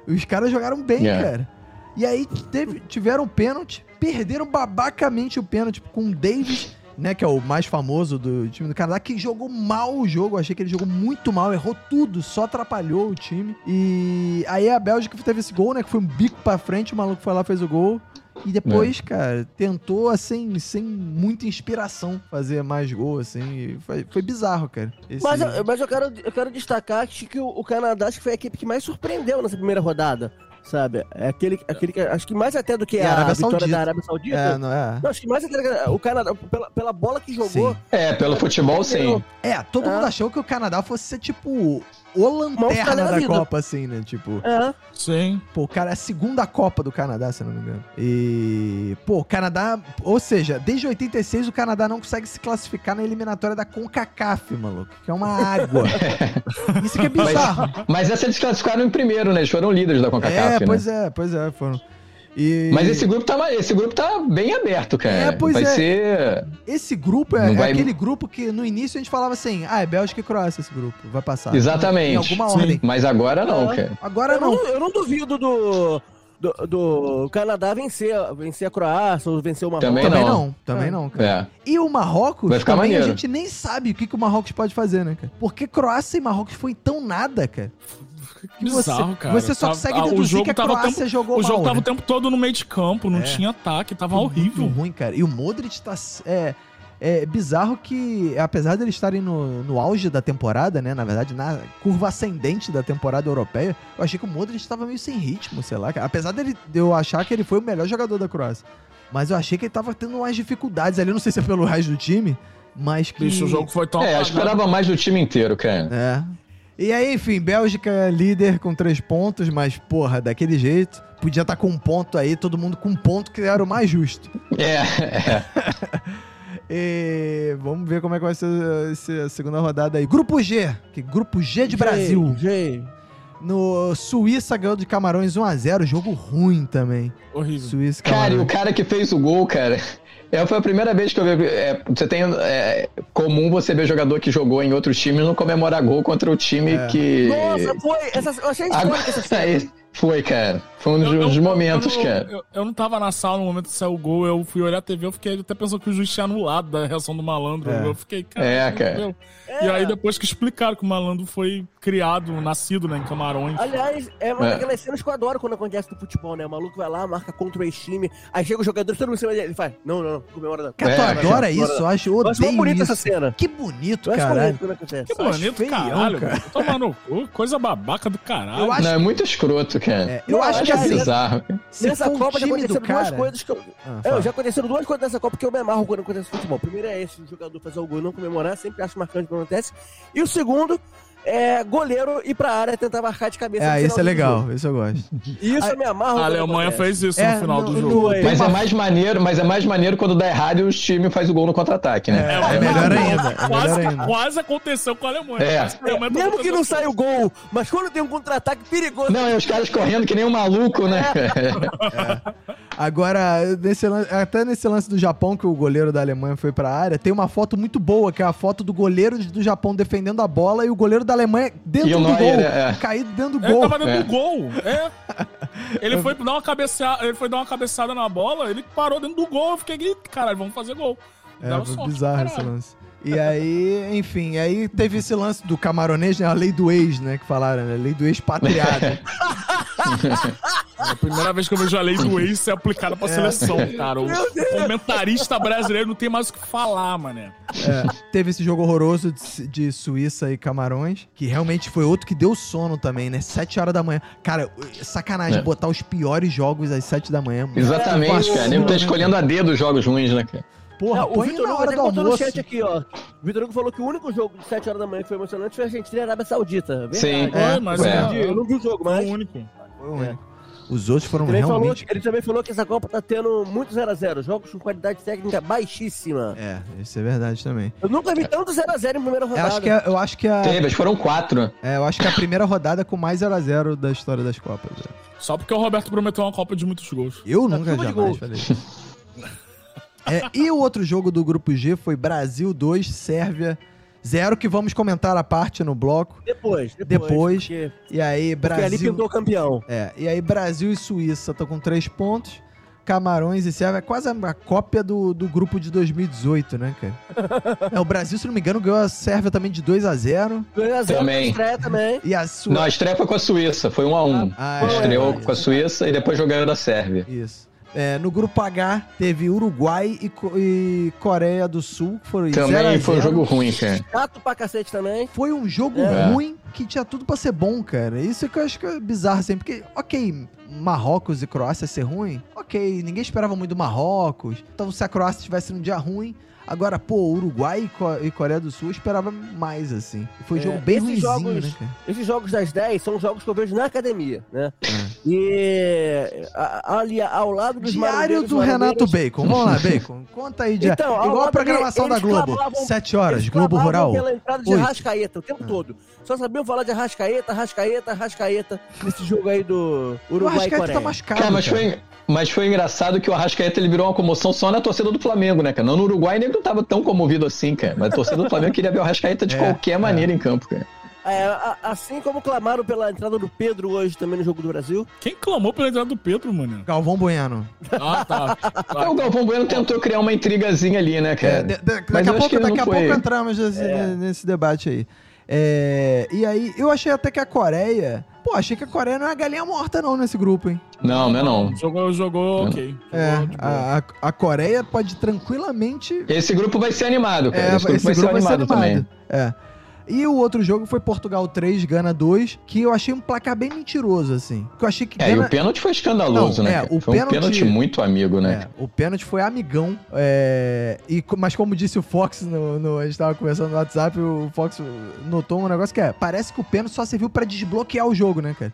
Speaker 1: Os caras jogaram bem,
Speaker 5: Yeah.
Speaker 1: cara. E aí teve- tiveram um pênalti, perderam babacamente o pênalti com o Davis, né, que é o mais famoso do time do Canadá, que jogou mal o jogo. Eu achei que ele jogou muito mal, errou tudo, só atrapalhou o time. E aí a Bélgica teve esse gol, né, que foi um bico pra frente, o maluco foi lá, fez o gol. E depois, cara, tentou, assim, sem muita inspiração, fazer mais gol, assim. e Foi, foi bizarro, cara. Esse-
Speaker 4: Mas, eu- mas eu, quero, eu quero destacar acho que o, o Canadá acho que foi a equipe que mais surpreendeu nessa primeira rodada, sabe? É aquele, aquele que acho que mais até do que
Speaker 1: E
Speaker 4: a,
Speaker 1: a Arábia
Speaker 4: vitória
Speaker 1: Saudita.
Speaker 4: da Arábia Saudita.
Speaker 1: É, não é?
Speaker 4: Não, acho que mais até que o Canadá, pela, pela bola que jogou.
Speaker 1: Sim.
Speaker 5: É, pelo futebol, sim.
Speaker 1: É, todo
Speaker 4: É.
Speaker 1: mundo achou que o Canadá fosse ser, tipo, o lanterna
Speaker 4: cara da
Speaker 1: da
Speaker 4: vida.
Speaker 1: Copa, assim, né? Tipo,
Speaker 4: É.
Speaker 3: Sim.
Speaker 1: pô, cara, é a segunda Copa do Canadá, se eu não me engano. E, pô, o Canadá... Ou seja, desde 86 o Canadá não consegue se classificar na eliminatória da CONCACAF, maluco. Que é uma água. Isso que é bizarro.
Speaker 5: Mas essa eles classificaram em primeiro, né? Eles foram líderes da CONCACAF,
Speaker 1: É,
Speaker 5: né?
Speaker 1: pois é, pois é, foram. E
Speaker 5: Mas esse grupo, tá, ma- esse grupo tá bem aberto, cara.
Speaker 1: É, pois
Speaker 5: Vai
Speaker 1: é.
Speaker 5: ser.
Speaker 1: esse grupo é,
Speaker 5: Não
Speaker 1: é
Speaker 5: vai-
Speaker 1: aquele grupo que no início a gente falava assim: ah, é Bélgica e Croácia esse grupo, vai passar.
Speaker 5: Exatamente.
Speaker 1: Tá. Em alguma
Speaker 3: Sim.
Speaker 1: ordem.
Speaker 5: Mas agora não,
Speaker 4: É.
Speaker 5: cara.
Speaker 1: Agora
Speaker 4: Eu,
Speaker 1: não.
Speaker 4: não, eu não duvido do, do, do Canadá vencer, vencer a Croácia ou vencer o Marrocos.
Speaker 5: Também
Speaker 1: Também
Speaker 5: não.
Speaker 1: não, também não, cara.
Speaker 5: É.
Speaker 1: E o Marrocos,
Speaker 5: Vai ficar
Speaker 1: também a
Speaker 5: maneiro.
Speaker 1: gente nem sabe o que, que o Marrocos pode fazer, né, cara? Porque Croácia e Marrocos foi tão nada, cara. que você-
Speaker 3: Bizarro, cara.
Speaker 1: Você só
Speaker 3: Tava-
Speaker 1: consegue
Speaker 3: ah, o
Speaker 1: deduzir
Speaker 3: jogo
Speaker 1: que a
Speaker 3: tava o
Speaker 1: Croácia jogou
Speaker 3: O
Speaker 1: mal,
Speaker 3: jogo tava
Speaker 1: né?
Speaker 3: o tempo todo no meio de campo, não
Speaker 1: É.
Speaker 3: tinha ataque, tava
Speaker 1: Foi
Speaker 3: horrível.
Speaker 1: Muito ruim, cara. E o Modric tá. É, é bizarro que, apesar deles estarem no, no auge da temporada, né? Na verdade, na curva ascendente da temporada europeia, eu achei que o Modric estava meio sem ritmo, sei lá, cara. Apesar dele, de eu achar que ele foi o melhor jogador da Croácia. Mas eu achei que ele tava tendo umas dificuldades ali, não sei se é pelo resto do time, mas que.
Speaker 3: Bicho, o jogo foi tão.
Speaker 5: É, eu esperava mais do time inteiro, cara.
Speaker 1: É. E aí, enfim, Bélgica é líder com três pontos, mas, porra, daquele jeito. Podia estar com um ponto aí, todo mundo com um ponto, que era o mais justo.
Speaker 5: É,
Speaker 1: E vamos ver como é que vai ser uh, essa segunda rodada aí. Grupo G, que grupo G de
Speaker 4: Gente,
Speaker 1: Brasil.
Speaker 4: gente.
Speaker 1: No Suíça ganhou de Camarões 1x0, jogo ruim também.
Speaker 3: Horrível.
Speaker 1: Suíça e
Speaker 5: Cara, e o
Speaker 1: Camarões.
Speaker 5: cara que fez o gol, cara. É, foi a primeira vez que eu vi. é, você tem. É comum você ver jogador que jogou em outros times não comemorar gol contra o time
Speaker 1: É.
Speaker 5: que.
Speaker 4: Nossa, foi. Essa, eu achei
Speaker 5: Agora, é
Speaker 4: histórica essa
Speaker 5: Aí, foi, cara. Foi um dos,
Speaker 3: Eu- eu-
Speaker 5: dos momentos, é.
Speaker 3: eu, eu,
Speaker 5: cara.
Speaker 3: Eu, eu não tava na sala no momento que saiu o gol, eu fui olhar a TV, eu fiquei até pensando que o juiz tinha anulado da reação do malandro.
Speaker 1: É.
Speaker 3: Eu fiquei, cara.
Speaker 5: É,
Speaker 3: meu
Speaker 5: cara.
Speaker 3: Deus. E aí depois que explicaram que o malandro foi criado, nascido, né, em Camarões.
Speaker 4: Aliás, é uma
Speaker 5: É.
Speaker 4: daquelas cenas que eu adoro quando acontece no futebol, né? O maluco vai lá, marca contra o time, aí chega o jogador, todo mundo em cima dele, ele faz, não, não, não, comemora não.
Speaker 1: Cara, tu
Speaker 5: É,
Speaker 1: adora isso? Eu acho, eu
Speaker 4: Eu acho mó
Speaker 1: odeio
Speaker 4: bonita
Speaker 1: isso.
Speaker 4: essa cena.
Speaker 1: Que bonito,
Speaker 4: Eu acho
Speaker 1: cara.
Speaker 4: bonito quando acontece.
Speaker 3: Que bonito,
Speaker 1: feião,
Speaker 3: caralho.
Speaker 1: cara.
Speaker 3: mano. Tomar no cu, coisa babaca do caralho.
Speaker 1: Eu acho,
Speaker 5: Não, é muito escroto, cara.
Speaker 1: é, eu
Speaker 4: Não,
Speaker 1: acho que
Speaker 4: aliás,
Speaker 1: assim,
Speaker 5: Bizarro.
Speaker 1: se
Speaker 4: Nessa
Speaker 1: for um
Speaker 4: Copa já
Speaker 1: time do
Speaker 4: aconteceram duas
Speaker 1: cara...
Speaker 4: coisas que eu.
Speaker 1: Ah,
Speaker 4: É,
Speaker 1: fala.
Speaker 4: já aconteceram duas coisas nessa Copa que eu me amarro quando acontece futebol. Primeiro é esse, o jogador fazer o gol e não comemorar, sempre acho marcante quando acontece. E o segundo é goleiro ir pra área tentar marcar de cabeça. no
Speaker 1: É,
Speaker 4: final
Speaker 1: esse é
Speaker 4: do
Speaker 1: legal, esse eu gosto.
Speaker 4: jogo. E isso eu me amarro.
Speaker 3: A
Speaker 4: quando
Speaker 3: Alemanha
Speaker 4: acontece.
Speaker 3: fez isso
Speaker 1: É,
Speaker 3: no final
Speaker 1: não,
Speaker 3: do
Speaker 1: não
Speaker 3: jogo.
Speaker 1: é.
Speaker 5: Mas é mais maneiro, mas é mais maneiro quando dá errado e os times fazem o gol no contra-ataque, né?
Speaker 1: É, é melhor ainda, é melhor
Speaker 3: Quase,
Speaker 1: ainda.
Speaker 3: quase aconteceu com a Alemanha.
Speaker 5: É.
Speaker 3: Quase a Alemanha tá
Speaker 4: Mesmo que
Speaker 3: acontecendo.
Speaker 4: não saia o gol, mas quando tem um contra-ataque perigoso.
Speaker 5: Não, é os caras correndo que nem um maluco, né?
Speaker 1: Agora, nesse lan- até nesse lance do Japão, que o goleiro da Alemanha foi pra área, tem uma foto muito boa, que é a foto do goleiro do Japão defendendo a bola e o goleiro da Alemanha dentro
Speaker 5: E
Speaker 1: do
Speaker 5: o
Speaker 1: gol.
Speaker 5: Neuer, é.
Speaker 1: Caído dentro do
Speaker 3: Ele
Speaker 1: gol.
Speaker 3: tava dentro
Speaker 5: É.
Speaker 3: do gol. É. Ele foi dar uma cabeçada, ele foi dar uma cabeçada na bola, ele parou dentro do gol. Eu fiquei, "Ih, caralho, vamos fazer gol.
Speaker 1: É,
Speaker 3: Dava
Speaker 1: foi
Speaker 3: sorte,
Speaker 1: bizarro esse
Speaker 3: um caralho.
Speaker 1: lance. E aí, enfim, aí teve esse lance do camaronês, né? A lei do ex, né? Que falaram, né? Lei do expatriado.
Speaker 3: É a primeira vez que eu vejo a lei do ex ser aplicada pra seleção, cara. O comentarista brasileiro não tem mais o que falar, mané.
Speaker 1: É, teve esse jogo horroroso de, de Suíça e Camarões, que realmente foi outro que deu sono também, né? 7 horas da manhã. Cara, sacanagem
Speaker 5: É.
Speaker 1: botar os piores jogos às 7 da manhã. mano.
Speaker 5: Exatamente, cara. Nego
Speaker 1: é
Speaker 5: tá escolhendo a dedo os jogos ruins, né, cara?
Speaker 1: Porra,
Speaker 4: Não, o
Speaker 1: põe
Speaker 4: Vitor
Speaker 1: na
Speaker 4: Hugo
Speaker 1: hora
Speaker 4: até
Speaker 1: do
Speaker 4: botou no
Speaker 1: tá almoço.
Speaker 4: chat aqui, ó. O Vitor Hugo falou que o único jogo de 7 horas da manhã que foi emocionante foi a Argentina e a Arábia Saudita. Verdade.
Speaker 5: Sim.
Speaker 1: É,
Speaker 3: Foi, mas
Speaker 5: é.
Speaker 3: é.
Speaker 4: Entendi, Eu não vi o jogo,
Speaker 3: Foi
Speaker 4: mas.
Speaker 3: o único.
Speaker 1: Foi um,
Speaker 4: É.
Speaker 1: né? Os outros foram
Speaker 4: Também falou-
Speaker 1: realmente...
Speaker 4: ele também falou que essa Copa tá tendo muito 0x0, jogos com qualidade técnica baixíssima.
Speaker 1: É, isso é verdade também.
Speaker 4: Eu nunca vi tanto 0x0 em primeira
Speaker 1: É. Eu
Speaker 4: rodada.
Speaker 1: acho que, é a, eu, acho que a,
Speaker 5: Teve, acho que foram quatro.
Speaker 1: é, eu acho que a primeira rodada é com mais 0x0 da história das Copas. né?
Speaker 3: Só porque o Roberto prometeu uma Copa de muitos gols.
Speaker 1: Eu
Speaker 4: Na
Speaker 1: nunca
Speaker 4: chuva Tá de
Speaker 1: jamais
Speaker 4: gols.
Speaker 1: falei isso. É, e o outro jogo do Grupo G foi Brasil 2, Sérvia 0, que vamos comentar a parte no bloco.
Speaker 4: Depois, depois.
Speaker 1: Depois,
Speaker 4: porque,
Speaker 1: E aí,
Speaker 4: porque ali
Speaker 1: Brasil.
Speaker 4: pintou o campeão.
Speaker 1: É, e aí, Brasil e Suíça estão com três pontos. Camarões e Sérvia é quase a cópia do, do grupo de 2018, né, cara? é, o Brasil, se não me engano, ganhou a Sérvia também de 2 a 0
Speaker 4: Ganhou a 0
Speaker 5: Também.
Speaker 4: na estreia também.
Speaker 1: E a Suíça.
Speaker 5: Não, a estreia foi com a Suíça, foi um a um.
Speaker 1: Ah, é,
Speaker 5: Estreou
Speaker 1: é,
Speaker 5: com a Suíça e depois jogou da Sérvia.
Speaker 1: Isso. É, no grupo H teve Uruguai e, Co- e Coreia do Sul, que foram zero a
Speaker 5: Também foi um
Speaker 1: zero.
Speaker 5: jogo ruim, cara.
Speaker 4: É Chato pra cacete também.
Speaker 1: Foi um jogo
Speaker 5: É.
Speaker 1: ruim que tinha tudo pra ser bom, cara. Isso que eu acho que é bizarro sempre, porque, ok, Marrocos e Croácia ser ruim, ok, ninguém esperava muito do Marrocos. Então, se a Croácia tivesse num dia ruim, agora, pô, Uruguai e Co- e Coreia do Sul eu esperava mais, assim. Foi um
Speaker 4: É,
Speaker 1: jogo bem
Speaker 4: esses
Speaker 1: ruimzinho,
Speaker 4: jogos-
Speaker 1: né, cara?
Speaker 4: Esses jogos das 10 são jogos que eu vejo na academia, né? E a- ali ao lado dos
Speaker 1: Diário
Speaker 4: marinheiros,
Speaker 1: do
Speaker 4: marinheiros,
Speaker 1: Renato Bacon. Vamos lá, Bacon. Conta aí, Diário.
Speaker 4: Então, ao
Speaker 1: Igual a
Speaker 4: lado dele,
Speaker 1: programação da
Speaker 4: eles
Speaker 1: Globo.
Speaker 4: clamavam-
Speaker 1: Sete horas,
Speaker 4: eles
Speaker 1: Globo
Speaker 4: clamavam
Speaker 1: Rural.
Speaker 4: pela entrada de
Speaker 1: Oito. Ah.
Speaker 4: Rascaeta o tempo todo. Só sabiam falar de Rascaeta, Rascaeta, Rascaeta nesse jogo aí do
Speaker 1: O
Speaker 4: Uruguai e
Speaker 1: Arrascaeta
Speaker 4: Coreia.
Speaker 1: tá machucado.
Speaker 5: Cara, mas
Speaker 1: cara.
Speaker 5: foi, mas foi engraçado que o Arrascaeta ele virou uma comoção só na torcida do Flamengo, né, cara? Não no Uruguai nem não tava tão comovido assim, cara. Mas a torcida do Flamengo queria ver o Arrascaeta de
Speaker 1: É,
Speaker 5: qualquer maneira em campo, cara.
Speaker 4: É, a- assim como clamaram pela entrada do Pedro hoje também no jogo do Brasil.
Speaker 3: Quem clamou pela entrada do Pedro, mano?
Speaker 1: Galvão Bueno.
Speaker 3: Ah, tá.
Speaker 5: Então, o Galvão Bueno tentou criar uma intrigazinha ali, né,
Speaker 1: É,
Speaker 5: cara?
Speaker 1: de- de-
Speaker 5: Mas
Speaker 1: daqui
Speaker 5: eu
Speaker 1: a
Speaker 5: acho
Speaker 1: pouco,
Speaker 5: que ele
Speaker 1: daqui
Speaker 5: não
Speaker 1: a pouco
Speaker 5: foi-
Speaker 1: entramos nesse, nesse debate aí. É, e aí, eu achei até que a Coreia. Pô, achei que a Coreia não é a galinha morta, não, nesse grupo, hein?
Speaker 5: Não, não é não.
Speaker 3: Jogou, jogou, ok.
Speaker 1: É,
Speaker 3: Jogou de boa.
Speaker 1: a, a- a Coreia pode tranquilamente.
Speaker 5: Esse grupo vai ser animado, cara. esse grupo, vai, ser animado também.
Speaker 1: É. E o outro jogo foi Portugal 3, Gana 2, que eu achei um placar bem mentiroso, assim. Que eu achei que
Speaker 5: É, e o pênalti foi escandaloso,
Speaker 1: Não,
Speaker 5: né?
Speaker 1: é,
Speaker 5: cara?
Speaker 1: o
Speaker 5: foi um
Speaker 1: pênalti-
Speaker 5: pênalti muito amigo, né?
Speaker 1: É, o pênalti foi amigão. é, e, co- mas como disse o Fox, no, no- a gente tava conversando no WhatsApp, o Fox notou um negócio que é, parece que o pênalti só serviu pra desbloquear o jogo, né, cara?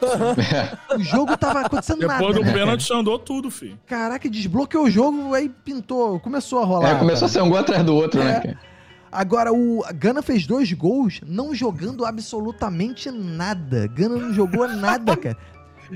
Speaker 1: O jogo tava acontecendo nada.
Speaker 3: Depois do
Speaker 1: né, cara?
Speaker 3: pênalti, andou tudo, filho.
Speaker 1: Caraca, desbloqueou o jogo, aí pintou, começou a rolar.
Speaker 5: É, começou a
Speaker 1: cara.
Speaker 5: ser um gol atrás do outro,
Speaker 1: tá É.
Speaker 5: né, cara?
Speaker 1: Agora, o a Gana fez dois gols, não jogando absolutamente nada. Gana não jogou nada, cara.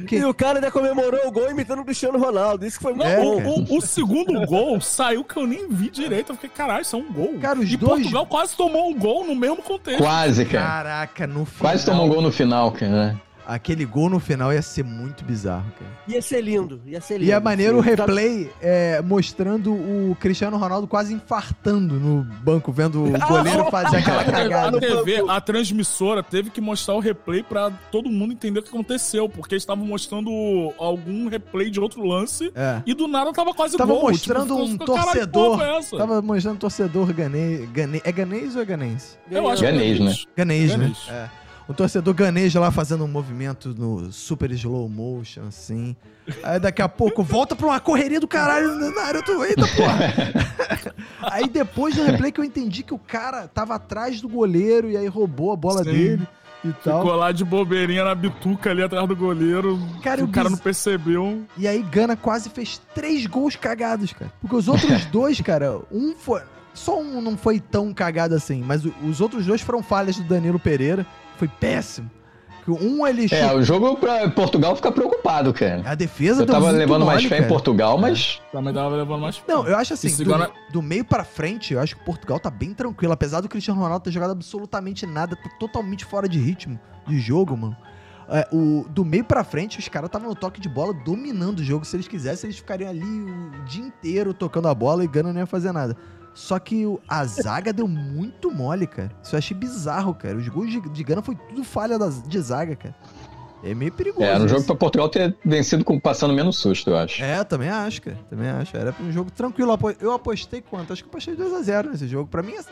Speaker 1: Que-
Speaker 4: E o cara ainda comemorou o gol imitando o Cristiano Ronaldo. Isso que foi
Speaker 3: Não,
Speaker 4: muito
Speaker 1: É,
Speaker 4: bom.
Speaker 3: o-
Speaker 1: cara.
Speaker 3: o, o segundo gol saiu que eu nem vi direito. Eu fiquei, caralho, isso é um gol.
Speaker 1: Cara, os
Speaker 3: e
Speaker 1: dois-
Speaker 3: Portugal quase tomou um gol no mesmo contexto.
Speaker 5: Quase, cara.
Speaker 1: Caraca, no tá final.
Speaker 5: Quase tomou um gol no final, cara. né?
Speaker 1: Aquele gol no final ia ser muito bizarro, cara.
Speaker 4: Ia ser lindo, ia ser lindo.
Speaker 1: E é maneiro o
Speaker 4: Tá-
Speaker 1: replay é, mostrando o Cristiano Ronaldo quase infartando no banco, vendo o goleiro fazer aquela
Speaker 3: A
Speaker 1: cagada.
Speaker 3: TV, a transmissora teve que mostrar o replay pra todo mundo entender o que aconteceu, porque eles estavam mostrando algum replay de outro lance
Speaker 1: É.
Speaker 3: e do nada tava quase
Speaker 1: Tava
Speaker 3: gol. tipo,
Speaker 1: mostrando um
Speaker 3: ficou, "Caralho, que porra é essa?"
Speaker 1: Tava mostrando o torcedor ganê, ganê, é ganês ou é ganense?
Speaker 3: Eu acho é
Speaker 5: Ganês, né?
Speaker 1: Ganês, né?
Speaker 3: Ganês.
Speaker 1: É. O torcedor ganeja lá fazendo um movimento no super slow motion, assim. Aí daqui a pouco volta pra uma correria do caralho na área. Eu tô, Eita porra! aí depois do replay que eu entendi que o cara tava atrás do goleiro e aí roubou a bola
Speaker 3: Sim.
Speaker 1: dele e tal.
Speaker 3: Ficou lá de bobeirinha na bituca ali atrás do goleiro.
Speaker 1: Cara,
Speaker 3: o
Speaker 1: eu
Speaker 3: cara
Speaker 1: bis-
Speaker 3: não percebeu.
Speaker 1: E aí Gana quase fez três gols cagados, cara. Porque os outros dois, cara, um foi. Só um não foi tão cagado assim, mas o- os outros dois foram falhas do Danilo Pereira. Foi péssimo. Que Um ele
Speaker 5: É,
Speaker 1: chutou-
Speaker 5: o jogo pra Portugal fica preocupado, cara.
Speaker 1: A defesa
Speaker 5: Eu
Speaker 1: deu
Speaker 5: tava
Speaker 1: muito
Speaker 5: levando mais
Speaker 1: mole,
Speaker 5: fé em
Speaker 1: cara.
Speaker 5: Portugal, mas
Speaker 3: Também tava levando mais.
Speaker 1: Não, eu acho assim,
Speaker 3: Esse
Speaker 1: do,
Speaker 3: Gana-
Speaker 1: do meio pra frente, eu acho que Portugal tá bem tranquilo. Apesar do Cristiano Ronaldo ter jogado absolutamente nada, tá totalmente fora de ritmo de jogo, mano. É, o, do meio pra frente, os caras estavam no toque de bola dominando o jogo. Se eles quisessem, eles ficariam ali o dia inteiro tocando a bola e Gana não ia fazer nada. Só que o- a zaga deu muito mole, cara. Isso eu achei bizarro, cara. Os gols de, de Gana foi tudo falha das- de zaga, cara. É meio perigoso.
Speaker 5: é, era um jogo
Speaker 1: isso.
Speaker 5: pra Portugal ter vencido com, passando menos susto, eu acho.
Speaker 1: É, eu também acho, cara. Também acho. Era um jogo tranquilo. Apo- Eu apostei quanto? Acho que eu apostei 2x0 nesse jogo. Pra mim, assim,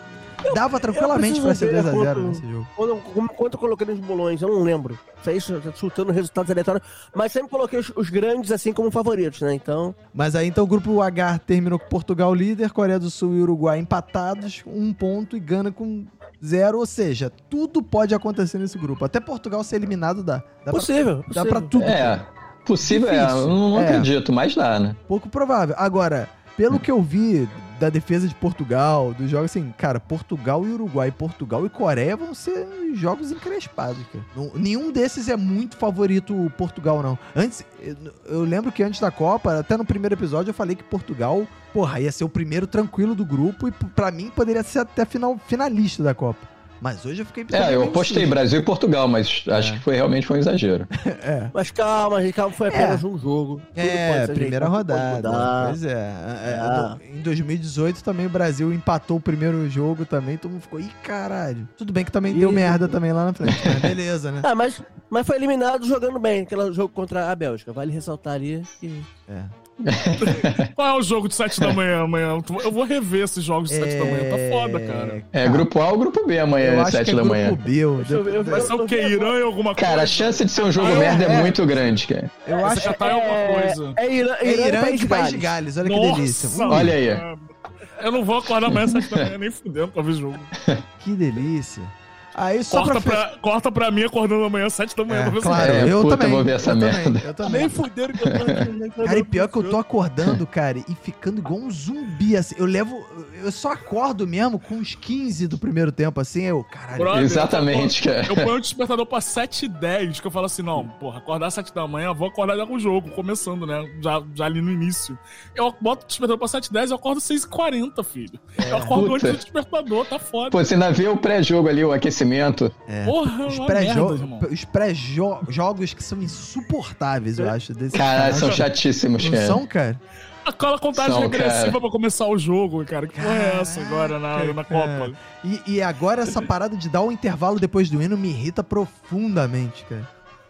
Speaker 1: dava tranquilamente
Speaker 4: eu preciso
Speaker 1: pra ser
Speaker 4: ver
Speaker 1: 2x0
Speaker 4: quanto-
Speaker 1: nesse jogo.
Speaker 4: Quando, como- quanto eu coloquei nos bolões, eu não lembro. Isso aí, su- chutando resultados aleatórios. Mas sempre coloquei os, os grandes assim como favoritos, né? Então,
Speaker 1: Mas aí, então, o grupo H terminou com Portugal líder, Coreia do Sul e Uruguai empatados, um ponto e Gana com zero. Ou seja, tudo pode acontecer nesse grupo. Até Portugal ser eliminado dá. Dá pra,
Speaker 4: possível.
Speaker 1: dá
Speaker 4: possível.
Speaker 1: pra tudo.
Speaker 5: É, possível, é,
Speaker 1: Difícil.
Speaker 5: eu não, não
Speaker 1: É.
Speaker 5: acredito, mas dá, né?
Speaker 1: Pouco provável. Agora, pelo que eu vi da defesa de Portugal, dos jogos assim, cara, Portugal e Uruguai, Portugal e Coreia vão ser jogos encrespados, cara. Não- nenhum desses é muito favorito o Portugal, não. Antes, eu, eu lembro que antes da Copa, até no primeiro episódio, eu falei que Portugal, porra, ia ser o primeiro tranquilo do grupo e p- pra mim poderia ser até final, finalista da Copa. Mas hoje eu fiquei...
Speaker 5: É, eu
Speaker 1: totalmente
Speaker 5: apostei
Speaker 1: sujo.
Speaker 5: Brasil e Portugal, mas acho que foi realmente foi um exagero.
Speaker 1: É.
Speaker 4: Mas calma, gente, calma, foi apenas um jogo. Tudo pode
Speaker 1: É,
Speaker 4: ser
Speaker 1: primeira
Speaker 4: ajeitado, tudo pode
Speaker 1: rodada.
Speaker 4: mudar.
Speaker 1: Pois é. É, é,
Speaker 4: Ah.
Speaker 1: Em 2018 também o Brasil empatou o primeiro jogo também, todo mundo ficou, ih, caralho. Tudo bem que também deu
Speaker 4: Ih.
Speaker 1: merda também lá na frente, mas beleza, né?
Speaker 4: Ah, mas, mas foi eliminado jogando bem, aquele jogo contra a Bélgica. Vale ressaltar ali que.
Speaker 3: Qual é o jogo de 7 da manhã amanhã? Eu vou rever esses jogos de 7 da manhã. Tá
Speaker 1: É,
Speaker 3: foda, cara.
Speaker 5: É, grupo A ou grupo B amanhã,
Speaker 1: eu
Speaker 5: às
Speaker 1: acho
Speaker 5: 7
Speaker 1: que é
Speaker 5: da manhã.
Speaker 1: Grupo B, eu,
Speaker 4: Deixa eu ver, eu vi-
Speaker 3: Vai ser o
Speaker 4: eu
Speaker 3: que?
Speaker 4: vi agora.
Speaker 3: Irã e alguma coisa?
Speaker 5: Cara, a chance de ser um jogo
Speaker 1: Ah, é,
Speaker 5: merda é,
Speaker 1: é.
Speaker 5: muito grande, cara.
Speaker 1: eu
Speaker 3: Essa
Speaker 1: acho que
Speaker 3: catar é alguma coisa.
Speaker 4: É Irã,
Speaker 1: é Irã e
Speaker 4: País de
Speaker 1: País de
Speaker 4: Gales.
Speaker 1: Gales, olha
Speaker 3: Nossa,
Speaker 1: que delícia. Hum,
Speaker 5: Olha aí.
Speaker 3: cara. É. Eu não vou acordar amanhã às 7 da manhã nem fudendo pra ver jogo.
Speaker 1: Que delícia. Aí só
Speaker 3: Corta
Speaker 1: pra...
Speaker 3: pra, corta pra mim acordando amanhã às 7 da manhã
Speaker 1: É,
Speaker 3: pra ver
Speaker 1: claro,
Speaker 5: É,
Speaker 1: eu
Speaker 5: puta,
Speaker 1: também.
Speaker 5: vou ver essa
Speaker 1: eu
Speaker 5: merda.
Speaker 1: Também, eu também.
Speaker 4: fuderam que eu tô
Speaker 1: Cara, e pior que eu tô acordando, cara, e ficando igual um zumbi, assim. Eu levo. Eu só acordo mesmo com uns 15 do primeiro tempo, assim. Eu, caralho.
Speaker 3: Brother,
Speaker 5: Exatamente, cara.
Speaker 3: Eu ponho o despertador pra 7 e 10, que eu falo assim, não, porra, acordar às 7 da manhã, vou acordar já com o jogo, começando, né? Já, já ali no início. Eu boto o despertador pra 7 e 10 eu acordo às 6 e 40, filho. eu acordo
Speaker 5: Puta.
Speaker 3: antes do despertador, tá foda.
Speaker 5: Pô, você ainda vê o pré-jogo ali, o aquecimento.
Speaker 1: É.
Speaker 3: Porra, é
Speaker 1: Os
Speaker 3: uma
Speaker 1: pré-jo-
Speaker 3: merda, irmão.
Speaker 1: os pré-jogos que são insuportáveis,
Speaker 3: É.
Speaker 1: eu acho. Desse
Speaker 5: Caralho, são
Speaker 1: canal.
Speaker 5: chatíssimos,
Speaker 1: Não
Speaker 5: cara.
Speaker 1: são, cara?
Speaker 3: Aquela contagem
Speaker 5: São,
Speaker 3: regressiva
Speaker 5: cara.
Speaker 3: pra começar o jogo, cara. Que porra é essa agora na, na
Speaker 1: cara.
Speaker 3: Copa?
Speaker 1: E, e agora essa parada de dar um intervalo depois do hino me irrita profundamente, cara.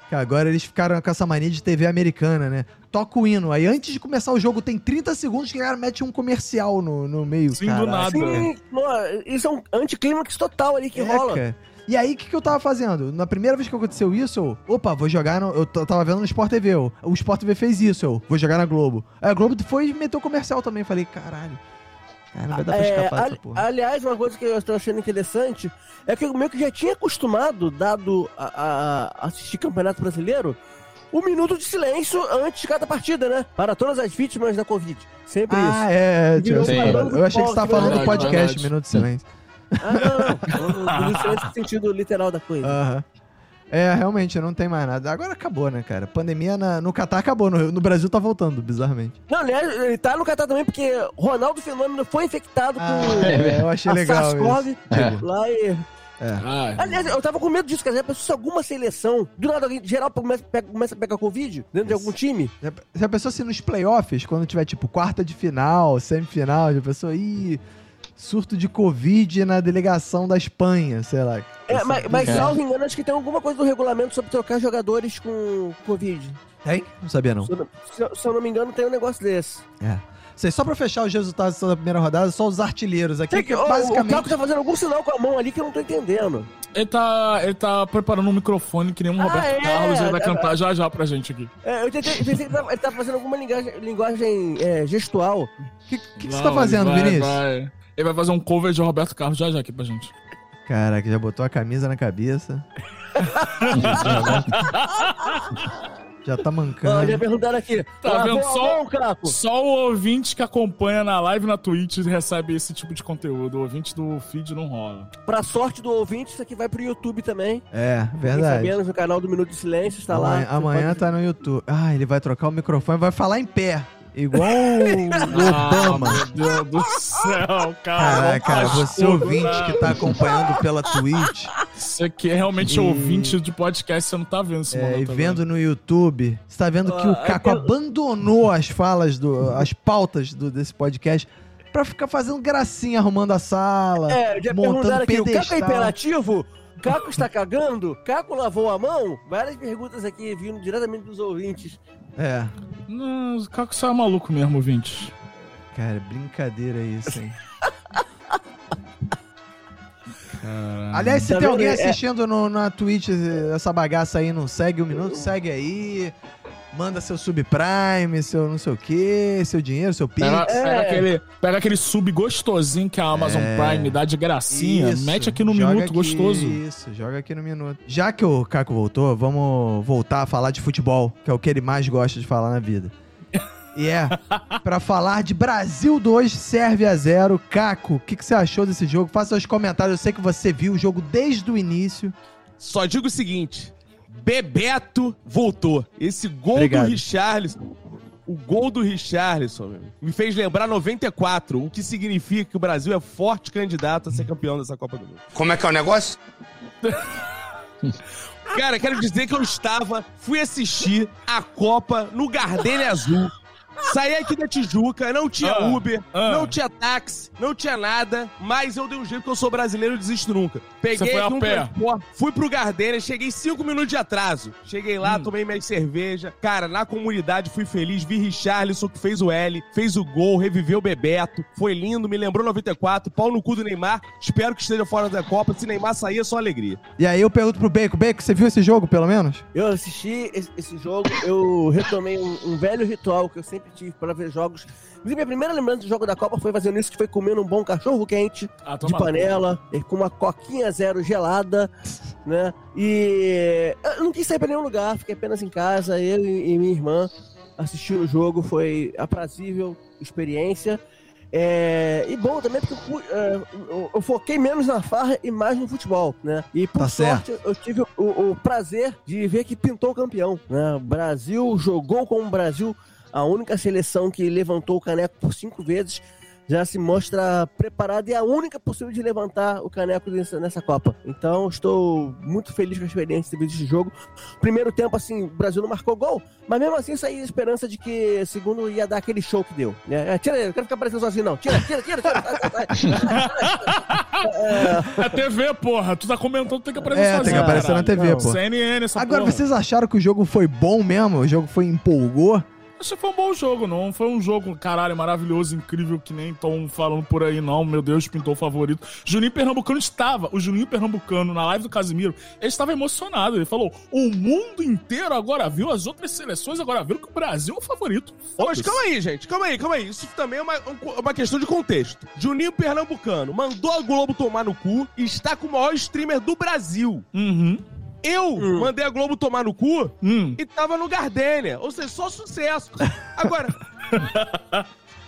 Speaker 1: Que agora eles ficaram com essa mania de TV americana, né? Toca o hino. Aí antes de começar o jogo, tem 30 segundos que o cara mete um comercial no, no meio.
Speaker 3: Sim, do
Speaker 1: Caralho,
Speaker 3: nada.
Speaker 1: cara.
Speaker 4: Sim, mano, isso é um anticlímax total ali que
Speaker 1: É,
Speaker 4: rola.
Speaker 1: cara. E aí, o que, que eu tava fazendo? Na primeira vez que aconteceu isso, eu. Opa, vou jogar. No, eu t- tava vendo no Sport TV. Eu, o Sport TV fez isso, eu. Vou jogar na Globo. Aí a Globo foi e meteu comercial também. Eu Falei, caralho. Cara, não vai dar pra
Speaker 4: É,
Speaker 1: escapar
Speaker 4: ali-
Speaker 1: dessa porra.
Speaker 4: aliás, uma coisa que eu tô achando interessante é que eu meio que já tinha acostumado, dado a, a- a assistir Campeonato Brasileiro, o minuto de silêncio antes de cada partida, né? Para todas as vítimas da Covid. Sempre
Speaker 1: Ah, é, tio, essa
Speaker 5: Sim.
Speaker 1: parada. Eu achei que você tava
Speaker 4: né?
Speaker 1: falando do
Speaker 3: Verdade,
Speaker 1: podcast,
Speaker 3: verdade.
Speaker 1: Minuto de Silêncio.
Speaker 4: isso. Ah, não, não. O minuto de silêncio no sentido literal da coisa.
Speaker 1: Aham. É, realmente, não tem mais nada. Agora acabou, né, cara? Pandemia na- no Catar acabou, no, no Brasil tá voltando, bizarramente.
Speaker 4: Não, aliás, ele tá no Catar também porque Ronaldo Fenômeno foi infectado
Speaker 1: Ah,
Speaker 4: com
Speaker 1: é, eu achei
Speaker 4: a
Speaker 1: legal isso.
Speaker 4: SARS-CoV
Speaker 5: É.
Speaker 4: lá e
Speaker 3: Ai,
Speaker 4: Aliás, eu tava com medo disso, cara. Já pensou se alguma seleção, do nada alguém, geral, começa, pega- começa a pegar Covid dentro de algum time?
Speaker 1: Já pe- Já pensou se nos playoffs, quando tiver tipo quarta de final, semifinal, já pensou, ih, surto de Covid na delegação da Espanha, sei lá.
Speaker 4: É, mas, mas
Speaker 5: É.
Speaker 4: salvo engano, acho que tem alguma coisa do regulamento sobre trocar jogadores com Covid.
Speaker 1: Tem? Não sabia não. É.
Speaker 4: Se eu, não- se eu- se eu não me engano, tem um negcio desse.
Speaker 1: Sei, só pra fechar os resultados da primeira rodada, só os artilheiros aqui,
Speaker 4: Tem
Speaker 1: que
Speaker 4: que,
Speaker 1: é
Speaker 4: ó, O Caco
Speaker 1: basicamente...
Speaker 4: tá fazendo algum sinal com a mão ali que eu não tô entendendo.
Speaker 3: Ele tá, ele tá preparando um microfone que nem um
Speaker 4: Ah,
Speaker 3: Roberto
Speaker 4: é?
Speaker 3: Carlos. Ele vai
Speaker 4: É.
Speaker 3: cantar já já pra gente aqui.
Speaker 4: É, eu tentei, pensei que ele tava, ele tava fazendo alguma linguagem, linguagem, é, gestual.
Speaker 1: O que, que, que
Speaker 3: Não,
Speaker 1: você tá fazendo,
Speaker 3: ele vai-
Speaker 1: Vinícius?
Speaker 3: vai- Ele vai fazer um cover de Roberto Carlos já já aqui pra gente.
Speaker 1: Caraca, já botou a camisa na cabeça. já tá
Speaker 4: Ó,
Speaker 1: mancando.
Speaker 4: já perguntaram aqui.
Speaker 3: Tá
Speaker 4: Lavou
Speaker 3: vendo
Speaker 4: a
Speaker 3: só?
Speaker 4: mão, Caco?
Speaker 3: Só o ouvinte que acompanha na live e na Twitch recebe esse tipo de conteúdo. O ouvinte do feed não rola.
Speaker 4: Pra sorte do ouvinte, isso aqui vai pro YouTube também.
Speaker 1: É,
Speaker 4: Fiquem
Speaker 1: verdade.
Speaker 4: Sabendo, no canal do Minuto de Silêncio, está lá.
Speaker 1: amanhã
Speaker 4: Você
Speaker 1: amanhã
Speaker 4: pode-
Speaker 1: tá no YouTube. Ah, ele vai trocar o microfone, vai falar em pé. Igual o Obama.
Speaker 3: Ah, meu Deus do céu, cara.
Speaker 1: Caraca, cara, você ouvinte que tá acompanhando pela Twitch
Speaker 3: né? Você aqui é realmente
Speaker 1: E-
Speaker 3: ouvinte de podcast, você não tá vendo esse
Speaker 1: é,
Speaker 3: momento
Speaker 1: e
Speaker 3: agora.
Speaker 1: vendo no YouTube, você tá vendo que o
Speaker 4: Ah,
Speaker 1: Caco
Speaker 4: eu-
Speaker 1: abandonou as falas, do, as pautas do, desse podcast pra ficar fazendo gracinha arrumando a sala.
Speaker 4: É, já
Speaker 1: montando
Speaker 4: perguntaram aqui, o Caco é
Speaker 1: pedestal.
Speaker 4: imperativo? Caco está cagando? Caco lavou a mão? Várias perguntas aqui vindo diretamente dos ouvintes.
Speaker 1: é.
Speaker 3: Não, o Caco só é maluco mesmo, ouvinte.
Speaker 1: Cara, brincadeira isso, hein?
Speaker 3: Caralho.
Speaker 1: Aliás, se
Speaker 4: Tá
Speaker 1: tem
Speaker 4: vendo?
Speaker 1: alguém
Speaker 4: É.
Speaker 1: assistindo no- na Twitch eh, essa bagaça aí, não segue o minuto, segue aí. Manda seu subprime, seu não sei o quê, seu dinheiro, seu pix.
Speaker 3: Pega, pega
Speaker 4: É.
Speaker 3: aquele, pega aquele sub gostosinho que a Amazon
Speaker 1: É.
Speaker 3: Prime dá de gracinha.
Speaker 1: Isso,
Speaker 3: é, mete aqui no
Speaker 1: joga
Speaker 3: minuto
Speaker 1: aqui,
Speaker 3: gostoso.
Speaker 1: Isso, joga aqui no minuto. Já que o Caco voltou, vamos voltar a falar de futebol, que é o que ele mais gosta de falar na vida. E é, pra falar de Brasil 2, Sérvia 0. Caco, o que, que você achou desse jogo? Faça seus comentários, eu sei que você viu o jogo desde o início.
Speaker 2: Só digo o seguinte: Bebeto voltou. Esse gol
Speaker 1: Obrigado.
Speaker 2: do Richarlison. O gol do Richarlison meu, me fez lembrar 94, o que significa que o Brasil é forte candidato a ser campeão dessa Copa do Mundo.
Speaker 6: Como é que é o negócio?
Speaker 2: Cara, quero dizer que eu estava, fui assistir a Copa no Gardênia Azul. Saí aqui da Tijuca, não tinha
Speaker 3: Ah,
Speaker 2: Uber,
Speaker 3: ah.
Speaker 2: não tinha táxi, não tinha nada, mas eu dei um jeito que eu sou brasileiro e desisto nunca. Peguei
Speaker 3: Você foi a
Speaker 2: aqui um
Speaker 3: pé.
Speaker 2: transporte, fui pro Gardênia, cheguei cinco minutos de atraso. Cheguei
Speaker 3: Hum.
Speaker 2: lá, tomei minha cerveja. Cara, na comunidade fui feliz, vi Richarlison que fez o L, fez o gol, reviveu o Bebeto. Foi lindo, me lembrou 94, pau no cu do Neymar. Espero que esteja fora da Copa, se Neymar sair é só alegria.
Speaker 1: E aí eu pergunto pro Bacon, Bacon, você viu esse jogo, pelo menos?
Speaker 4: Eu assisti esse, esse jogo, eu retomei um, um velho ritual que eu sempre tive para ver jogos. Inclusive, minha primeira lembrança do jogo da Copa foi fazendo isso, que foi comendo um bom cachorro quente
Speaker 3: Ah,
Speaker 4: de
Speaker 3: toma
Speaker 4: panela, eh, com uma coquinha zero gelada, né? E eh, eu não quis sair pra nenhum lugar, fiquei apenas em casa, eu e, e minha irmã assistindo o jogo, foi aprazível experiência. É, e bom também porque eu, pu- é, eu- eu foquei menos na farra e mais no futebol, né? E por
Speaker 1: Tá
Speaker 4: sorte eu tive o, o prazer de ver que pintou o campeão, né? O Brasil jogou como o Brasil, a única seleção que levantou o caneco por cinco vezes já se mostra preparada e é a única possível de levantar o caneco nessa, nessa Copa. Então, estou muito feliz com a experiência desse jogo. Primeiro tempo, assim, o Brasil não marcou gol, mas mesmo assim saí a esperança de que segundo ia dar aquele show que deu. né? É, tira, eu quero ficar parecendo sozinho, não. Tira, tira, tira, tira. sai, sai, sai.
Speaker 3: É TV, porra. Tu tá comentando, tem que aparecer
Speaker 1: É, tem
Speaker 3: sozinho,
Speaker 1: que aparecer na
Speaker 3: caralho.
Speaker 1: TV,
Speaker 4: Não,
Speaker 1: pô.
Speaker 3: CNN, essa
Speaker 1: Agora,
Speaker 3: porra.
Speaker 1: vocês acharam que o jogo foi bom mesmo? O jogo foi empolgou?
Speaker 3: Acho que foi um bom jogo, não foi um jogo, caralho, maravilhoso, incrível, que nem estão falando por aí, não. Meu Deus, pintou o favorito. Juninho Pernambucano estava, o Juninho Pernambucano, na live do Casimiro, ele estava emocionado. Ele falou: o mundo inteiro agora viu, as outras seleções agora viram que o Brasil é o favorito.
Speaker 2: Não, Mas calma aí, gente, calma aí, calma aí. Isso também é uma, uma questão de contexto. Juninho Pernambucano mandou a Globo tomar no cu e está com o maior streamer do Brasil.
Speaker 3: Uhum.
Speaker 2: Eu mandei a Globo tomar no cu
Speaker 3: Hum.
Speaker 2: e tava no Gardênia. Ou seja, só sucesso. Agora.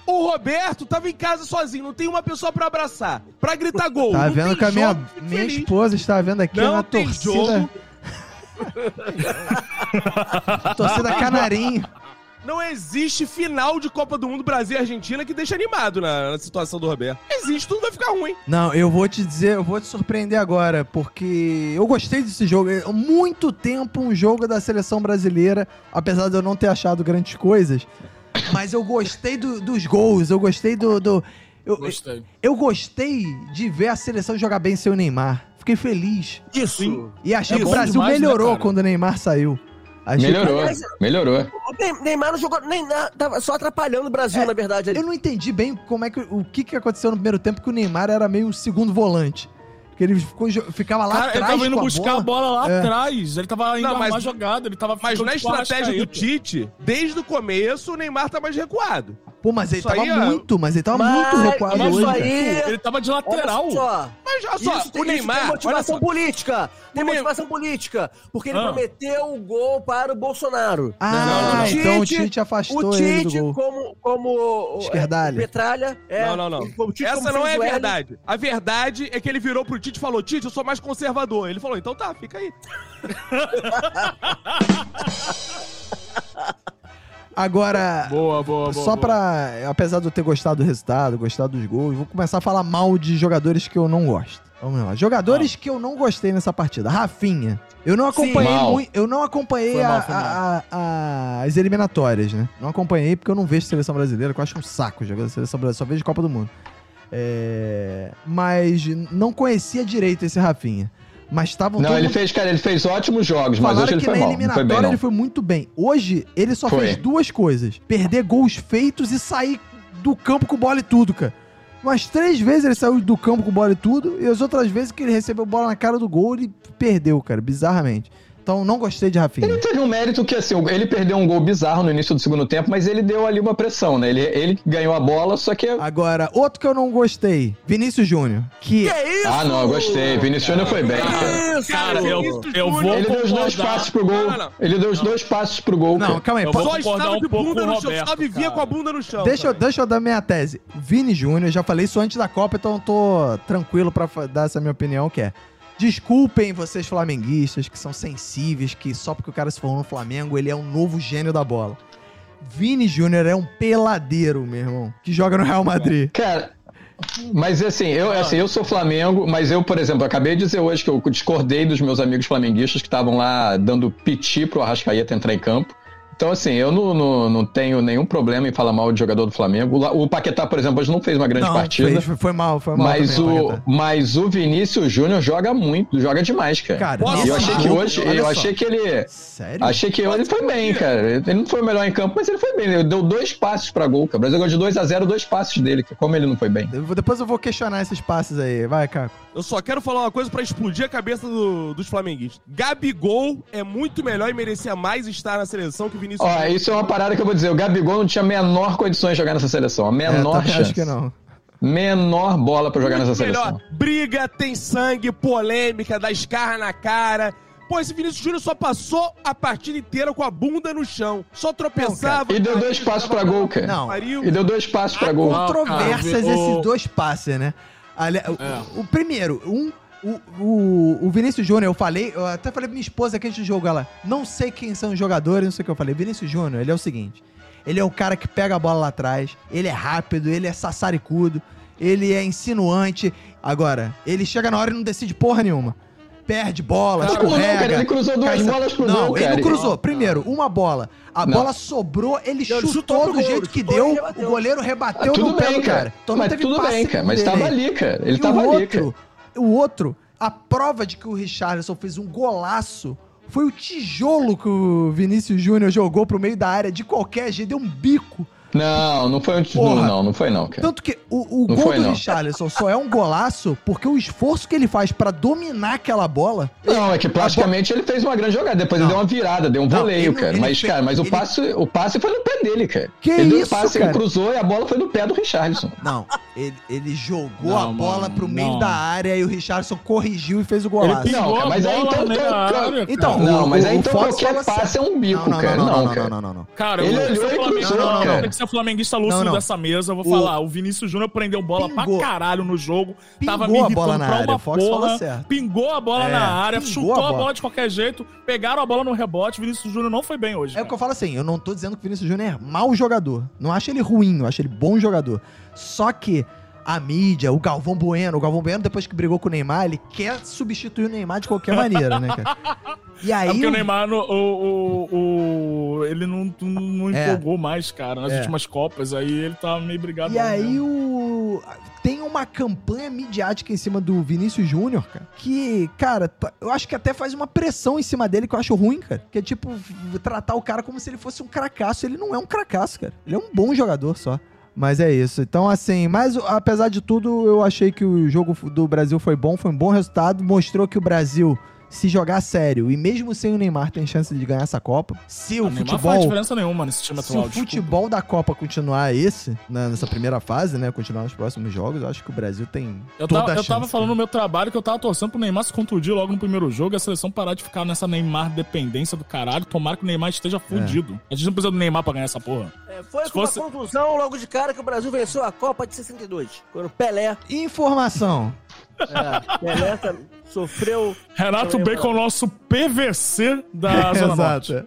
Speaker 2: O Roberto tava em casa sozinho, não tem uma pessoa pra abraçar, pra gritar gol.
Speaker 1: Tá
Speaker 2: não
Speaker 1: vendo
Speaker 2: tem
Speaker 1: que a minha,
Speaker 2: jogo, fico
Speaker 1: minha
Speaker 2: feliz.
Speaker 1: esposa está vendo aqui
Speaker 2: Não
Speaker 1: na
Speaker 2: tem
Speaker 1: torcida.
Speaker 2: jogo.
Speaker 1: torcida Canarim.
Speaker 2: Não existe final de Copa do Mundo Brasil e Argentina que deixa animado na, na situação do Roberto. Existe, tudo vai ficar ruim.
Speaker 1: Não, eu vou te dizer, eu vou te surpreender agora, porque eu gostei desse jogo. É muito tempo um jogo da seleção brasileira, apesar de eu não ter achado grandes coisas. Mas eu gostei do- dos gols, eu gostei do. do- eu,
Speaker 3: Gostei.
Speaker 1: eu gostei de ver a seleção jogar bem sem o Neymar. Fiquei feliz.
Speaker 4: Isso.
Speaker 1: E achei
Speaker 3: É
Speaker 1: que o
Speaker 3: bom
Speaker 1: Brasil
Speaker 3: demais, né,
Speaker 1: melhorou
Speaker 3: cara?
Speaker 1: quando o Neymar saiu. Achei que-
Speaker 5: Melhorou,
Speaker 4: Aliás,
Speaker 5: melhorou.
Speaker 4: O Ne- Neymar não jogou nem nada, tava só atrapalhando o Brasil, na verdade. ali.
Speaker 1: Eu não entendi bem como é que o que, que aconteceu no primeiro tempo que o Neymar era meio um segundo volante. Que ele ficou jo- ficava lá
Speaker 3: Cara, ele
Speaker 1: atrás
Speaker 3: tava indo
Speaker 1: com a
Speaker 3: buscar a
Speaker 1: bola.
Speaker 3: bola lá
Speaker 1: É.
Speaker 3: atrás. Ele tava indo
Speaker 2: Não, mas-
Speaker 3: armar jogada. Ele tava
Speaker 2: Mas
Speaker 3: ficando
Speaker 2: na
Speaker 3: tipo
Speaker 2: estratégia do
Speaker 4: é
Speaker 3: Arrascaeta.
Speaker 2: Tite, desde o começo, o Neymar tá mais recuado.
Speaker 1: Pô, mas ele
Speaker 2: Isso
Speaker 1: tava
Speaker 3: é
Speaker 2: aí, ó.
Speaker 1: muito, mas ele tava
Speaker 4: Mas-
Speaker 1: Tá muito recuado
Speaker 4: mas
Speaker 3: Mas
Speaker 1: hoje.
Speaker 4: isso
Speaker 3: o-
Speaker 1: cara.
Speaker 4: aí- é
Speaker 3: Ele tava de
Speaker 4: Olha
Speaker 3: lateral.
Speaker 4: só.
Speaker 2: Mas é olha
Speaker 4: Isso,
Speaker 2: só,
Speaker 4: tem-
Speaker 2: o
Speaker 4: isso tem
Speaker 2: Neymar. olha
Speaker 4: motivação
Speaker 2: só.
Speaker 4: política. Tem
Speaker 2: O Neymar-
Speaker 4: motivação política. Porque ele
Speaker 3: Ah.
Speaker 4: prometeu o gol para o Bolsonaro.
Speaker 1: Ah,
Speaker 2: não, não.
Speaker 1: então o
Speaker 4: Tite-
Speaker 1: Tite afastou
Speaker 4: o
Speaker 1: ele
Speaker 4: Tite,
Speaker 1: do gol.
Speaker 4: como, como
Speaker 1: Esquerdalha.
Speaker 4: é, Petralha. É,
Speaker 2: Não, não, não.
Speaker 4: o Tite
Speaker 2: Essa
Speaker 4: como
Speaker 2: não
Speaker 4: fez
Speaker 2: é a
Speaker 4: o L.
Speaker 2: verdade. A verdade é que ele virou pro Tite e falou: Tite, eu sou mais conservador. Ele falou: então tá, fica aí.
Speaker 1: Agora,
Speaker 3: Boa, boa, boa.
Speaker 1: só
Speaker 3: boa.
Speaker 1: pra. Apesar de eu ter gostado do resultado, gostado dos gols, vou começar a falar mal de jogadores que eu não gosto. Vamos lá. Jogadores que eu não gostei nessa partida. Rafinha. Eu não acompanhei
Speaker 5: Mal.
Speaker 1: muito. Eu não acompanhei
Speaker 3: Foi mal,
Speaker 1: a-
Speaker 3: foi mal.
Speaker 1: a- a- as eliminatórias, né? Não acompanhei porque eu não vejo seleção brasileira, que eu acho um saco jogar seleção brasileira, só vejo Copa do Mundo. É, Mas não conhecia direito esse Rafinha. Mas estavam
Speaker 5: Não,
Speaker 1: todo
Speaker 5: ele
Speaker 1: mundo-
Speaker 5: fez, cara, ele fez ótimos jogos, mas
Speaker 1: Falaram
Speaker 5: hoje ele
Speaker 1: que
Speaker 5: foi
Speaker 1: na
Speaker 5: mal. Não foi bem,
Speaker 1: eliminatória
Speaker 5: não.
Speaker 1: ele foi muito bem. Hoje, ele só
Speaker 5: Foi.
Speaker 1: fez duas coisas: perder gols feitos e sair do campo com bola e tudo, cara. Umas três vezes ele saiu do campo com bola e tudo, e as outras vezes que ele recebeu bola na cara do gol, ele perdeu, cara, bizarramente. Então, não gostei de Rafinha.
Speaker 5: Ele teve um mérito que, assim, ele perdeu um gol bizarro no início do segundo tempo, mas ele deu ali uma pressão, né? Ele, ele ganhou a bola, só que.
Speaker 1: Agora, outro que eu não gostei: Vinícius Júnior. Que.
Speaker 4: Que é isso?
Speaker 5: Ah, não, eu gostei. Vinícius Júnior foi bem. cara.
Speaker 4: Que isso?
Speaker 3: Cara, eu,
Speaker 2: Vinícius
Speaker 3: eu vou.
Speaker 2: Júnior.
Speaker 5: Ele deu os dois
Speaker 3: concordar.
Speaker 5: passos pro gol.
Speaker 2: Não, não, não.
Speaker 5: Ele deu os dois passos pro gol.
Speaker 1: Não,
Speaker 5: cara.
Speaker 1: calma aí.
Speaker 3: Eu
Speaker 1: pa-
Speaker 3: vou
Speaker 2: Só
Speaker 3: concordar
Speaker 2: estava de
Speaker 3: um pouco
Speaker 2: bunda
Speaker 3: com o
Speaker 2: no chão. Só
Speaker 3: Roberto,
Speaker 2: vivia
Speaker 3: cara.
Speaker 2: com a bunda no chão.
Speaker 1: Deixa eu,
Speaker 2: cara.
Speaker 1: deixa eu dar minha tese. Vini Júnior, já falei isso antes da Copa, então eu tô tranquilo pra fa- dar essa minha opinião, que é. Desculpem vocês flamenguistas que são sensíveis, que só porque o cara se formou no Flamengo, ele é um novo gênio da bola. Vini Júnior é um peladeiro, meu irmão, que joga no Real Madrid.
Speaker 5: Cara, mas assim eu,
Speaker 1: Ah.
Speaker 5: assim, eu sou Flamengo, mas eu, por exemplo, acabei de dizer hoje que eu discordei dos meus amigos flamenguistas que estavam lá dando piti pro Arrascaeta entrar em campo. Então, assim, eu não, não, não tenho nenhum problema em falar mal de jogador do Flamengo. O La- O Paquetá, por exemplo, hoje não fez uma grande partida.
Speaker 1: fez- foi, mal, foi mal.
Speaker 5: Mas
Speaker 1: também,
Speaker 5: o,
Speaker 1: Paquetá.
Speaker 5: mas o Vinícius Júnior joga muito, joga demais, cara.
Speaker 1: Cara,
Speaker 5: E eu achei que
Speaker 1: maluco,
Speaker 5: hoje,
Speaker 1: olha
Speaker 5: eu
Speaker 1: só.
Speaker 5: achei que ele,
Speaker 1: Sério?
Speaker 5: achei que ele foi bem, cara. Ele não foi o melhor em campo, mas ele foi bem. Ele deu dois passos pra gol, cara. O Brasil ganhou de 2 a 0 dois passos dele, cara. como ele não foi bem.
Speaker 1: Eu vou- Depois eu vou questionar esses passes aí. Vai, Caco.
Speaker 2: Eu só quero falar uma coisa pra explodir a cabeça do- dos flamenguistas. Gabigol é muito melhor e merecia mais estar na seleção que Vinícius
Speaker 5: Ó, isso é uma parada que eu vou dizer. O Gabigol não tinha a menor condições de jogar nessa seleção. A
Speaker 1: É,
Speaker 5: menor
Speaker 1: também
Speaker 5: chance.
Speaker 1: acho que não.
Speaker 5: Menor bola pra jogar
Speaker 2: Muito
Speaker 5: nessa seleção.
Speaker 2: Briga, tem sangue, polêmica, dá escarra na cara. Pô, esse Vinícius Júnior só passou a partida inteira com a bunda no chão. Só tropeçava.
Speaker 5: E deu dois
Speaker 2: caía,
Speaker 5: passos
Speaker 2: tava
Speaker 5: pra gol,
Speaker 2: dando
Speaker 5: cara.
Speaker 1: Não.
Speaker 2: pariu.
Speaker 5: E deu dois passos pra gol.
Speaker 3: Ah,
Speaker 1: controvérsias
Speaker 3: cara, o-
Speaker 1: esses dois passes, né? Ali- o-
Speaker 5: É.
Speaker 1: o, primeiro, um. O, o, o Vinícius Júnior, eu falei, eu até falei pra minha esposa que antes do jogo, ela, não sei quem são os jogadores, não sei o que eu falei. Vinícius Júnior, ele é o seguinte: ele é o cara que pega a bola lá atrás, ele é rápido, ele é sassaricudo, ele é insinuante. Agora, ele chega na hora e não decide porra nenhuma. Perde bola,
Speaker 5: Não, não,
Speaker 1: escorrega.
Speaker 5: cara, ele cruzou duas
Speaker 1: cai-
Speaker 5: bolas pro
Speaker 1: Não,
Speaker 5: gol,
Speaker 1: ele
Speaker 5: cara.
Speaker 1: não cruzou. Primeiro, uma bola. A
Speaker 5: Não.
Speaker 1: bola sobrou, ele
Speaker 4: Não, ele
Speaker 1: chutou,
Speaker 4: chutou pro
Speaker 1: do
Speaker 4: gol,
Speaker 1: jeito que
Speaker 4: chutou e
Speaker 1: deu. O
Speaker 4: rebateu.
Speaker 1: goleiro rebateu
Speaker 5: Ah, tudo
Speaker 1: no pé
Speaker 5: bem,
Speaker 1: do cara.
Speaker 5: cara.
Speaker 1: Então não
Speaker 5: mas
Speaker 1: teve
Speaker 5: tudo
Speaker 1: passe
Speaker 5: bem, cara. Mas
Speaker 1: dele.
Speaker 5: tava ali, cara. Ele
Speaker 1: E
Speaker 5: tava
Speaker 1: o
Speaker 5: ali, cara.
Speaker 1: outro, o outro, a prova de que o Richarlison fez um golaço foi o tijolo que o Vinícius Júnior jogou pro meio da área de qualquer jeito, deu um bico.
Speaker 5: Não, não foi um
Speaker 1: Porra.
Speaker 5: não, não, não foi não, cara.
Speaker 1: Tanto que o, o
Speaker 5: É. Não
Speaker 1: gol
Speaker 5: foi,
Speaker 1: do
Speaker 5: não.
Speaker 1: Richarlison só é um golaço porque o esforço que ele faz pra dominar aquela bola.
Speaker 5: Não, é que praticamente ele fez uma grande jogada, depois
Speaker 1: Tá Não.
Speaker 5: ele deu uma virada, deu um
Speaker 1: Não,
Speaker 5: voleio,
Speaker 1: ele não-
Speaker 5: cara.
Speaker 1: ele
Speaker 5: Mas,
Speaker 1: fez-
Speaker 5: cara, mas o
Speaker 1: ele-
Speaker 5: passe, o passe foi no pé dele, cara.
Speaker 1: Que
Speaker 5: ele deu um
Speaker 1: isso,
Speaker 5: passe,
Speaker 1: cara?
Speaker 5: ele cruzou e a bola foi no pé do Richardson.
Speaker 1: Não, ele, ele jogou
Speaker 3: Não,
Speaker 1: a bola
Speaker 3: mano,
Speaker 1: pro meio
Speaker 3: não.
Speaker 1: da área e o Richarlson corrigiu e fez o
Speaker 3: Ele
Speaker 1: golaço.
Speaker 5: Não,
Speaker 3: pingou
Speaker 5: cara, mas
Speaker 3: a
Speaker 5: aí
Speaker 3: bola
Speaker 5: então-
Speaker 3: na
Speaker 5: então-
Speaker 3: área,
Speaker 1: Então,
Speaker 3: cara.
Speaker 5: Não,
Speaker 1: o-
Speaker 5: mas
Speaker 1: o
Speaker 5: aí então
Speaker 1: Fox
Speaker 5: qualquer
Speaker 1: falou assim-
Speaker 5: passe é um bico, cara. Não, cara.
Speaker 1: não, não,
Speaker 3: Cara,
Speaker 5: Ele
Speaker 3: eu-
Speaker 5: olhou e
Speaker 1: é
Speaker 3: Flamengo-
Speaker 5: cruzou,
Speaker 3: não, não, não,
Speaker 5: cara.
Speaker 3: tem que ser flamenguista lúcido
Speaker 1: Não, não.
Speaker 3: dessa mesa, eu vou
Speaker 1: O-
Speaker 3: falar. O Vinícius Júnior prendeu bola
Speaker 1: Pingou.
Speaker 3: pra caralho no jogo. tava me
Speaker 1: Pingou a
Speaker 3: irritando
Speaker 1: bola na
Speaker 3: pra
Speaker 1: área.
Speaker 3: uma
Speaker 1: Fox falou
Speaker 3: porra.
Speaker 1: certo.
Speaker 3: Pingou a bola
Speaker 1: É,
Speaker 3: na área,
Speaker 1: pingou
Speaker 3: chutou
Speaker 1: a
Speaker 3: a
Speaker 1: bola.
Speaker 3: bola. de qualquer jeito, pegaram a bola no rebote. Vinícius Júnior não foi bem
Speaker 1: É o
Speaker 3: hoje. cara.
Speaker 1: que eu falo assim, eu não tô dizendo que o Vinícius Júnior é mau jogador. Não acho ele ruim, eu acho ele bom jogador. Só que a mídia, o Galvão Bueno, o Galvão Bueno, depois que brigou com o Neymar, ele quer substituir o Neymar de qualquer maneira, né, cara? E
Speaker 3: É
Speaker 1: aí.
Speaker 3: porque o
Speaker 1: o-
Speaker 3: Neymar, no- o, o- o- ele não, não- não
Speaker 1: É.
Speaker 3: empolgou mais, cara, nas
Speaker 1: É.
Speaker 3: últimas Copas. Aí ele tava meio brigado.
Speaker 1: E aí
Speaker 3: mesmo.
Speaker 1: o. Tem uma campanha midiática em cima do Vinícius Júnior, cara. Que, cara, pa- eu acho que até faz uma pressão em cima dele que eu acho ruim, cara. Que é tipo, v- tratar o cara como se ele fosse um cracaço. Ele não é um cracaço, cara. Ele é um bom jogador só. Mas é isso. Então, assim, mas o- apesar de tudo, eu achei que o jogo f- do Brasil foi bom, foi um bom resultado. Mostrou que o Brasil, se jogar sério, e mesmo sem o Neymar, tem chance de ganhar essa Copa. Se o
Speaker 3: Ah, Neymar
Speaker 1: futebol.
Speaker 3: faz diferença nenhuma nesse time
Speaker 1: Se o
Speaker 3: atual. desculpa.
Speaker 1: futebol da Copa continuar esse, né, nessa primeira fase, né? Continuar nos próximos jogos, eu acho que o Brasil tem.
Speaker 3: Eu
Speaker 1: toda
Speaker 3: tava,
Speaker 1: a
Speaker 3: eu
Speaker 1: chance.
Speaker 3: tava falando no meu trabalho que eu tava torcendo pro Neymar se contundir logo no primeiro jogo e a seleção parar de ficar nessa Neymar dependência do caralho. Tomara que o Neymar
Speaker 1: É.
Speaker 3: esteja fudido. A gente não precisa do Neymar pra ganhar essa porra.
Speaker 4: É, foi
Speaker 3: Se
Speaker 4: com uma
Speaker 3: fosse-
Speaker 4: conclusão logo de cara que o Brasil venceu a Copa de 62. Quando Pelé,
Speaker 1: Informação.
Speaker 4: é, Pelé tam- sofreu.
Speaker 3: Renato
Speaker 4: Eu lembro.
Speaker 3: Bacon, nosso PVC da Zona Norte.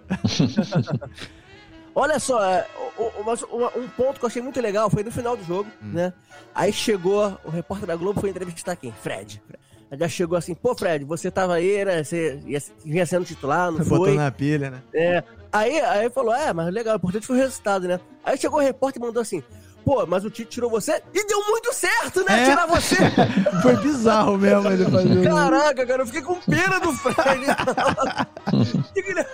Speaker 4: Olha só, é, o- o- mas uma- um ponto que eu achei muito legal foi no final do jogo,
Speaker 1: Hum.
Speaker 4: né? Aí chegou, o repórter da Globo foi entrevistar quem? Fred. Aí Já chegou assim, pô, Fred, você tava aí, né? Você ia, vinha sendo titular, não
Speaker 1: Botou
Speaker 4: foi?
Speaker 1: na pilha, né?
Speaker 4: É, aí, aí falou, é, mas legal, o importante foi o resultado, né? Aí chegou o repórter e mandou assim, pô, mas o Tite tirou você e deu muito certo, né?
Speaker 1: É.
Speaker 4: Tirar você!
Speaker 1: Foi bizarro mesmo ele fazer.
Speaker 4: Caraca, cara, eu fiquei com pena do Fred. Que que ele-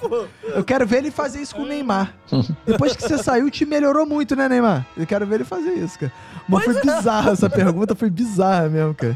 Speaker 4: Pô,
Speaker 1: Eu quero ver ele fazer isso com o Neymar. Depois que você saiu, o time melhorou muito, né, Neymar? Eu quero ver ele fazer isso, cara. Mas foi
Speaker 4: é.
Speaker 1: bizarra essa pergunta, foi bizarra mesmo, cara.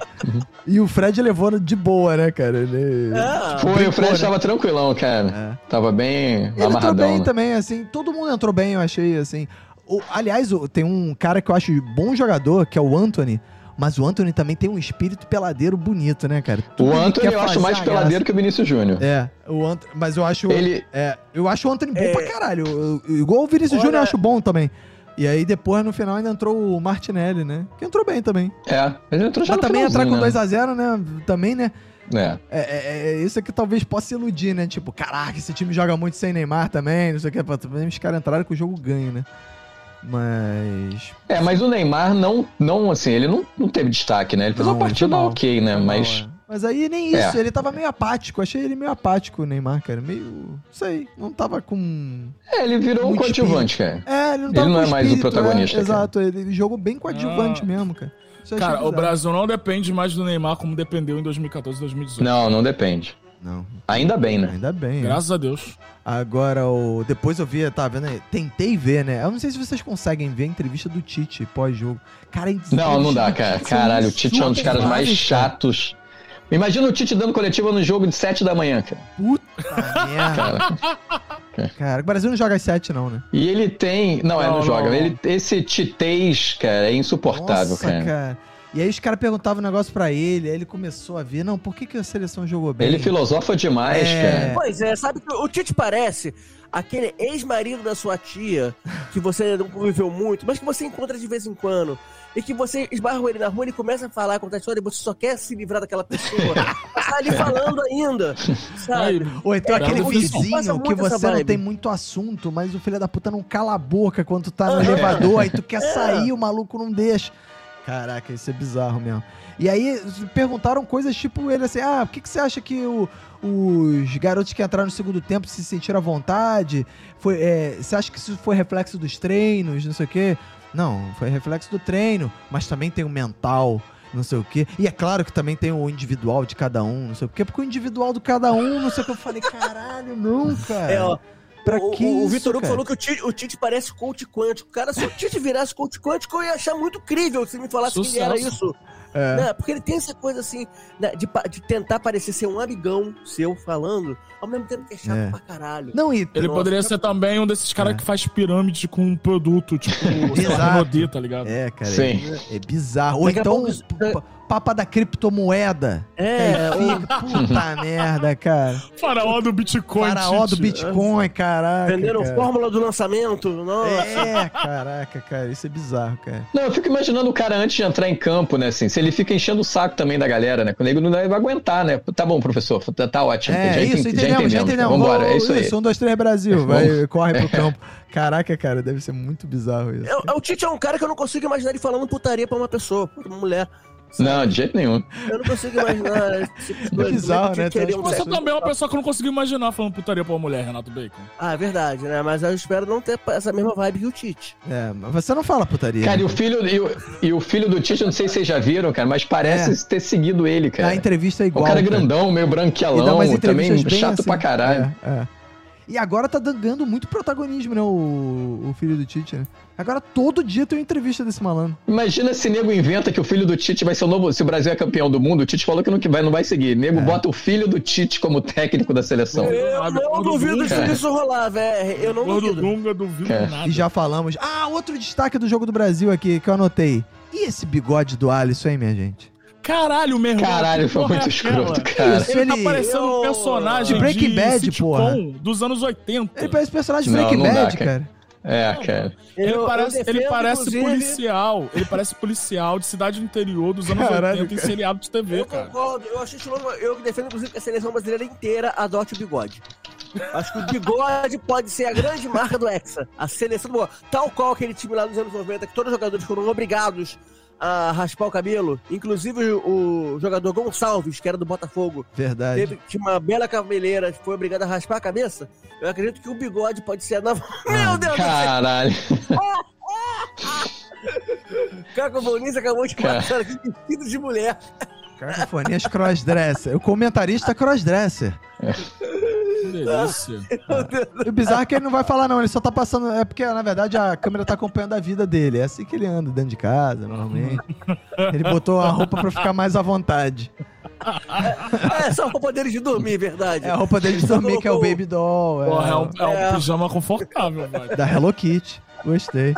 Speaker 1: E o Fred levou de boa, né, cara? Ele.
Speaker 4: é.
Speaker 5: Foi, o Fred
Speaker 1: né? É.
Speaker 5: tava tranquilão, cara. Tava bem
Speaker 1: Ele entrou
Speaker 5: amarradão.
Speaker 1: bem
Speaker 5: né?
Speaker 1: também, assim, todo mundo entrou bem, eu achei, assim. O- aliás, o- tem um cara que eu acho bom jogador, que é o Anthony. Mas o Anthony também tem um espírito peladeiro bonito, né, cara? Tudo
Speaker 5: O
Speaker 1: ele
Speaker 5: Anthony
Speaker 1: quer
Speaker 5: eu acho
Speaker 1: fazer
Speaker 5: mais
Speaker 1: a
Speaker 5: peladeiro que o Vinícius Júnior.
Speaker 1: graça. É, o Ant... mas eu acho.
Speaker 5: Ele,
Speaker 1: é, eu acho o Anthony bom
Speaker 4: É.
Speaker 1: pra caralho. Eu- eu- igual o Vinícius
Speaker 4: Olha-
Speaker 1: Júnior eu acho bom também. E aí depois, no final, ainda entrou o Martinelli, né? Que entrou bem também.
Speaker 5: é, ele entrou já
Speaker 1: Mas
Speaker 5: no
Speaker 1: também entrar com
Speaker 5: finalzinho,
Speaker 1: 2x0, né? Também, né?
Speaker 5: né?
Speaker 1: É, é, é, isso é que talvez possa iludir, né? Tipo, caraca, esse time joga muito sem Neymar também, não sei o que. pô, também Os caras entraram com o jogo ganho, né? Mas.
Speaker 5: É. É, mas o Neymar não, não assim, ele não, não teve destaque, né? Ele fez
Speaker 1: Não,
Speaker 5: uma
Speaker 1: ele foi
Speaker 5: partida
Speaker 1: mal.
Speaker 5: ok, né? Mas
Speaker 1: Não, é. Mas aí nem
Speaker 5: É.
Speaker 1: isso, ele tava meio apático. Achei ele meio apático, o Neymar, cara. Meio. Não sei. Não tava com.
Speaker 5: é, ele virou um
Speaker 1: Muito
Speaker 5: coadjuvante, cara.
Speaker 1: É, ele não
Speaker 5: Ele
Speaker 1: tava
Speaker 5: não
Speaker 1: com
Speaker 5: é mais o
Speaker 1: espírito,
Speaker 5: protagonista,
Speaker 1: É,
Speaker 5: cara.
Speaker 1: exato, ele jogou bem coadjuvante
Speaker 3: Ah.
Speaker 1: mesmo, cara. Isso eu achei
Speaker 3: Cara, o
Speaker 1: bizarro.
Speaker 3: Brasil não depende mais do Neymar como dependeu em 2014 e 2018.
Speaker 5: Não, não depende.
Speaker 1: Não,
Speaker 5: Ainda bem, né?
Speaker 1: ainda bem. né?
Speaker 3: Graças a Deus.
Speaker 1: Agora, o... depois eu vi, tá vendo aí? Tentei ver, né? Eu não sei se vocês conseguem ver a entrevista do Tite pós-jogo. Cara, é a entrevista
Speaker 5: Não, não dá,
Speaker 1: do
Speaker 5: cara.
Speaker 1: Tite são
Speaker 5: Caralho, o Tite é um dos caras mais
Speaker 1: insuportáveis, cara.
Speaker 5: chatos. Imagina o Tite dando coletiva no jogo de 7 da manhã, cara.
Speaker 1: Puta merda. Cara, o Brasil não joga às 7, não, né?
Speaker 5: E ele tem. Não, ele não,
Speaker 3: Não,
Speaker 5: joga.
Speaker 3: não.
Speaker 5: Ele... Esse titez, cara, é insuportável, cara.
Speaker 1: E aí os caras perguntavam um negócio pra ele, aí ele começou a ver, não, por que, que a seleção jogou bem?
Speaker 5: Ele é né? filosofa demais,
Speaker 1: É.
Speaker 5: cara.
Speaker 4: Pois é, sabe que o Tite parece aquele ex-marido da sua tia, que você não conviveu muito, mas que você encontra de vez em quando. E que você esbarra ele na rua, ele começa a falar, contar história, e você só quer se livrar daquela pessoa. Mas tá ali falando ainda, sabe?
Speaker 3: Aí,
Speaker 1: Ou então
Speaker 4: É,
Speaker 1: aquele
Speaker 3: cara, o Tite
Speaker 4: passa
Speaker 1: vizinho
Speaker 4: muito
Speaker 1: que
Speaker 4: essa
Speaker 1: você não
Speaker 4: vibe.
Speaker 1: tem muito assunto, mas o filho da puta não cala a boca quando tu tá no
Speaker 4: É.
Speaker 1: elevador, aí tu quer sair, o maluco não deixa. Caraca, isso é bizarro mesmo. E aí perguntaram coisas tipo ele assim: ah, por que, que você acha que o- os garotos que entraram no segundo tempo se sentiram à vontade? Foi, é, você acha que isso foi reflexo dos treinos, não sei o quê? Não, foi reflexo do treino, mas também tem o mental, não sei o quê. E é claro que também tem o individual de cada um, não sei o quê, porque o individual do cada um, não sei o que. Eu falei, caralho, não, cara.
Speaker 4: É, ó,
Speaker 1: pra
Speaker 4: o,
Speaker 1: que
Speaker 4: o,
Speaker 1: isso,
Speaker 4: o Vitor Hugo
Speaker 1: cara?
Speaker 4: falou que o Tite, o Tite parece coach quântico. Cara, se o Tite virasse coach quântico, eu ia achar muito crível se me falasse que ele era
Speaker 3: Sucesso.
Speaker 4: isso.
Speaker 1: É.
Speaker 4: Né? Porque ele tem essa coisa assim, né, de, pa- de tentar parecer ser um amigão seu falando, ao mesmo tempo que é chato
Speaker 1: É.
Speaker 4: pra caralho.
Speaker 1: Não, e
Speaker 3: Ele
Speaker 4: Nossa.
Speaker 3: poderia ser também um desses caras
Speaker 1: É.
Speaker 3: que faz pirâmide com um produto, tipo, sei lá,
Speaker 1: Exato.
Speaker 3: Renaudet, tá ligado?
Speaker 1: É, cara,
Speaker 5: Sim.
Speaker 1: é, é bizarro. Ou
Speaker 4: Daqui a
Speaker 1: então,
Speaker 4: pouco isso-
Speaker 1: pa- papa da criptomoeda.
Speaker 4: É,
Speaker 1: Aí fica, puta merda, cara.
Speaker 3: Faraó do Bitcoin.
Speaker 1: Faraó do
Speaker 3: Tite.
Speaker 1: Bitcoin, caraca.
Speaker 4: venderam
Speaker 1: cara.
Speaker 4: fórmula do lançamento. Não,
Speaker 1: É, caraca, cara, isso é bizarro, cara.
Speaker 5: Não, eu fico imaginando o cara antes de entrar em campo, né? Assim, se ele fica enchendo o saco também da galera, né? Quando ele não vai aguentar, né? Tá bom, professor, tá, tá ótimo.
Speaker 1: É, isso,
Speaker 5: ente-
Speaker 1: entendemos, já entendemos.
Speaker 5: Vambora,
Speaker 1: Vou-
Speaker 5: é isso aí. É
Speaker 1: um, dois, três, Brasil. Vai, corre pro campo. Caraca, cara, deve ser muito bizarro isso.
Speaker 4: É, é, o Tite é um cara que eu não consigo imaginar ele falando putaria pra uma pessoa, pra uma mulher.
Speaker 5: Não, de jeito nenhum.
Speaker 4: Eu não consigo imaginar esse tipo de
Speaker 1: É
Speaker 4: coisa.
Speaker 1: bizarro,
Speaker 4: Como que
Speaker 1: né?
Speaker 4: queria
Speaker 1: Tem
Speaker 4: um
Speaker 1: umas
Speaker 3: Você
Speaker 4: desse?
Speaker 3: também é uma pessoa que eu não consigo imaginar falando putaria pra uma mulher, Renato Bacon.
Speaker 4: Ah, é verdade, né? Mas eu espero não ter essa mesma vibe que o Tite.
Speaker 1: É, mas você não fala putaria.
Speaker 5: Cara, e
Speaker 1: né?
Speaker 5: o filho, e o, e o filho do Tite, eu não sei se vocês já viram, cara, mas parece ter seguido ele, cara.
Speaker 1: A entrevista é
Speaker 5: É um
Speaker 1: igual.
Speaker 5: cara
Speaker 1: cara.
Speaker 5: grandão, meio
Speaker 1: E dá
Speaker 5: branquelão,
Speaker 1: umas entrevistas
Speaker 5: também
Speaker 1: bem
Speaker 5: chato
Speaker 1: assim.
Speaker 5: pra caralho.
Speaker 1: É, é. E agora tá ganhando muito protagonismo, né? O, o filho do Tite, né? Agora todo dia tem uma entrevista desse malandro.
Speaker 5: Imagina se nego inventa que o filho do Tite vai ser o novo. Se o Brasil é campeão do mundo, o Tite falou que não, que vai, não vai seguir.
Speaker 1: É.
Speaker 5: Nego bota o filho do Tite como técnico da seleção.
Speaker 4: Eu não duvido se isso rolar, velho. Eu não
Speaker 3: Gordo
Speaker 4: duvido.
Speaker 3: Dunga, duvido
Speaker 5: É.
Speaker 3: nada.
Speaker 1: E já falamos. Ah, outro destaque do jogo do Brasil aqui que eu anotei. E esse bigode do Alisson, hein, minha gente?
Speaker 3: Caralho, meu irmão.
Speaker 5: Caralho,
Speaker 3: que
Speaker 5: foi
Speaker 3: porra
Speaker 5: muito
Speaker 3: é
Speaker 5: escroto,
Speaker 3: aquela?
Speaker 5: cara.
Speaker 1: Isso,
Speaker 3: Ele, tá
Speaker 1: ele-
Speaker 3: parecendo um
Speaker 4: Eu-
Speaker 3: personagem
Speaker 1: De Breaking Bad,
Speaker 3: sitcom
Speaker 1: porra.
Speaker 3: dos anos 80.
Speaker 1: Ele parece personagem de
Speaker 5: Não,
Speaker 1: Breaking
Speaker 5: não dá,
Speaker 1: Bad, cara.
Speaker 5: É, cara.
Speaker 3: Ele
Speaker 4: Eu- eu
Speaker 3: parece,
Speaker 4: defendo,
Speaker 3: ele parece
Speaker 4: inclusive,
Speaker 3: policial. Ele parece policial de cidade do interior dos anos
Speaker 1: Caralho,
Speaker 3: 80 em
Speaker 1: cara.
Speaker 3: seriado de TV,
Speaker 4: Eu
Speaker 3: cara.
Speaker 4: concordo, eu acho estiloso. Eu que defendo, inclusive, que a seleção brasileira inteira adote o bigode. Acho que o bigode pode ser a grande marca do Hexa. A seleção do bigode. Tal qual aquele time lá nos anos 90, que todos os jogadores foram obrigados a raspar o cabelo. Inclusive o jogador Gonçalves, que era do Botafogo,
Speaker 1: Verdade.
Speaker 4: teve, tinha uma bela cabeleira, foi obrigado a raspar a cabeça. Eu acredito que o bigode pode ser a nova.
Speaker 1: Ah,
Speaker 4: Meu Deus do
Speaker 1: é-
Speaker 4: céu!
Speaker 5: Caralho.
Speaker 4: Caco Bonis acabou de
Speaker 5: Cara.
Speaker 4: passar aqui vestido de mulher.
Speaker 1: Cacofonias crossdresser. O comentarista crossdresser.
Speaker 3: Que delícia.
Speaker 4: Meu Deus.
Speaker 1: E O bizarro é que ele não vai falar, não. Ele só tá passando. É porque, na verdade, a câmera tá acompanhando a vida dele. É assim que ele anda dentro de casa, normalmente. Ele botou a roupa pra ficar mais à vontade.
Speaker 4: É só pra poder de dormir, verdade.
Speaker 1: É a roupa dele de dormir, que é o Baby Doll. é
Speaker 3: Porra, é um,
Speaker 1: o-
Speaker 3: é um
Speaker 4: É.
Speaker 3: pijama confortável, velho.
Speaker 1: Da Hello Kitty. Gostei.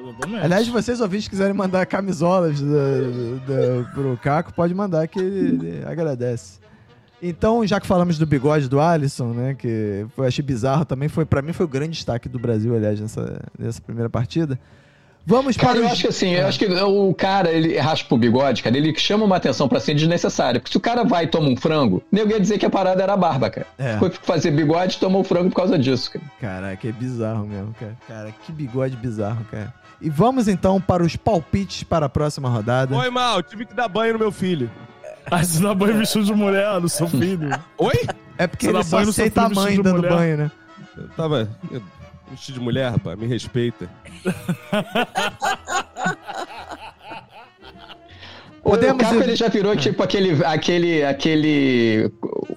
Speaker 3: Exatamente.
Speaker 1: Aliás, se vocês ouvintes quiserem mandar camisolas da- da- pro Caco, pode mandar que ele, ele agradece. Então, já que falamos do bigode do Alisson, né, que eu achei bizarro também, foi para mim foi o grande destaque do Brasil, aliás, nessa, nessa primeira partida. Vamos
Speaker 5: Cara,
Speaker 1: para
Speaker 5: eu
Speaker 1: os-
Speaker 5: acho que assim, eu acho que o cara, ele raspa o bigode, cara, ele chama uma atenção pra ser desnecessária. Porque se o cara vai e toma um frango, nego ia dizer que a parada era a barba, cara.
Speaker 1: É,
Speaker 5: Foi fazer bigode e tomou um frango por causa disso, cara.
Speaker 1: caraca, é bizarro mesmo, cara. Cara, que bigode bizarro, cara. E vamos então para os palpites para a próxima rodada.
Speaker 2: Foi mal, tive que dar banho no meu filho.
Speaker 3: Ah, você dá banho vestido de mulher do seu filho.
Speaker 2: Oi?
Speaker 1: É porque
Speaker 3: Você
Speaker 1: ele
Speaker 3: dá
Speaker 1: só
Speaker 3: banho no seu
Speaker 1: aceita a
Speaker 3: filho
Speaker 1: mãe
Speaker 3: vestido de
Speaker 1: dando
Speaker 3: mulher?
Speaker 1: banho, né?
Speaker 2: Eu tava eu- vestido de mulher, rapaz, me respeita.
Speaker 1: Podemos
Speaker 5: o Caco
Speaker 1: ir-
Speaker 5: ele já
Speaker 1: É.
Speaker 5: virou tipo aquele, aquele, aquele,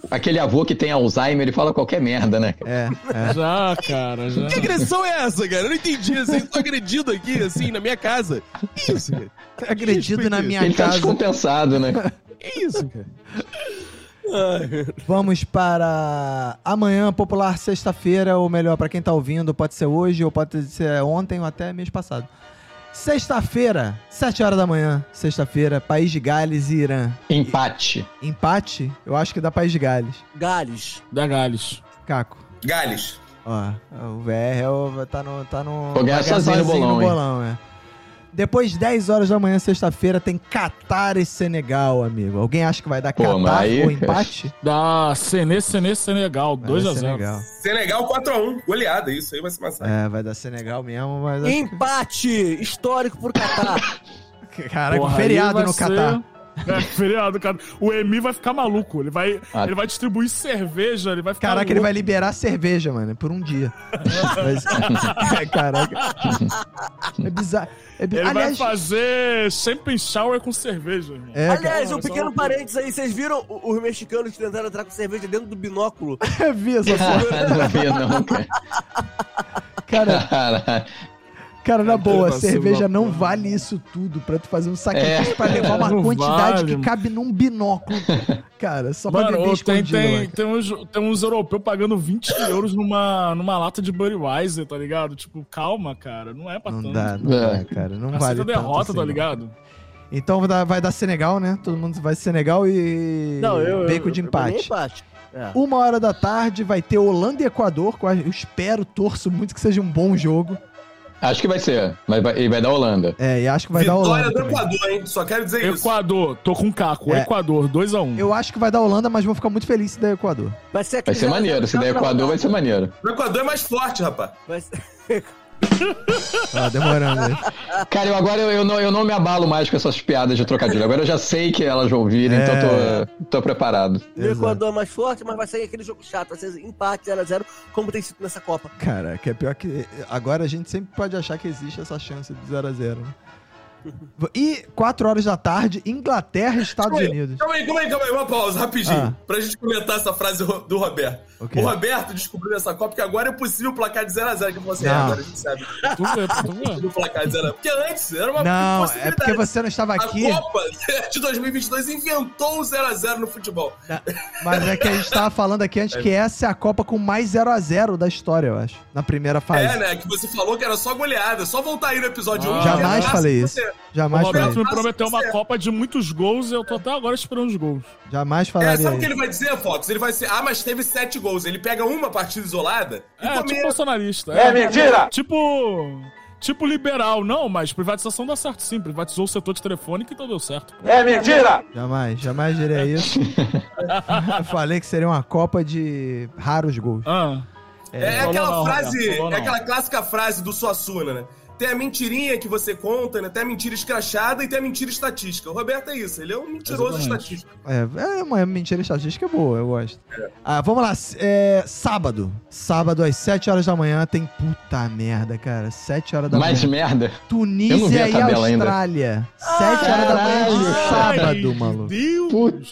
Speaker 5: aquele avô que tem Alzheimer e fala qualquer merda, né? cara?
Speaker 1: É, é.
Speaker 3: Já, cara, já.
Speaker 2: Que agressão é essa, cara? Eu não entendi, assim, tô agredido aqui, assim, na minha casa. Que é isso, cara?
Speaker 1: Agredido na minha
Speaker 5: Ele tá
Speaker 1: casa.
Speaker 5: descompensado, né?
Speaker 2: Que isso, cara?
Speaker 1: Vamos para amanhã, popular sexta-feira, ou melhor, para quem tá ouvindo, pode ser hoje, ou pode ser ontem, ou até mês passado. Sexta-feira, 7 horas da manhã, sexta-feira, País de Gales e Irã.
Speaker 5: Empate.
Speaker 1: Empate? Eu acho que dá País de Gales.
Speaker 4: Gales.
Speaker 3: Da Gales.
Speaker 1: Caco.
Speaker 6: Gales.
Speaker 1: Ó, o VR é o- tá no. Tá no
Speaker 5: Vou ganhar
Speaker 1: vai ganhar
Speaker 5: sozinho no bolão, hein?
Speaker 1: é. Depois, 10 horas da manhã, sexta-feira, tem Catar e Senegal, amigo. Alguém acha que vai dar
Speaker 5: Pô, mas
Speaker 1: Catar
Speaker 5: aí, é.
Speaker 1: ou
Speaker 5: cara,
Speaker 1: empate?
Speaker 3: Da Senê, Senê, Senegal.
Speaker 1: Vai
Speaker 3: 2
Speaker 1: dar
Speaker 3: a 0
Speaker 1: Senegal.
Speaker 6: Senegal 4x1. Goleada, isso aí vai ser massacre.
Speaker 1: É, vai dar Senegal mesmo, mas. acho que-
Speaker 4: Empate histórico pro Catar.
Speaker 1: é- Caraca, um
Speaker 3: Porra,
Speaker 1: feriado
Speaker 3: aí vai
Speaker 1: no
Speaker 3: ser-
Speaker 1: Catar.
Speaker 3: É, feriado, cara. O Emi vai ficar maluco. Ele vai,
Speaker 5: Ah.
Speaker 3: ele vai distribuir cerveja, ele vai ficar.
Speaker 1: Caraca, ele
Speaker 3: louco.
Speaker 1: vai liberar cerveja, mano, por um dia. Mas- É, Caraca. É bizarro. É bi-
Speaker 3: Ele
Speaker 1: Aliás,
Speaker 3: vai fazer champion shower com cerveja, irmão.
Speaker 1: É,
Speaker 4: Aliás,
Speaker 3: cara.
Speaker 4: um pequeno parênteses aí. Vocês viram o- os mexicanos que tentaram entrar com cerveja dentro do binóculo?
Speaker 1: é eu vi essa porra.
Speaker 5: não vi, não, cara.
Speaker 1: Cara,
Speaker 5: Caralho.
Speaker 1: Cara, na
Speaker 3: Cara,
Speaker 1: boa,
Speaker 3: vacilo
Speaker 1: cerveja
Speaker 3: da
Speaker 1: não
Speaker 3: porra. É.
Speaker 1: vale isso tudo pra tu fazer um sacrifício pra levar uma
Speaker 3: Não
Speaker 1: quantidade
Speaker 3: vale,
Speaker 1: que
Speaker 3: mano.
Speaker 1: cabe num binóculo, cara. Só pra
Speaker 3: Mano,
Speaker 1: beber
Speaker 3: tem,
Speaker 1: escondido.
Speaker 3: tem,
Speaker 1: mano.
Speaker 3: tem, uns, tem uns europeus pagando 20 euros numa, numa lata de Budweiser, tá ligado? Tipo, calma, cara, não é pra
Speaker 1: Não
Speaker 3: tanto.
Speaker 1: dá, não
Speaker 5: É.
Speaker 1: dá, cara. Não
Speaker 3: Aceita
Speaker 1: vale
Speaker 3: a
Speaker 1: tanto
Speaker 3: derrota,
Speaker 1: assim,
Speaker 3: tá
Speaker 1: não.
Speaker 3: ligado?
Speaker 1: Então vai dar, vai dar Senegal, né? Todo mundo vai Senegal e
Speaker 4: Não, eu.
Speaker 1: bacon de
Speaker 4: eu- eu- pra mim é
Speaker 1: empate.
Speaker 4: empate. É.
Speaker 1: Uma hora da tarde vai ter Holanda e Equador. que Eu espero, torço muito que seja um bom jogo.
Speaker 5: Acho que vai ser. Mas vai, e vai dar Holanda.
Speaker 1: É, e acho que vai dar Holanda.
Speaker 2: Vitória do
Speaker 1: também.
Speaker 2: Equador, hein? Só quero dizer isso.
Speaker 3: Equador, tô com caco.
Speaker 1: É.
Speaker 3: Equador, 2x1.
Speaker 1: Eu acho que vai dar Holanda, mas vou ficar muito feliz se der Equador.
Speaker 4: Vai ser,
Speaker 5: Vai
Speaker 4: aquele
Speaker 5: ser
Speaker 4: zero a zero
Speaker 5: maneiro. Se der
Speaker 4: final da
Speaker 5: Equador, vai
Speaker 4: rodada.
Speaker 5: ser maneiro.
Speaker 2: O Equador é mais forte, rapaz.
Speaker 4: Vai ser-
Speaker 1: Ah, demorando. né?
Speaker 5: Cara, eu agora eu, eu não, eu não me abalo mais com essas piadas de trocadilho. Agora eu já sei que elas vão vir, então
Speaker 1: É.
Speaker 5: tô, tô preparado.
Speaker 4: O Equador é mais forte, mas vai sair aquele jogo chato. Vai ser empate 0x0, como tem sido nessa Copa.
Speaker 1: Cara, que é pior que. Agora a gente sempre pode achar que existe essa chance do 0x0. Né? E 4 horas da tarde, Inglaterra e Estados
Speaker 2: Oi.
Speaker 1: Unidos.
Speaker 2: Calma aí, calma aí, calma aí. Uma pausa, rapidinho.
Speaker 1: Ah.
Speaker 2: Pra gente comentar essa frase ro- do Roberto.
Speaker 1: Ok.
Speaker 2: O Roberto descobriu nessa Copa que agora é possível o placar de 0x0. Que eu falei assim, é,
Speaker 1: Não.
Speaker 2: agora a gente sabe.
Speaker 3: Tu vê, tu vê.
Speaker 2: Do placar de 0x0. Porque antes era uma
Speaker 1: Não, é
Speaker 2: possibilidade.
Speaker 1: porque você não estava aqui,
Speaker 2: A Copa de 2022 inventou o 0x0 no futebol.
Speaker 1: mas é que a gente estava falando aqui antes que essa é a Copa com mais 0x0 da história, eu acho. Na primeira
Speaker 2: É,
Speaker 1: fase.
Speaker 2: né? Que você falou que era só goleada. É Só voltar aí no episódio né?
Speaker 3: Ah.
Speaker 2: 1.
Speaker 1: Jamais falei isso.
Speaker 2: é,
Speaker 3: O
Speaker 1: Jamais
Speaker 3: Roberto
Speaker 1: falei.
Speaker 3: me prometeu uma Copa de muitos gols e eu tô até agora esperando os gols.
Speaker 1: Jamais
Speaker 2: É,
Speaker 1: falaria
Speaker 2: sabe o que
Speaker 1: isso.
Speaker 2: ele vai dizer, Fox? Ele vai ser, ah, mas teve sete gols. Ele pega uma partida isolada e
Speaker 3: É, tipo
Speaker 2: começa.
Speaker 3: bolsonarista. É, mentira! Tipo. Tipo liberal, não, mas privatização dá certo sim. Privatizou o setor de telefônica, então deu certo.
Speaker 1: Jamais, jamais diria isso. eu falei que seria uma Copa de raros gols.
Speaker 3: Ah,
Speaker 2: É, é
Speaker 3: Falou
Speaker 2: aquela
Speaker 3: não,
Speaker 2: frase,
Speaker 3: Roberto, falou
Speaker 2: é
Speaker 3: não.
Speaker 2: aquela clássica frase do Suassuna, né? Tem a mentirinha que você conta, né? Tem a mentira escrachada e tem a mentira estatística. O Roberto é isso, ele é um mentiroso
Speaker 3: Exatamente.
Speaker 2: estatístico.
Speaker 1: É, é uma mentira estatística boa, eu gosto. Ah, vamos lá. s- é, sábado. Sábado às 7 horas da manhã tem. Puta merda, cara. 7 horas da
Speaker 5: Mais
Speaker 1: manhã.
Speaker 5: merda. eu não vi
Speaker 1: Tunísia
Speaker 5: a
Speaker 1: e
Speaker 5: tabela ainda.
Speaker 1: Austrália. 7 horas da manhã de
Speaker 5: Caralho,
Speaker 1: sábado,
Speaker 3: Ai,
Speaker 1: maluco.
Speaker 3: Deus.
Speaker 5: Putz.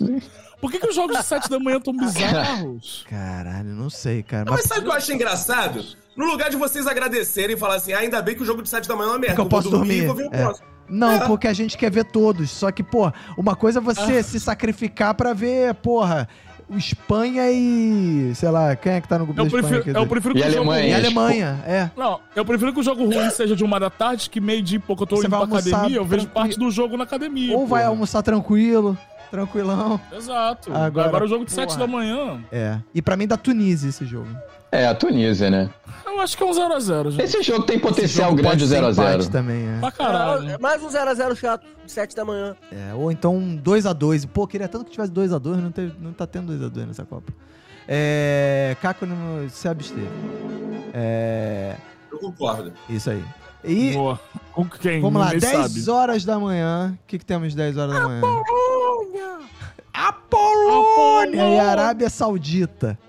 Speaker 3: Por que, que os jogos de 7 da manhã tão bizarros?
Speaker 1: Caralho, não sei, cara.
Speaker 2: Mas sabe o que eu acho engraçado? No lugar de vocês agradecerem e falar assim, ah, ainda bem que o jogo de sete da manhã é uma merda.
Speaker 1: Porque eu posso
Speaker 2: e
Speaker 1: dormir.
Speaker 2: vou ver o
Speaker 1: É.
Speaker 2: próximo.
Speaker 1: Não, porque a gente quer ver todos. Só que, pô, uma coisa é
Speaker 5: Ah.
Speaker 1: você se sacrificar pra ver, porra, o Espanha e. sei lá, quem é que tá no grupo
Speaker 3: Eu
Speaker 1: da Espanha?
Speaker 3: prefiro,
Speaker 1: aqui?
Speaker 3: eu prefiro que
Speaker 5: E
Speaker 3: o jogo
Speaker 5: Alemanha?
Speaker 1: E a
Speaker 5: Espo-
Speaker 1: Alemanha, é.
Speaker 3: Não, eu prefiro que o jogo ruim seja de uma da tarde, que meio dia e pouco eu tô
Speaker 1: Você
Speaker 3: indo pra
Speaker 1: vai almoçar
Speaker 3: academia, eu vejo
Speaker 1: tranquilo.
Speaker 3: parte do jogo na academia.
Speaker 1: Ou vai
Speaker 3: porra.
Speaker 1: almoçar tranquilo, tranquilão.
Speaker 3: Exato.
Speaker 1: Agora,
Speaker 3: Agora, o jogo de 7
Speaker 1: porra.
Speaker 3: da manhã,
Speaker 1: É. E pra mim da Tunísia esse jogo.
Speaker 5: É, a Tunísia, né?
Speaker 3: eu acho que é um 0x0, gente.
Speaker 5: Esse jogo tem potencial
Speaker 1: Jogo
Speaker 5: grande
Speaker 1: pode ser empate
Speaker 5: 0x0.
Speaker 1: também, é.
Speaker 3: Pra caralho.
Speaker 4: É, Mais um 0x0 chato, 7 da manhã.
Speaker 1: É, Ou então um 2x2. Pô, queria tanto que tivesse 2x2, não, teve- não tá tendo 2x2 nessa Copa. É. Caco não se absteve. É.
Speaker 2: Eu concordo.
Speaker 1: Isso aí. E
Speaker 3: Boa. Com quem?
Speaker 1: vamos lá,
Speaker 3: Ninguém
Speaker 1: 10
Speaker 3: sabe.
Speaker 1: horas da manhã. O que, que temos 10 horas da manhã? A
Speaker 3: Polônia!
Speaker 1: E É a Arábia Saudita.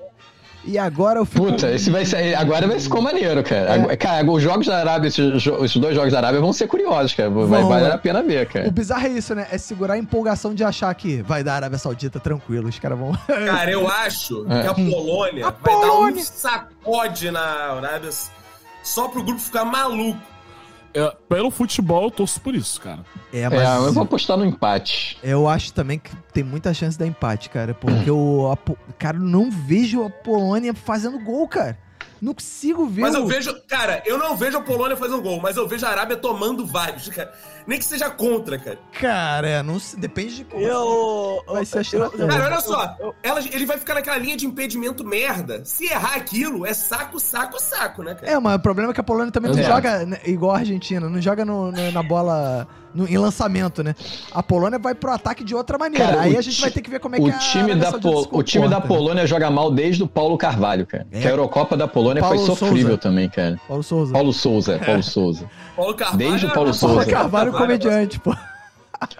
Speaker 1: E agora eu fico.
Speaker 5: Puta, esse vai ser. Agora vai ficou maneiro,
Speaker 1: É.
Speaker 5: cara. Agora- Cara, os jogos da Arábia, esses, jo- esses dois jogos da Arábia vão ser curiosos, cara. Vai
Speaker 1: Vão,
Speaker 5: valer
Speaker 1: né?
Speaker 5: a pena ver,
Speaker 1: O
Speaker 5: cara.
Speaker 1: bizarro é isso, né? É segurar a empolgação de achar que vai dar Arábia Saudita tranquilo. Os caras vão.
Speaker 2: Cara, eu acho
Speaker 5: É.
Speaker 2: que a
Speaker 5: Hum.
Speaker 2: Polônia vai dar um sacode na Arábia só pro grupo ficar maluco.
Speaker 3: É, pelo futebol, eu torço por isso, cara.
Speaker 1: É,
Speaker 5: É, eu vou apostar no empate.
Speaker 1: Eu acho também que tem muita chance da empate, cara. Porque o. a Po- cara, eu não vejo a Polônia fazendo gol, cara. Não consigo ver.
Speaker 2: Mas
Speaker 1: o-
Speaker 2: eu vejo, cara, eu não vejo a Polônia fazendo gol, mas eu vejo a Arábia tomando vários, cara. Nem que seja contra, cara.
Speaker 1: Cara, é, não se... depende de como.
Speaker 4: Eu.
Speaker 1: Vai ser a
Speaker 4: eu-
Speaker 1: estratégia.
Speaker 2: Cara, olha só, elas- ele vai ficar naquela linha de impedimento merda. Se errar aquilo, é saco, saco, saco, né, cara?
Speaker 1: É, mas o problema é que a Polônia também não
Speaker 5: Exato.
Speaker 1: joga né, igual a Argentina, não joga no- no- na bola no- em lançamento, né? A Polônia vai pro ataque de outra maneira.
Speaker 5: Cara,
Speaker 1: Aí
Speaker 5: o
Speaker 1: a gente
Speaker 5: ti-
Speaker 1: vai ter que ver como é que
Speaker 5: O
Speaker 1: a
Speaker 5: time,
Speaker 1: Arábia
Speaker 5: da
Speaker 1: Saudita
Speaker 5: Pol-
Speaker 1: se
Speaker 5: o time da
Speaker 1: comporta, né?
Speaker 5: Polônia joga mal desde o Paulo Carvalho, cara.
Speaker 1: É.
Speaker 5: Que a Eurocopa da Polônia
Speaker 1: Paulo
Speaker 5: foi sofrível
Speaker 1: Souza.
Speaker 5: também, cara.
Speaker 1: Paulo É. Souza.
Speaker 5: Paulo Souza, Paulo Souza.
Speaker 2: Paulo Carvalho. é
Speaker 5: Desde o Paulo
Speaker 2: era-
Speaker 5: Souza. É.
Speaker 1: Paulo Carvalho, é comediante, pô.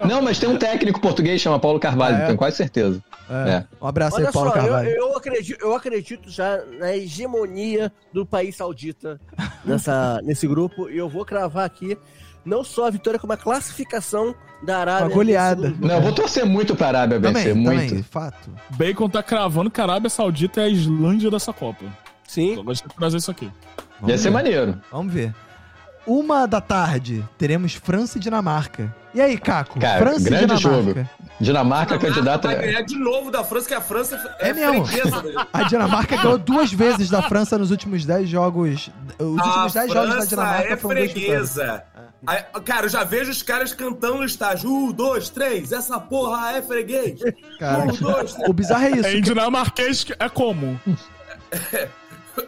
Speaker 5: Não, mas tem um técnico português chama Paulo Carvalho,
Speaker 1: Ah, é?
Speaker 5: tenho quase certeza.
Speaker 1: É.
Speaker 5: É.
Speaker 1: Um abraço
Speaker 4: Olha
Speaker 1: aí, Paulo
Speaker 4: só, eu,
Speaker 1: Carvalho.
Speaker 4: eu acredito, eu acredito já na hegemonia do país saudita nessa, nesse grupo. E eu vou cravar aqui não só a vitória, como a classificação da Arábia.
Speaker 1: Uma goleada.
Speaker 4: nesse grupo.
Speaker 5: Não, eu vou torcer muito pra Arábia, BC,
Speaker 1: Também,
Speaker 5: muito.
Speaker 1: também, fato.
Speaker 3: Bacon tá cravando que a Arábia Saudita é a Islândia dessa Copa. Então,
Speaker 4: Sim.
Speaker 3: Eu gosto de trazer isso aqui.
Speaker 5: Ia
Speaker 1: Vamos
Speaker 5: ser
Speaker 1: ver.
Speaker 5: maneiro.
Speaker 1: Vamos ver. Uma da tarde, teremos França e Dinamarca. E aí, Caco?
Speaker 5: Cara,
Speaker 1: França e
Speaker 5: grande
Speaker 1: Dinamarca.
Speaker 5: Dinamarca, candidata.
Speaker 6: Vai ganhar de novo da França, que a França é,
Speaker 1: É mesmo.
Speaker 6: freguesa. né?
Speaker 1: A Dinamarca ganhou duas vezes da França nos últimos 10 jogos. Os últimos 10 jogos da Dinamarca
Speaker 6: é
Speaker 1: foram dois vitórias.
Speaker 6: freguesa. Aí, cara, eu já vejo os caras cantando no estágio. Um, dois, três, essa porra é freguês.
Speaker 1: Cara,
Speaker 6: Um, dois, três.
Speaker 1: o bizarro é
Speaker 3: É em
Speaker 1: isso. que-
Speaker 3: dinamarquês que é comum.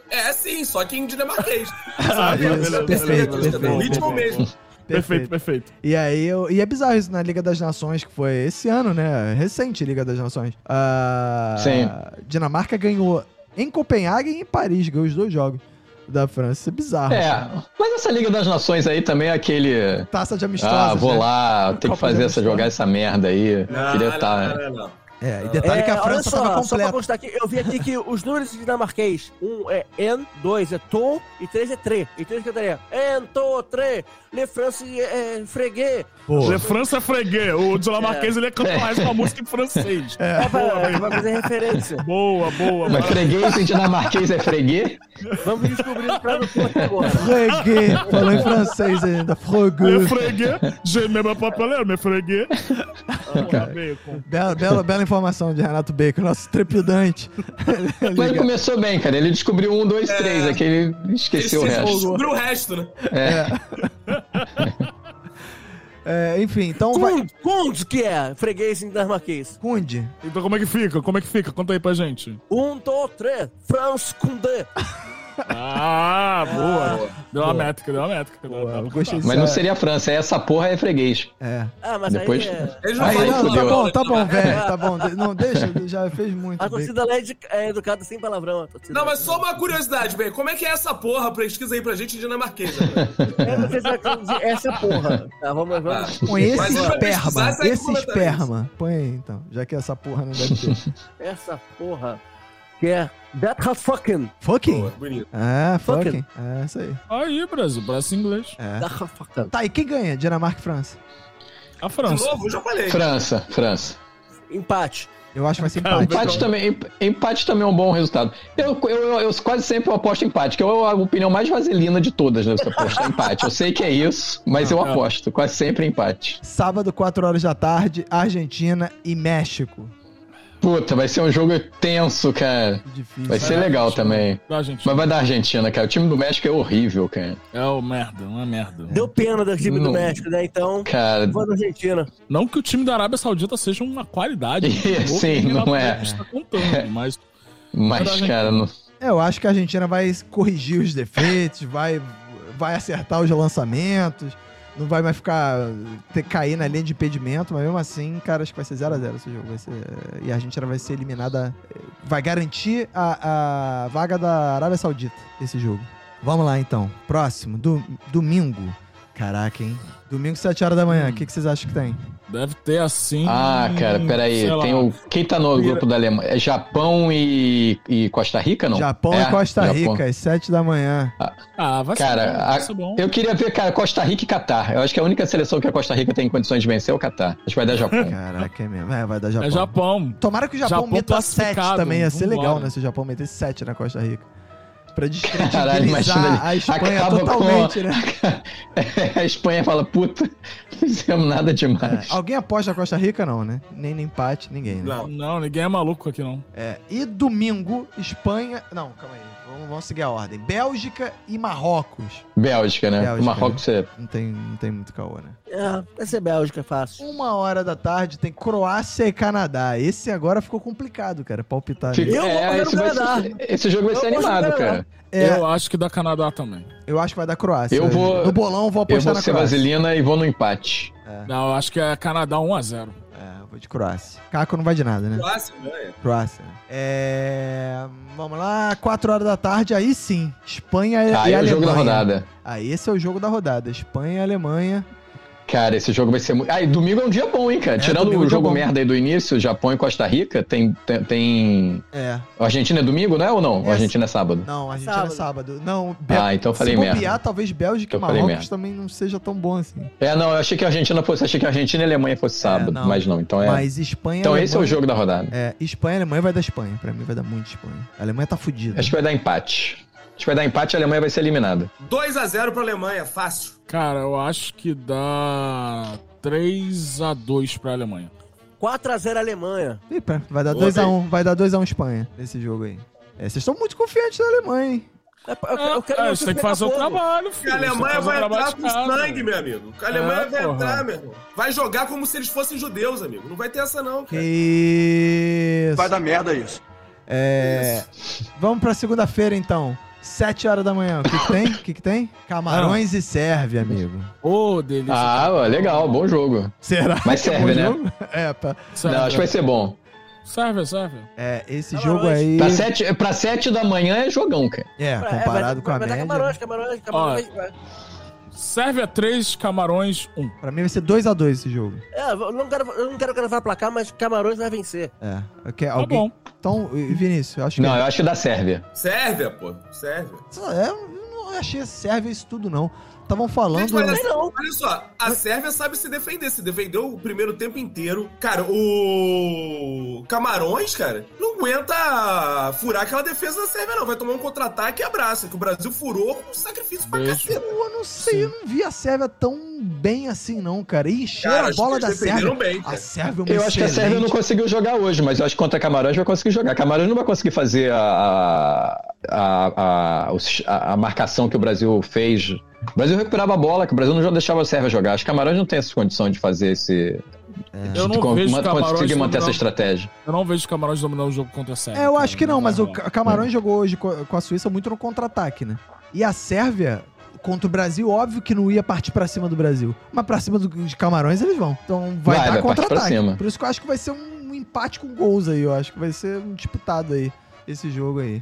Speaker 6: É sim, só que em dinamarquês.
Speaker 3: Ah,
Speaker 1: isso,
Speaker 3: beleza,
Speaker 1: perfeito,
Speaker 3: beleza,
Speaker 1: perfeito.
Speaker 3: beleza.
Speaker 6: Ritmo mesmo.
Speaker 3: Perfeito,
Speaker 1: Perfeito.
Speaker 3: perfeito.
Speaker 1: E aí, eu- e é bizarro isso na Liga das Nações, que foi esse ano, né? Recente Liga das Nações. Ah,
Speaker 5: Sim.
Speaker 1: Dinamarca ganhou em Copenhague e em Paris, ganhou os dois jogos da França. Isso é bizarro.
Speaker 5: É,
Speaker 1: assim.
Speaker 5: mas essa Liga das Nações aí também é aquele.
Speaker 1: Taça de amistosos.
Speaker 5: Ah, vou
Speaker 1: né?
Speaker 5: lá, tem
Speaker 1: Copa
Speaker 5: que fazer
Speaker 1: da
Speaker 5: essa,
Speaker 1: Amistosa.
Speaker 5: jogar essa merda aí.
Speaker 6: Não,
Speaker 5: Queria tá- né?
Speaker 6: não,
Speaker 5: estar.
Speaker 6: não, não, não.
Speaker 1: É, e detalhe que a
Speaker 4: olha
Speaker 1: França tava
Speaker 4: só pra
Speaker 1: completa.
Speaker 4: constar aqui, eu vi aqui que os números em dinamarquês, um é en, dois é to e três é tre. E três cantaria en, to, tre, le France é, é, freguê.
Speaker 1: Pô,
Speaker 3: Le France é freguês. O dinamarquês ele é campeão com a música em francês.
Speaker 4: É. Pra, pra fazer referência.
Speaker 3: Boa, boa.
Speaker 5: Mas
Speaker 3: maravilha.
Speaker 5: freguês em dinamarquês é freguês?
Speaker 4: Vamos descobrindo pra não pôr agora.
Speaker 1: freguê. Falou em francês ainda.
Speaker 3: Le
Speaker 1: Freguê.
Speaker 3: freguês, j'ai même pas parlé, mais freguês. Porra, bacon.
Speaker 1: Bela, bela, bela informação de Renato Bacon, nosso trepidante. É
Speaker 5: Mas ele começou bem, cara. Ele descobriu um,
Speaker 6: É.
Speaker 5: dois, três. Aqui ele esqueceu é o
Speaker 6: Ele se
Speaker 5: resto.
Speaker 6: descobriu o resto, né?
Speaker 1: É, enfim, então vai.
Speaker 4: Kund, Kund, que é freguês em dinamarquês.
Speaker 1: Kunde.
Speaker 3: Então como é que fica? Como é que fica? Conta aí pra gente.
Speaker 4: Um, to, tre, France, Kundê.
Speaker 3: Ah, boa. Deu uma métrica, deu uma métrica.
Speaker 1: Pô, eu
Speaker 3: Agora,
Speaker 1: gostei disso.
Speaker 5: Mas não seria a França, é essa porra é freguês.
Speaker 1: É.
Speaker 4: Ah, mas
Speaker 5: Depois-
Speaker 4: aí é...
Speaker 6: Eles
Speaker 5: Aí,
Speaker 1: Aí,
Speaker 6: falam
Speaker 1: não, tá
Speaker 5: fudeu.
Speaker 6: palavrão,
Speaker 1: bom, tá
Speaker 6: né?
Speaker 1: bom, velho, tá bom. De- Não, deixa, já fez muito.
Speaker 4: A
Speaker 1: bem.
Speaker 4: torcida lá é, de- é educada sem palavrão. a torcida.
Speaker 6: Não, mas só uma curiosidade, velho. Como é que é essa porra? Pesquisa aí pra gente em dinamarquês. Né?
Speaker 4: Eu não sei se vai traduzir essa porra. Tá, vamos, vamos.
Speaker 1: Põe esse
Speaker 6: Mas ele vai
Speaker 1: esperma,
Speaker 6: pesquisar, sai
Speaker 1: esse
Speaker 6: comentando
Speaker 1: esperma. Põe aí, então, já que essa porra não deve ter.
Speaker 4: Essa porra. Que é... That has fucking.
Speaker 1: Fucking?
Speaker 6: Boa, bonito.
Speaker 1: É, fucking.
Speaker 4: Fucking.
Speaker 1: É, isso aí.
Speaker 3: aí, Brasil, braço inglês.
Speaker 1: É.
Speaker 4: That has fucking.
Speaker 1: Tá, e quem ganha? Dinamarca e França?
Speaker 3: A
Speaker 6: De
Speaker 3: França.
Speaker 6: novo, eu já falei.
Speaker 5: França, França.
Speaker 4: Empate.
Speaker 1: Eu acho que vai ser
Speaker 3: Cara,
Speaker 1: empate.
Speaker 5: Empate também, emp- empate também é um bom resultado. Eu, eu, eu- eu quase sempre aposto empate, que é a opinião mais vaselina de todas, né? Você apostar empate. Eu sei que é isso, mas eu
Speaker 3: não.
Speaker 5: aposto. Quase sempre empate.
Speaker 1: Sábado, 4 horas da tarde, Argentina e México.
Speaker 5: Puta, vai ser um jogo tenso, cara.
Speaker 1: Difícil.
Speaker 5: Vai ser legal também.
Speaker 3: Tá, gente.
Speaker 5: Mas vai dar Argentina, cara. O time do México é horrível, cara.
Speaker 3: É o merda, uma merda.
Speaker 1: É.
Speaker 4: Deu pena do time
Speaker 5: Não.
Speaker 4: do México, né? Então,
Speaker 5: Cara,
Speaker 4: vou na Argentina.
Speaker 3: Não que o time da Arábia Saudita seja uma qualidade. Gol
Speaker 5: Sim,
Speaker 3: que o
Speaker 5: não
Speaker 3: Renato
Speaker 5: é.
Speaker 3: Neves Está tá contando, mas
Speaker 5: mas, cara, não.
Speaker 1: É, Eu acho que a Argentina vai corrigir os defeitos, vai, vai acertar os lançamentos, não vai mais ficar ter, cair na linha de impedimento, mas mesmo assim, cara, acho que vai ser 0x0 esse jogo. Vai ser, e a Argentina vai ser eliminada, vai garantir a, a vaga da Arábia Saudita esse jogo. Vamos lá então. Próximo, do- domingo. Caraca, hein? Domingo, 7 horas da manhã. O que, que vocês acham que tem?
Speaker 3: deve ter assim.
Speaker 5: Ah, cara, peraí.
Speaker 3: sei lá.
Speaker 5: Tem o... Quem tá no grupo da Alemanha? É Japão e, e Costa Rica, não?
Speaker 1: Japão
Speaker 5: É,
Speaker 1: e Costa
Speaker 5: Japão.
Speaker 1: Rica, às 7 da manhã.
Speaker 3: Ah, vai
Speaker 5: Cara,
Speaker 3: ser bom.
Speaker 5: a-
Speaker 3: Vai ser bom.
Speaker 5: Eu queria ver, cara, Costa Rica e Catar. Eu acho que a única seleção que a Costa Rica tem condições de vencer é o Catar. Acho que vai dar Japão.
Speaker 1: Caraca, é mesmo. É, vai dar Japão.
Speaker 3: É Japão.
Speaker 1: Tomara que o Japão,
Speaker 3: Japão
Speaker 1: meta 7
Speaker 3: classificado,
Speaker 1: também. Ia ser
Speaker 3: vambora.
Speaker 1: legal, né? Se o Japão meter 7 na Costa Rica. Pra
Speaker 5: Caralho, imagina
Speaker 1: descredibilizar a
Speaker 5: ele.
Speaker 1: Espanha
Speaker 5: Acaba
Speaker 1: totalmente,
Speaker 5: com
Speaker 1: né?
Speaker 5: a... a Espanha fala, puta, não fizemos nada demais.
Speaker 1: É, Alguém aposta na Costa Rica, não, né? Nem no empate, ninguém, né?
Speaker 6: Não.
Speaker 3: Não, ninguém é maluco aqui, não.
Speaker 1: É, e domingo, Espanha. Não, calma aí. Vamos, vamos seguir a ordem. Bélgica e Marrocos.
Speaker 5: Bélgica, né?
Speaker 1: Bélgica,
Speaker 5: o Marrocos é...
Speaker 1: Não tem, não tem muito caô, né?
Speaker 4: É, vai ser Bélgica, fácil.
Speaker 1: Uma hora da tarde tem Croácia e Canadá. Esse agora ficou complicado, cara, palpitar. né?
Speaker 5: Fica-
Speaker 1: nele.
Speaker 4: Eu vou
Speaker 5: é,
Speaker 4: botar
Speaker 5: esse,
Speaker 4: no
Speaker 5: vai
Speaker 4: Canadá.
Speaker 5: ser- esse jogo vai
Speaker 4: Eu
Speaker 5: ser
Speaker 4: vou no
Speaker 5: animado,
Speaker 4: Canadá.
Speaker 5: cara.
Speaker 1: É, eu...
Speaker 3: Eu acho que da Canadá também.
Speaker 1: acho que vai dar Croácia.
Speaker 5: Eu vou-
Speaker 1: No bolão, vou
Speaker 5: Eu
Speaker 1: apostar
Speaker 5: vou
Speaker 1: na
Speaker 5: ser
Speaker 1: Croácia.
Speaker 5: vaselina e vou no empate.
Speaker 3: Não, eu acho que é Canadá 1x0.
Speaker 1: É, eu vou de Croácia. Caco não vai de nada, né?
Speaker 6: Clássico, né?
Speaker 1: Croácia. É. Vamos lá, 4 horas da tarde, aí sim. Espanha e,
Speaker 5: Aí
Speaker 1: e
Speaker 5: é o
Speaker 1: Alemanha.
Speaker 5: jogo da rodada.
Speaker 1: Aí esse é o jogo da rodada. Espanha e Alemanha.
Speaker 5: Cara, esse jogo vai ser muito. Ah, e domingo é um dia bom, hein, cara? Tirando
Speaker 1: domingo é um
Speaker 5: o
Speaker 1: dia
Speaker 5: jogo
Speaker 1: bom.
Speaker 5: merda aí do início, Japão e Costa Rica, tem. tem, tem...
Speaker 1: É.
Speaker 5: A Argentina é domingo, né? Ou não?
Speaker 1: É,
Speaker 5: A Argentina é sábado.
Speaker 1: Não, a Argentina é
Speaker 4: Sábado.
Speaker 1: sábado. Não, Be-
Speaker 5: Ah, então eu falei
Speaker 1: É. se bobear,
Speaker 5: merda.
Speaker 1: talvez Bélgica e
Speaker 5: Eu falei
Speaker 1: Marrocos
Speaker 5: merda.
Speaker 1: também não seja tão bom assim.
Speaker 5: É, não, eu achei que a Argentina fosse. Achei que a Argentina e a Alemanha fosse sábado,
Speaker 1: não.
Speaker 5: mas não. Então é.
Speaker 1: Mas Espanha e
Speaker 5: então esse é o
Speaker 1: Alemanha-
Speaker 5: jogo da rodada.
Speaker 1: É, Espanha e Alemanha vai dar Espanha. Pra mim vai dar muito Espanha. A Alemanha tá fudida.
Speaker 5: Acho que vai dar empate. Acho que vai dar empate e a Alemanha vai ser eliminada.
Speaker 6: 2x0 pra Alemanha, fácil.
Speaker 3: Cara, eu acho que dá 3x2 pra Alemanha.
Speaker 4: 4x0 Alemanha.
Speaker 1: Epa, vai dar
Speaker 6: Boa,
Speaker 1: 2x1, vai dar 2x1 Espanha nesse jogo aí. É, vocês estão muito confiantes na Alemanha, hein?
Speaker 4: Eu, eu- eu
Speaker 3: É,
Speaker 4: quero ver
Speaker 3: você tem que
Speaker 4: pegar
Speaker 3: fazer o
Speaker 4: fogo.
Speaker 3: trabalho,
Speaker 6: Que
Speaker 3: filho.
Speaker 6: a Alemanha vai
Speaker 3: Você tem que fazer
Speaker 6: entrar
Speaker 3: o
Speaker 6: com
Speaker 3: trabalho de casa,
Speaker 6: sangue, meu amigo. Que a Alemanha
Speaker 3: É,
Speaker 6: vai
Speaker 3: porra.
Speaker 6: entrar, meu irmão. Vai jogar como se eles fossem judeus, amigo. Não vai ter essa, não,
Speaker 1: Que
Speaker 6: cara.
Speaker 1: isso.
Speaker 7: Vai dar merda isso.
Speaker 1: É, Vamos pra segunda-feira, então. 7 horas da manhã. O que, que tem? O que, que tem? Camarões e Sérvia, amigo.
Speaker 3: Ô, delícia.
Speaker 5: Ah, ó, legal, bom jogo.
Speaker 1: Será?
Speaker 5: Mas
Speaker 1: que é
Speaker 5: serve,
Speaker 1: bom
Speaker 5: né?
Speaker 1: jogo? É, pá.
Speaker 3: serve,
Speaker 5: Não, acho que vai ser bom.
Speaker 3: serve, serve.
Speaker 1: É, esse
Speaker 4: Camarões.
Speaker 1: jogo aí.
Speaker 5: Pra sete, pra sete da manhã é jogão, cara.
Speaker 1: É,
Speaker 4: É,
Speaker 1: comparado
Speaker 4: vai-
Speaker 1: com a
Speaker 4: vai
Speaker 1: média.
Speaker 4: dar
Speaker 1: né?
Speaker 4: Camarões, camarões, camarões.
Speaker 3: Sérvia 3, Camarões Tá 1.
Speaker 1: Pra mim vai ser 2x2 esse jogo.
Speaker 4: É, eu não quero, eu não quero gravar placar, mas Camarões vai vencer.
Speaker 1: É. Ok,
Speaker 3: Tá
Speaker 1: alguém...
Speaker 3: bom.
Speaker 1: Então, Vinícius, eu acho que.
Speaker 5: Não, eu acho que da Sérvia.
Speaker 6: Sérvia, pô. Sérvia.
Speaker 1: É, eu não achei Sérvia isso tudo, não. Estavam falando.
Speaker 6: Gente, mas assim,
Speaker 4: Também não.
Speaker 6: Olha só, a Sérvia sabe se defender, se defendeu o primeiro tempo inteiro. Cara, o Camarões, cara, não aguenta furar aquela defesa da Sérvia, não. Vai tomar um contra-ataque e abraça, que o Brasil furou com sacrifício pra
Speaker 5: é
Speaker 3: Beijo.
Speaker 6: caceta.
Speaker 1: Eu não sei, eu não vi a Sérvia tão bem assim, não, cara. E encheram
Speaker 6: Cara,
Speaker 1: a bola
Speaker 6: acho que
Speaker 1: da
Speaker 6: eles
Speaker 1: Sérvia.
Speaker 6: defenderam bem,
Speaker 1: A
Speaker 6: cara.
Speaker 1: Sérvia é uma
Speaker 5: Eu acho que a Sérvia não
Speaker 1: excelente-
Speaker 5: conseguiu jogar hoje, mas eu acho que contra Camarões vai conseguir jogar. Camarões não vai conseguir fazer a, a, a, os- a- a marcação que o Brasil fez. O Brasil recuperava a bola, que o Brasil não deixava a Sérvia jogar. Acho que Camarões não tem essa condição de fazer esse.
Speaker 3: Eu
Speaker 5: de
Speaker 3: não
Speaker 5: con-
Speaker 3: vejo
Speaker 5: ma-
Speaker 3: Camarões
Speaker 5: conseguir manter essa
Speaker 3: dominar-
Speaker 5: estratégia.
Speaker 3: Eu não vejo Camarões dominar o jogo contra a Sérvia.
Speaker 1: É, eu
Speaker 3: cara.
Speaker 1: acho que não, mas
Speaker 3: vai
Speaker 1: o
Speaker 3: rolar.
Speaker 1: Ca- Camarões jogou hoje co- com a Suíça muito no contra-ataque, né? E a Sérvia, contra o Brasil, óbvio que não ia partir pra cima do Brasil. Mas pra cima do, de Camarões eles vão. Então vai,
Speaker 5: Vai,
Speaker 1: dar
Speaker 5: vai partir pra
Speaker 1: contra-ataque.
Speaker 5: cima.
Speaker 1: Por isso que eu acho que vai ser um empate com gols aí. Eu acho que vai ser um disputado aí, esse jogo aí.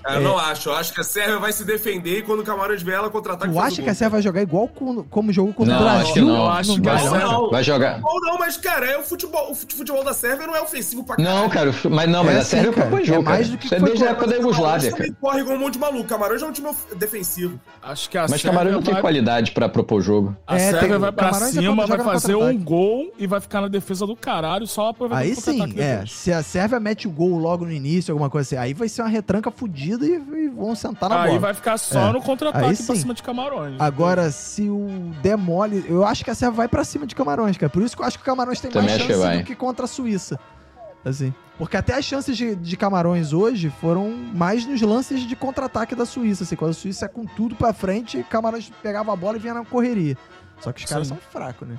Speaker 6: Cara, eu
Speaker 1: É.
Speaker 6: não acho. Eu acho que a Sérvia vai se defender e quando o Camarões vier, ela contra-ataque.
Speaker 1: Tu acha que a Sérvia vai jogar igual com- como jogo contra o
Speaker 5: Não,
Speaker 1: Brasil?
Speaker 5: acho que não.
Speaker 3: acho que
Speaker 5: vai,
Speaker 6: não.
Speaker 1: Oh.
Speaker 5: jogar- vai jogar.
Speaker 6: Ou não, mas, cara, é o futebol. O fute- futebol da Sérvia não é ofensivo pra
Speaker 5: Não, cara, mas não,
Speaker 1: É
Speaker 5: mas a
Speaker 1: assim,
Speaker 5: Sérvia
Speaker 1: cara.
Speaker 5: propõe jogo.
Speaker 1: É mais
Speaker 5: cara.
Speaker 1: do que
Speaker 5: Isso é
Speaker 1: foi
Speaker 5: desde a
Speaker 1: contra-
Speaker 5: época da
Speaker 6: Camarões
Speaker 5: Iugoslávia, cara.
Speaker 6: também corre com um monte de maluco. Camarões é um time of- defensivo.
Speaker 3: Acho que a
Speaker 5: Mas
Speaker 3: Sérvia
Speaker 5: Camarões não tem
Speaker 3: vai-
Speaker 5: qualidade pra propor jogo.
Speaker 3: A
Speaker 1: É,
Speaker 3: Sérvia
Speaker 1: tem-
Speaker 3: vai pra
Speaker 1: Camarões é
Speaker 3: cima,
Speaker 1: quando
Speaker 3: vai
Speaker 1: joga no
Speaker 3: fazer um
Speaker 1: contra-ataque.
Speaker 3: gol e vai ficar na defesa do caralho só aproveitando
Speaker 1: Aí
Speaker 3: o contra-ataque
Speaker 1: sim, é.
Speaker 3: depois.
Speaker 1: Se a Sérvia mete o gol logo no início, alguma coisa assim, aí vai ser uma retranca fodida e, e vão sentar tá na
Speaker 3: Aí
Speaker 1: bola.
Speaker 3: vai ficar só
Speaker 1: É.
Speaker 3: no
Speaker 1: Aí
Speaker 3: contra-ataque pra
Speaker 1: sim. Ah.
Speaker 3: cima de Camarões.
Speaker 1: Agora, se o demole, eu acho que a Sérvia vai pra cima de Camarões, cara. Por isso que eu acho que o Camarões tem
Speaker 5: Também
Speaker 1: mais
Speaker 5: acho que
Speaker 1: chance
Speaker 5: vai.
Speaker 1: do que contra a Suíça. Assim. Porque até as chances de, de Camarões hoje foram mais nos lances de contra-ataque da Suíça. Assim, quando a Suíça é com tudo pra frente, Camarões pegava a bola e vinha na correria. Só que os caras
Speaker 3: Sim.
Speaker 1: são fracos, né?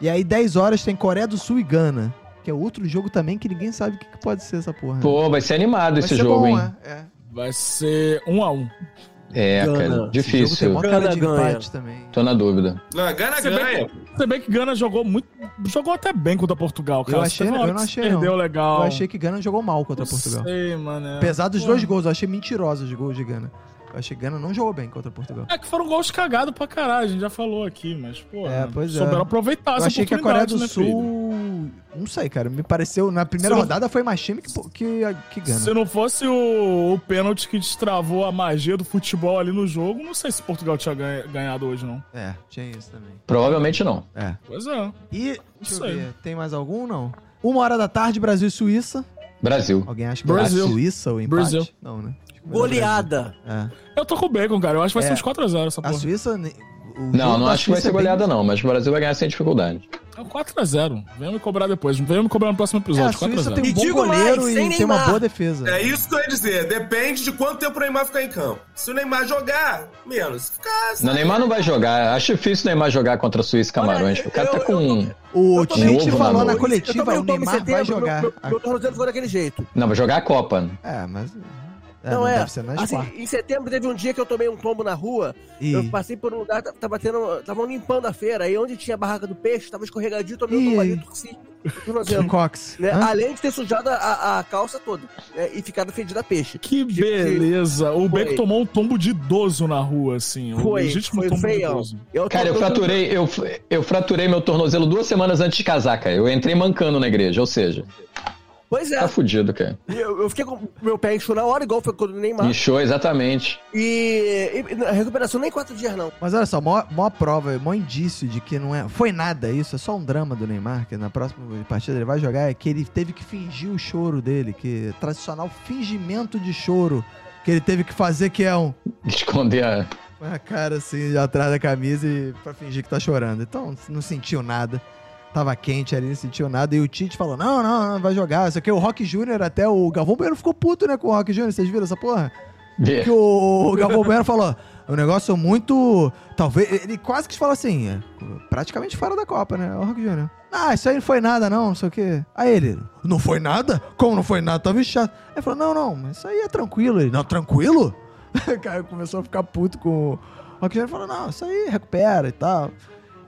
Speaker 1: E aí, 10 horas tem Coreia do Sul e Gana. Que é outro jogo também que ninguém sabe o que, que pode ser essa porra. né?
Speaker 5: Pô, vai ser animado
Speaker 1: Vai
Speaker 5: esse
Speaker 1: ser
Speaker 5: jogo,
Speaker 1: bom,
Speaker 5: hein?
Speaker 1: É. é.
Speaker 3: Vai ser um a um.
Speaker 5: É,
Speaker 4: Gana.
Speaker 5: cara,
Speaker 1: Esse jogo tem
Speaker 5: difícil.
Speaker 1: mó cara de
Speaker 4: Gana ganha.
Speaker 1: empate também.
Speaker 5: Tô na dúvida.
Speaker 6: Não, é Gana
Speaker 3: Você vê
Speaker 6: ganha.
Speaker 3: Se bem que Gana jogou muito. Jogou até bem contra Portugal, cara.
Speaker 1: Eu achei-
Speaker 3: Teve uma hora
Speaker 1: eu não
Speaker 3: que
Speaker 1: achei,
Speaker 3: Perdeu
Speaker 1: não.
Speaker 3: legal.
Speaker 1: Eu achei que Gana jogou mal contra
Speaker 3: Não
Speaker 1: Portugal.
Speaker 3: Sei, mano. é.
Speaker 1: Apesar dos dois gols, eu achei mentirosos os gols de Gana. Eu achei que Gana não jogou bem contra Portugal.
Speaker 3: É que foram gols cagados pra caralho, a gente já falou aqui, mas, pô,
Speaker 1: É, pois é.
Speaker 3: souberam aproveitar
Speaker 1: Eu
Speaker 3: essa
Speaker 1: achei que a Coreia do
Speaker 3: oportunidade, né, filho?
Speaker 1: Sul. Não sei, cara. Me pareceu. Na primeira
Speaker 3: Se não-
Speaker 1: rodada foi mais time que, que, que Gana.
Speaker 3: Se não fosse o, o pênalti que destravou a magia do futebol ali no jogo, não sei se Portugal tinha ganha- ganhado hoje, não.
Speaker 1: É, tinha isso também.
Speaker 5: Provavelmente não.
Speaker 1: É.
Speaker 3: Pois é.
Speaker 1: E. Deixa eu
Speaker 3: aí.
Speaker 1: ver. Tem mais algum não? Uma hora da tarde, Brasil e Suíça.
Speaker 5: Brasil.
Speaker 1: Alguém acha que
Speaker 3: Brasil.
Speaker 1: vai dar Suíça ou empate?
Speaker 3: Brasil. Tá
Speaker 1: Não, né? Acho que vai dar
Speaker 4: Goleada.
Speaker 1: Brasil. É.
Speaker 3: Eu tô com o bacon, cara. Eu acho que vai
Speaker 1: É.
Speaker 3: ser uns 4x0 essa
Speaker 1: A
Speaker 3: porra.
Speaker 1: Suíça. ne- o jogo
Speaker 5: Não, não
Speaker 1: da
Speaker 5: acho que
Speaker 1: Suíça
Speaker 5: vai ser
Speaker 1: é bem-
Speaker 5: goleada, não, mas o Brasil vai ganhar sem dificuldade.
Speaker 3: É um 4x0. Venha me cobrar depois. Venha me cobrar no próximo
Speaker 1: É, a
Speaker 3: episódio.
Speaker 1: Suíça
Speaker 3: 4x0.
Speaker 1: tem um
Speaker 4: E
Speaker 1: bom
Speaker 4: digo mais,
Speaker 1: goleiro
Speaker 4: sem
Speaker 1: e tem uma
Speaker 4: Neymar.
Speaker 1: boa defesa.
Speaker 6: É isso que eu ia dizer. Depende de quanto tempo o Neymar ficar em campo. Se o Neymar jogar, menos. Se Ficar.
Speaker 5: Não, Neymar não vai jogar. Acho difícil o Neymar jogar contra a Suíça e Camarões. O cara tá com.
Speaker 1: O
Speaker 4: Eu tô
Speaker 1: Tite
Speaker 5: meio-
Speaker 1: falou
Speaker 5: Eu
Speaker 1: na
Speaker 4: Eu
Speaker 5: tô
Speaker 1: coletiva,
Speaker 4: tomei um
Speaker 1: o
Speaker 4: tombo em
Speaker 1: Neymar vai
Speaker 4: setembro,
Speaker 1: jogar.
Speaker 4: Meu, meu, meu tornozelo ficou daquele jeito.
Speaker 5: Não, vai jogar a Copa.
Speaker 1: É, mas. É,
Speaker 4: não, é.
Speaker 1: Deve ser nas
Speaker 4: assim,
Speaker 1: quartas.
Speaker 4: em setembro teve um dia que eu tomei um tombo na rua.
Speaker 1: E...
Speaker 4: Eu passei por um lugar, t- tava tendo. Estavam limpando a feira. Aí onde tinha a barraca do peixe, tava escorregadinho, tomei um
Speaker 1: Ih.
Speaker 4: tombo ali, torci. o tornozelo,
Speaker 1: Tim Cox.
Speaker 4: Né?
Speaker 1: Hã?
Speaker 4: Além de ter sujado a- a, a calça toda né? e ficado fedida a peixe.
Speaker 3: Que beleza. O
Speaker 4: Foi.
Speaker 3: Beco tomou um tombo de idoso na rua, assim. Um
Speaker 4: Foi,
Speaker 3: legítimo
Speaker 4: foi
Speaker 3: tombo de
Speaker 4: feião.
Speaker 3: idoso.
Speaker 4: Eu
Speaker 5: Cara, eu
Speaker 4: tô-
Speaker 5: fraturei, eu, eu fraturei meu tornozelo duas semanas antes de casar, cara. Eu entrei mancando na igreja, ou seja,
Speaker 4: Pois é,
Speaker 5: tá fudido, cara.
Speaker 4: eu, eu fiquei com meu pé inchou na hora, igual foi quando o Neymar.
Speaker 5: Inchou, exatamente.
Speaker 4: E, e na recuperação nem quatro dias, não.
Speaker 1: Mas olha só, mó, mó prova, mó indício de que não é. Foi nada isso, é só um drama do Neymar, que na próxima partida ele vai jogar, é que ele teve que fingir o choro dele, que tradicional fingimento é de choro que ele teve que fazer, que é um.
Speaker 5: Esconder a.
Speaker 1: Põe a cara assim atrás da camisa e pra fingir que tá chorando. Então não sentiu nada. Tava quente ali, não sentiu nada. E o Tite falou: não, não, não, vai jogar. Isso aqui o Rock Júnior, até o Galvão Bueno ficou puto, né, com o Rock Júnior. Vocês viram essa porra?
Speaker 5: Vê.
Speaker 1: Que o Galvão Bueno falou: é um negócio muito. Talvez. Ele quase que falou assim: é, praticamente fora da Copa, né? O Rock Júnior. Ah, isso aí não foi nada, não, não sei o quê. Aí ele, não foi nada? Como não foi nada? Tava inchado. Aí ele falou: não, não, mas isso aí é tranquilo. Ele, não, tranquilo? O cara começou a ficar puto com o Rock Júnior falou, não, isso aí recupera e tal.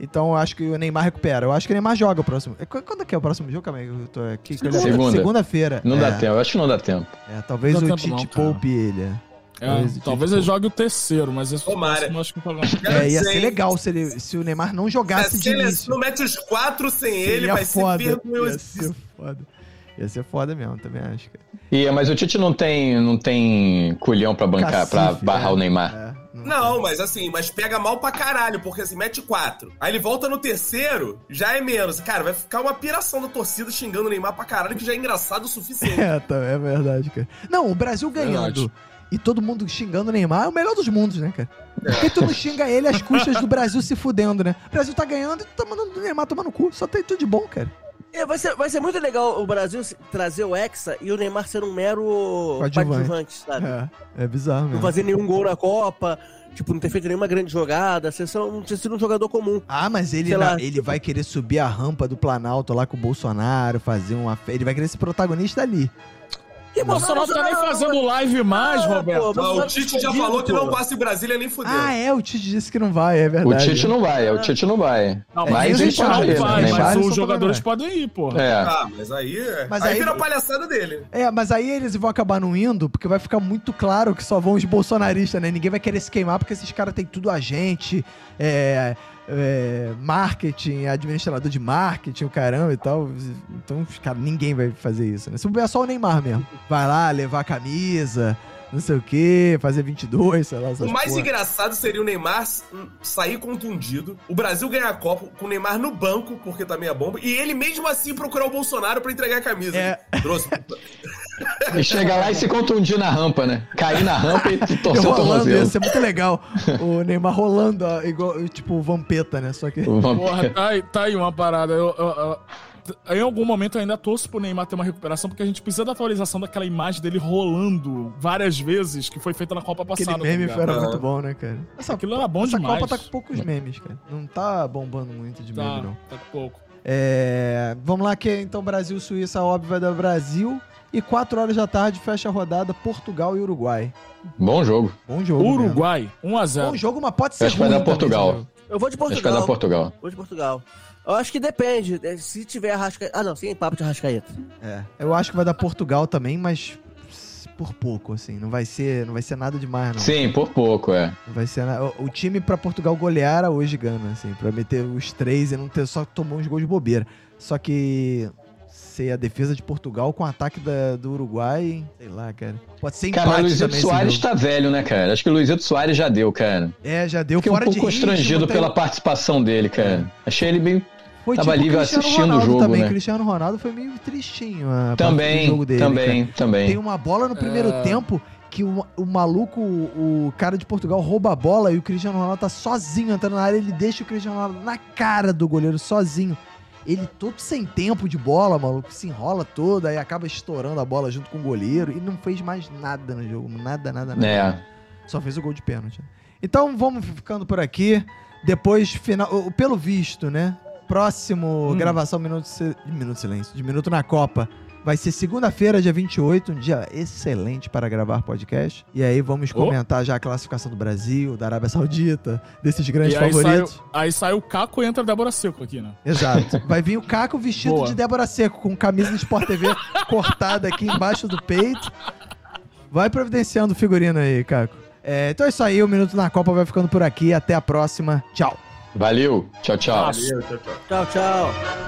Speaker 1: Então eu acho que o Neymar recupera. Eu acho que o Neymar joga o próximo. é, qu- Quando é que é o próximo jogo? Calma aí, eu tô aqui. que eu já-
Speaker 5: Segunda.
Speaker 1: Segunda-feira.
Speaker 5: Não
Speaker 1: é,
Speaker 5: dá tempo, eu acho que não dá tempo.
Speaker 1: É, talvez
Speaker 3: Não dá
Speaker 1: o
Speaker 3: tempo não,
Speaker 1: Tite
Speaker 3: cara.
Speaker 1: poupe ele. é.
Speaker 3: É,
Speaker 1: Talvez-
Speaker 3: talvez ele jogue o terceiro, mas esse
Speaker 6: Tomara.
Speaker 3: próximo eu acho que não vai
Speaker 6: Cara,
Speaker 1: É, ia
Speaker 6: sem-
Speaker 1: ser legal se, ele, se o Neymar não
Speaker 6: É, Se a
Speaker 1: jogasse de início.
Speaker 6: seleção mete os quatro sem ele,
Speaker 1: Seria
Speaker 6: vai
Speaker 1: foda.
Speaker 6: ser
Speaker 1: Ia
Speaker 6: vergonhoso.
Speaker 1: ser foda. Ia ser foda mesmo, também acho. cara.
Speaker 5: E, mas o Tite não tem, não tem culhão pra bancar,
Speaker 1: Cacife,
Speaker 5: pra barrar
Speaker 1: é,
Speaker 5: o Neymar.
Speaker 1: é,
Speaker 6: Não, mas assim, mas pega mal pra caralho, porque assim, mete quatro. Aí ele volta no terceiro, já é menos. Cara, vai ficar uma piração da torcida xingando o Neymar pra caralho, que já é engraçado o suficiente.
Speaker 1: É, também é verdade, cara. Não, o Brasil ganhando
Speaker 3: Verdade.
Speaker 1: e todo mundo xingando o Neymar é o melhor dos mundos, né, cara?
Speaker 6: É.
Speaker 1: Porque tu não xinga ele às custas do Brasil se fudendo, né? O Brasil tá ganhando e tu tá mandando o Neymar tomar no cu. Só tem tudo de bom, cara.
Speaker 4: É, vai, ser, vai ser muito legal o Brasil se- trazer o Hexa e o Neymar ser um mero
Speaker 1: Coadjuvante.
Speaker 4: coadjuvante, sabe?
Speaker 1: É, é bizarro
Speaker 4: Não
Speaker 1: mesmo.
Speaker 4: fazer nenhum gol na Copa, tipo, não ter feito nenhuma grande jogada, ser só um, ter sido um jogador comum.
Speaker 1: Ah, mas ele,
Speaker 4: Sei
Speaker 1: na-
Speaker 4: lá.
Speaker 1: ele vai querer subir a rampa do Planalto lá com o Bolsonaro, fazer uma festa. Ele vai querer ser protagonista ali.
Speaker 4: E
Speaker 3: O Bolsonaro tá nem fazendo live
Speaker 4: Ah,
Speaker 3: mais, Roberto.
Speaker 6: Mas Ah, o
Speaker 4: tá
Speaker 6: Tite
Speaker 1: Tá
Speaker 6: já falou que não passa em Brasília nem fudeu.
Speaker 1: Ah, é, o Tite disse que não vai, é
Speaker 5: O
Speaker 1: verdade.
Speaker 5: Tite não vai, o Tite não vai.
Speaker 3: Não,
Speaker 1: É,
Speaker 5: mas
Speaker 1: nem
Speaker 5: ele
Speaker 1: o Richard
Speaker 5: pode ir,
Speaker 3: não
Speaker 5: né,
Speaker 3: vai,
Speaker 1: nem
Speaker 5: Neymar?
Speaker 1: vai,
Speaker 3: mas
Speaker 1: só
Speaker 3: os jogadores
Speaker 1: vai.
Speaker 3: podem ir, porra.
Speaker 5: É.
Speaker 6: Ah, mas aí. é.
Speaker 1: Mas
Speaker 6: aí,
Speaker 1: aí-
Speaker 6: vira a palhaçada dele.
Speaker 1: É, mas aí eles vão acabar não indo, porque vai ficar muito claro que só vão os bolsonaristas, né? Ninguém vai querer se queimar, porque esses caras têm tudo agente, é, é, marketing, administrador de marketing, o caramba e tal. Então, cara, ninguém vai fazer isso, né? Se bobear só o Neymar mesmo. Vai lá levar a camisa, não sei o quê, fazer 22, sei lá, essas
Speaker 6: O mais
Speaker 1: porra.
Speaker 6: engraçado seria o Neymar s- hum, sair contundido, o Brasil ganhar a Copa com o Neymar no banco, porque tá meia bomba, e ele mesmo assim procurar o Bolsonaro pra entregar a camisa.
Speaker 1: É.
Speaker 6: Trouxe.
Speaker 5: E chega lá e se contundir na rampa, né? Cair na rampa e
Speaker 1: Eu
Speaker 5: torcer
Speaker 1: rolando,
Speaker 5: o
Speaker 1: ia
Speaker 5: tornozelo.
Speaker 1: ser muito legal. o Neymar rolando, ó, igual, tipo, o Vampeta, né? Só que...
Speaker 5: O vampiro.
Speaker 3: Porra, tá aí, tá aí uma parada. Eu, eu- eu- em algum momento eu ainda torço pro Neymar ter uma recuperação, porque a gente precisa da atualização daquela imagem dele rolando várias vezes que foi feita na Copa
Speaker 1: Aquele
Speaker 3: passada.
Speaker 1: meme
Speaker 3: tá ligado?
Speaker 1: era
Speaker 6: Aham.
Speaker 1: muito bom, né, cara? Essa,
Speaker 3: Aquilo era bom
Speaker 1: essa
Speaker 3: demais.
Speaker 1: Copa tá com poucos memes, cara. Não tá bombando muito de meme, não.
Speaker 3: Tá, tá com pouco.
Speaker 1: É, vamos lá, que então Brasil-Suíça, óbvio, vai dar Brasil. E 4 horas da tarde fecha a rodada Portugal e Uruguai.
Speaker 5: Bom jogo.
Speaker 1: Bom jogo. mesmo.
Speaker 3: Uruguai, 1x0.
Speaker 1: Bom jogo, mas pode ser
Speaker 5: Acho que vai
Speaker 1: ruim
Speaker 5: dar
Speaker 1: também, né?
Speaker 5: Portugal.
Speaker 1: esse jogo.
Speaker 4: Eu vou de
Speaker 5: Acho que vai dar
Speaker 4: Portugal.
Speaker 5: Portugal.
Speaker 4: Vou de Portugal. Eu acho que depende. é, Se tiver Arrascaeta. Ah, não, sem papo de Arrascaeta.
Speaker 1: É, eu acho que vai dar Portugal também, mas por pouco, assim. Não vai ser, não vai ser nada demais, não.
Speaker 5: Sim, por pouco, é.
Speaker 1: Não Vai ser na- o, o time pra Portugal golear era hoje Gana, assim, pra meter os três e não ter só tomou uns gols de bobeira. Só que ser a defesa de Portugal com o ataque da- do Uruguai, sei lá, cara. Pode ser empate
Speaker 5: Cara, mas o Luizito
Speaker 1: também. esse
Speaker 5: Soares
Speaker 1: jogo.
Speaker 5: tá velho, né, cara? Acho que o Luizito Soares já deu, cara.
Speaker 1: É, já deu
Speaker 5: Fiquei um
Speaker 1: fora
Speaker 5: pouco
Speaker 1: de ritmo,
Speaker 5: constrangido
Speaker 1: tem- um É.
Speaker 5: pela participação dele, cara. Achei ele bem.
Speaker 1: Foi
Speaker 5: tava
Speaker 1: o
Speaker 5: ali
Speaker 1: tipo Cristiano
Speaker 5: assistindo o
Speaker 1: Ronaldo
Speaker 5: jogo,
Speaker 1: também.
Speaker 5: né?
Speaker 1: Cristiano Ronaldo foi meio tristinho a partida do
Speaker 5: Também,
Speaker 1: jogo dele. cara.
Speaker 5: também,
Speaker 1: Tem
Speaker 5: também.
Speaker 1: uma bola no primeiro
Speaker 3: É.
Speaker 1: tempo que o, o maluco, o, o cara de Portugal, rouba a bola e o Cristiano Ronaldo tá sozinho entrando na área. Ele deixa o Cristiano Ronaldo na cara do goleiro sozinho. Ele todo sem tempo de bola, maluco, se enrola todo, aí acaba estourando a bola junto com o goleiro e não fez mais nada no jogo. Nada, nada, nada.
Speaker 5: É.
Speaker 1: Só fez o gol de pênalti. Então vamos ficando por aqui. Depois, final. o- Pelo visto, né? Próximo
Speaker 3: Hum.
Speaker 1: gravação Minuto, de Sil- de Minuto de Silêncio, de Minuto na Copa. Vai ser segunda-feira, dia 28, um dia excelente para gravar podcast. E aí vamos
Speaker 3: Oh.
Speaker 1: comentar já a classificação do Brasil, da Arábia Saudita, desses grandes
Speaker 3: E aí saiu,
Speaker 1: favoritos.
Speaker 3: aí saiu o Caco e entra a Débora Seco aqui, né?
Speaker 1: Exato. Vai vir o Caco vestido
Speaker 3: Boa.
Speaker 1: de Débora Seco, com camisa do Sport TV cortada aqui embaixo do peito. Vai providenciando o figurino aí, Caco. É, então é isso aí, o Minuto na Copa vai ficando por aqui. Até a próxima. Tchau.
Speaker 5: Valeu. Tchau, tchau.
Speaker 3: Abraço.
Speaker 6: Valeu, tchau, tchau.
Speaker 4: Tchau, tchau.